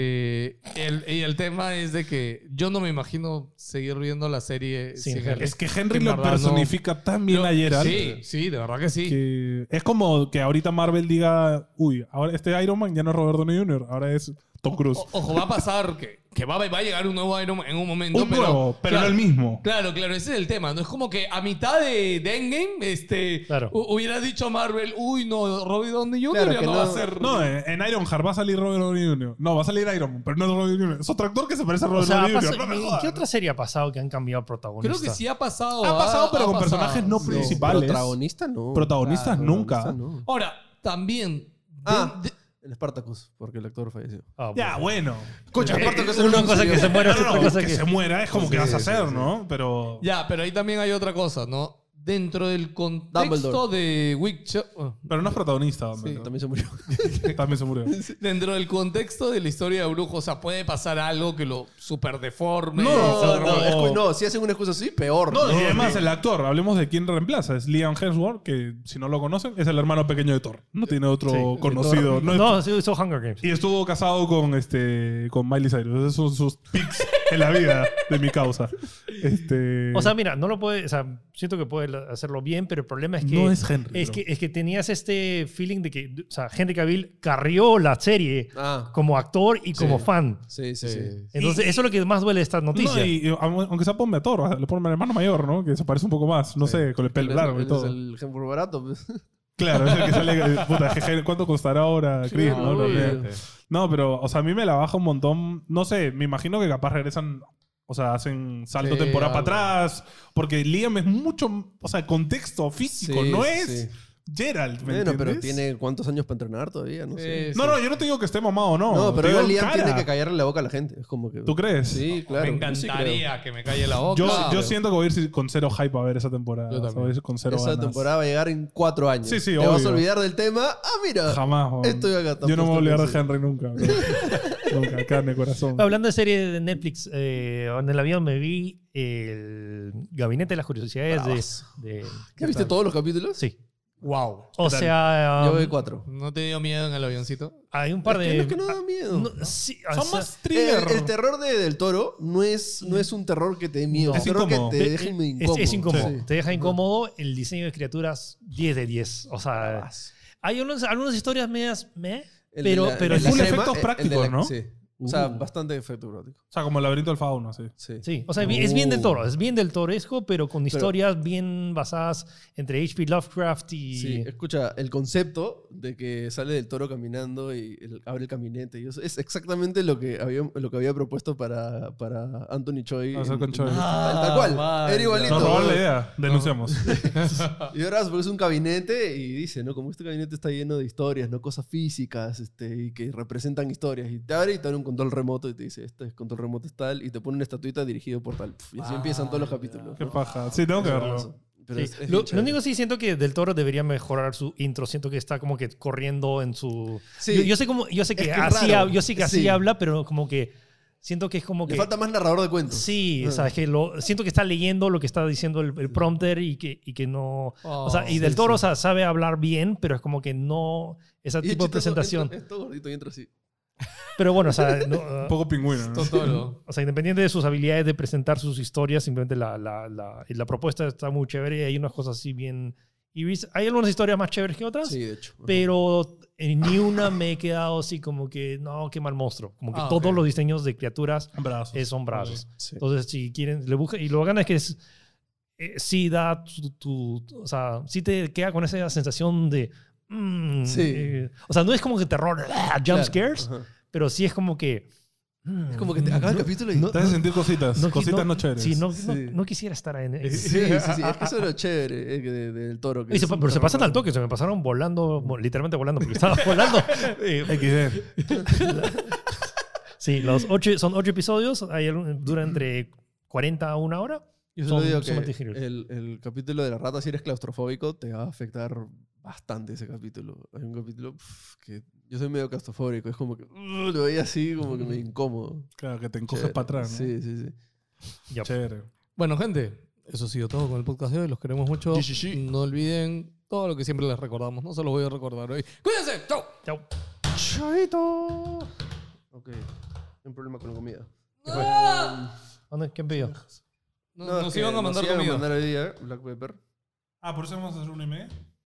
S4: Este, el- y el tema es de que yo no me imagino seguir viendo la serie
S3: Sin
S4: sin
S3: Henry.
S4: Henry.
S1: Es que Henry
S4: en
S1: lo
S4: verdad no-
S1: personifica tan bien ¿eh?
S4: Yo-
S1: a Geralt
S4: Sí, sí, de verdad que sí.
S1: que es como que ahorita Marvel diga, uy, ahora este Iron Man ya no es Robert Downey Jr., ahora es Tom Cruise.
S4: O- ojo, va a pasar que, que va, va a llegar un nuevo Iron Man en un momento.
S1: Un
S4: pero,
S1: nuevo, pero no
S4: claro,
S1: el mismo.
S4: Claro, claro, ese es el tema. No es como que a mitad de, de Endgame este,
S3: Claro.
S4: hu- hubiera dicho Marvel, uy, no, Robbie Downey Jr.
S2: Claro,
S4: ya
S2: que
S4: no va a
S2: no-
S4: ser.
S1: No, en en Ironheart va a salir Robert Downey Jr. No, va a salir Iron Man, pero no es Robert Downey Jr. Es otro actor que se parece a
S3: O
S1: Robert
S3: sea, ha
S1: Downey
S3: pasado-
S1: Jr. No me
S3: ¿en
S1: jodas.
S3: ¿Qué otra serie ha pasado que han cambiado protagonista?
S4: Creo que sí ha pasado.
S1: Ha
S4: ¿ah?
S1: pasado, pero
S4: Ha
S1: con
S4: pasado.
S1: personajes no
S4: Sí.
S1: principales.
S2: Protagonista no.
S1: Protagonistas nunca.
S2: no.
S4: Ahora, también. de-
S2: Ah.
S4: de-
S2: En Spartacus, porque el actor falleció.
S3: Ah,
S1: Ya,
S3: bueno.
S1: bueno.
S2: Escucha,
S3: Eh,
S2: Spartacus es
S3: una
S2: un
S3: cosa que se muere,
S1: No, no,
S3: otra
S1: no,
S3: cosa
S1: que
S3: que-
S1: se muera es como que
S2: Sí,
S1: vas a
S2: sí,
S1: hacer,
S2: sí.
S1: ¿no? Pero.
S4: ya, pero ahí también hay otra cosa, ¿no? Dentro del contexto
S2: Dumbledore.
S4: de Witcher. oh,
S1: Pero no es protagonista, hombre,
S2: Sí,
S1: ¿no?
S2: también se murió.
S1: También se murió.
S4: Dentro del contexto de la historia de Brujo, o sea, puede pasar algo que lo super deforme.
S1: No,
S2: No, no,
S1: no.
S2: es que- no, si hacen una excusa así, peor.
S1: No, y además el actor, hablemos de quién reemplaza. Es Liam Hemsworth, que si no lo conocen, es el hermano pequeño de Thor. No tiene otro
S3: Sí.
S1: conocido. No es-
S3: No, sí, hizo Hunger Games.
S1: Y estuvo casado con este con Miley Cyrus. Esos son sus pics en la vida de mi causa. Este,
S3: O sea, mira, no lo puede, o sea, siento que puede hacerlo bien, pero el problema es que
S1: No es Henry,
S3: es
S1: bro.
S3: que es que tenías este feeling de que, o sea, Henry Cavill carrió la serie
S2: Ah,
S3: como actor y como
S4: Sí.
S3: fan.
S2: sí, sí, sí.
S4: Sí.
S3: Entonces, eso es lo que más duele de esta noticia.
S1: No, y, y aunque sea ponme a Thor, le ponme al hermano mayor, ¿no? Que se parece un poco más, no sé, con el pelo
S2: Él es-
S1: largo y
S2: él
S1: todo.
S2: Es el ejemplo barato. pues.
S1: Claro, es el que sale. eh, puta, jeje, ¿cuánto costará ahora, Chris?
S2: Sí,
S1: no,
S2: obvio.
S1: También. No, pero, o sea, a mí me la baja un montón. No sé, me imagino que capaz regresan. O sea, hacen salto
S4: Sí,
S1: temporada
S4: algo.
S1: para atrás. Porque Liam es mucho. O sea, contexto físico,
S2: Sí,
S1: no
S2: sí.
S1: es Gerald, ¿me
S2: Bueno, pero
S1: entiendes?
S2: tiene cuántos años para entrenar todavía, no sé.
S4: Sí,
S1: No,
S4: sí.
S1: no, yo no te digo que esté mamado o no.
S2: No, pero
S1: Te
S2: ahora
S1: digo
S2: Liam
S1: cara.
S2: tiene que callarle la boca a la gente. Es como que.
S1: ¿Tú crees?
S2: Sí, claro.
S4: me
S2: yo sí creo.
S4: encantaría que me calle la boca.
S1: Yo,
S4: Claro.
S1: yo siento que voy a ir con cero hype a ver esa temporada.
S4: Yo
S1: O sea,
S4: también.
S1: voy a ir con cero
S2: Esa
S1: ganas.
S2: temporada va a llegar en cuatro años.
S1: Sí, sí,
S2: Te
S1: obvio.
S2: vas a olvidar del tema. Ah, mira.
S1: Jamás, weón.
S2: Estoy acá,
S1: Yo no me voy a olvidar
S2: tampoco
S1: de Henry nunca. bro. nunca, carne, corazón.
S3: Hablando de series de Netflix, eh, en el avión me vi el Gabinete de las Curiosidades de, de-
S2: ¿Ya viste todos los capítulos?
S3: Sí.
S4: Wow.
S3: O
S1: ¿Qué tal?
S3: sea,
S2: Yo vi cuatro.
S4: ¿No te dio miedo en el avioncito?
S3: hay un
S2: Es
S3: par de... Ah,
S2: que no es que no da miedo.
S3: no, sí, o
S1: Son
S3: sea,
S1: más
S2: Eh,
S1: thriller.
S2: El, el terror de Del Toro no es, no es un terror que te dé miedo.
S1: No.
S2: Es un
S1: Es
S2: terror que te
S3: eh,
S2: deja
S3: eh, es-
S2: medio incómodo.
S3: es incómodo.
S2: Sí.
S3: Te deja incómodo. El diseño de criaturas, 10 de 10. O sea, Hay unos- algunas historias medias meh,
S2: El
S3: pero,
S2: de la-
S3: pero
S2: el de la
S1: full
S2: crema,
S1: efectos
S2: el- el de la-
S1: prácticos, ¿no?
S2: Sí. O sea,
S1: Uh.
S2: bastante efecto práctico.
S1: O sea, como el laberinto del fauno, sí.
S2: Sí.
S3: sí, o sea, bien- es bien del
S2: Oh.
S3: toro, es bien del toresco, pero con
S2: Pero-
S3: historias bien basadas entre H.P. Lovecraft y
S2: Sí, escucha, el concepto de que sale del toro caminando y el- abre el caminete y eso es exactamente lo que había, lo que había propuesto para, para Anthony Choi.
S1: Hacer
S2: en-
S1: con
S2: en-
S1: Choi.
S2: tal-
S4: Ah,
S2: tal cual,
S4: vaya.
S2: era igualito.
S1: Nos robaron la idea. Denunciamos.
S2: Y ahora porque es un gabinete y dice, ¿no? Como este gabinete está lleno de historias, ¿no? Cosas físicas, este, y que representan historias. Y te abre y te abre un control remoto y te dice, este control remoto es tal, y te pone una estatuita dirigido por tal. Pf, Y así empiezan todos los capítulos.
S1: Qué
S2: ¿no?
S1: paja. Sí, tengo que verlo.
S2: Eso.
S3: Ah, Sí.
S2: Pero es- es bien
S3: Lo, lo
S2: chévere.
S3: único que sí siento que Del Toro debería mejorar su intro. Siento que está como que corriendo en su.
S2: Sí.
S3: Yo, yo sé como, yo sé que,
S2: que es
S3: así,
S2: raro.
S3: hab- yo sé que así
S2: Sí.
S3: habla, pero como que siento que es como
S2: Le
S3: que
S2: falta más narrador de cuentos.
S3: sí, o
S2: Ah.
S3: sea, es que lo, siento que está leyendo lo que está diciendo el, el prompter y que y que no, o sea, y
S2: Oh,
S3: Del Toro o sea, sabe hablar bien, pero es como que no ese tipo
S2: Y es
S3: de
S2: chistoso,
S3: presentación.
S2: entra- Es todo gordito y entra así.
S3: Pero bueno, o sea, no, uh,
S1: Un poco pingüino. ¿no?
S4: Totoro.
S3: o sea, independiente de sus habilidades de presentar sus historias, simplemente la, la, la, la propuesta está muy chévere y hay unas cosas así bien... iris. Hay algunas historias más chéveres que otras,
S2: Sí, de hecho. Ajá.
S3: pero eh, ni una me he quedado así como que, no, qué mal monstruo. Como que
S4: Ah,
S3: todos
S4: ok.
S3: los diseños de criaturas
S1: Brazos.
S3: eh, son brazos.
S2: Sí.
S3: Entonces, si quieren, le buscan. Y lo bacana es que es, eh, sí da tu, tu- tu- O sea, sí te queda con esa sensación de. mm,
S2: Sí.
S3: eh, o sea, no es como que terror, ¡ah! jump
S2: Claro,
S3: scares,
S2: ajá.
S3: pero sí es como que. mm,
S2: Es como que te acaba el
S3: no-
S2: capítulo y.
S3: no-
S1: Te hace sentir cositas,
S3: no qui-
S1: cositas no, chéveres.
S3: Sí, no,
S2: Sí.
S3: no- no quisiera estar en.
S2: Sí, sí, sí. Es que eso es lo chévere eh, que de- del toro. que
S3: Y se
S2: es
S3: pa-
S2: un
S3: pero se
S2: terror
S3: pasan al toque, se me pasaron volando, mo- literalmente volando, porque estaba volando. Eh,
S1: XD. Sí,
S3: los ocho, son ocho episodios, hay algún- dura entre 40 a una hora.
S2: Yo solo
S3: Son
S2: digo
S3: sumamente
S2: que
S3: ingeniosos.
S2: el, el capítulo de la rata, si eres claustrofóbico, te va a afectar bastante ese capítulo. Hay un capítulo pf, que yo soy medio claustrofóbico, es como que uh, lo veía así, como que me
S3: Mm.
S2: incómodo.
S1: Claro, que te encoges
S2: Chévere.
S1: para atrás, ¿no?
S2: Sí, sí, sí.
S3: Ya.
S1: Chévere.
S4: Bueno, gente, eso ha sido todo con el podcast de hoy. Los queremos mucho.
S2: Sí, sí, sí.
S4: No olviden todo lo que siempre les recordamos. No se los voy a recordar hoy. ¡Cuídense! ¡Chao!
S3: Chao.
S2: ¡Chavito! Ok, un problema con la comida.
S3: ¿Dónde? ¿Quién pidió?
S4: No,
S2: es
S4: nos
S2: que
S4: iban a mandar
S2: Nos iban
S4: comida.
S2: a mandar hoy día Black Pepper.
S1: Ah, por eso vamos a hacer un IME.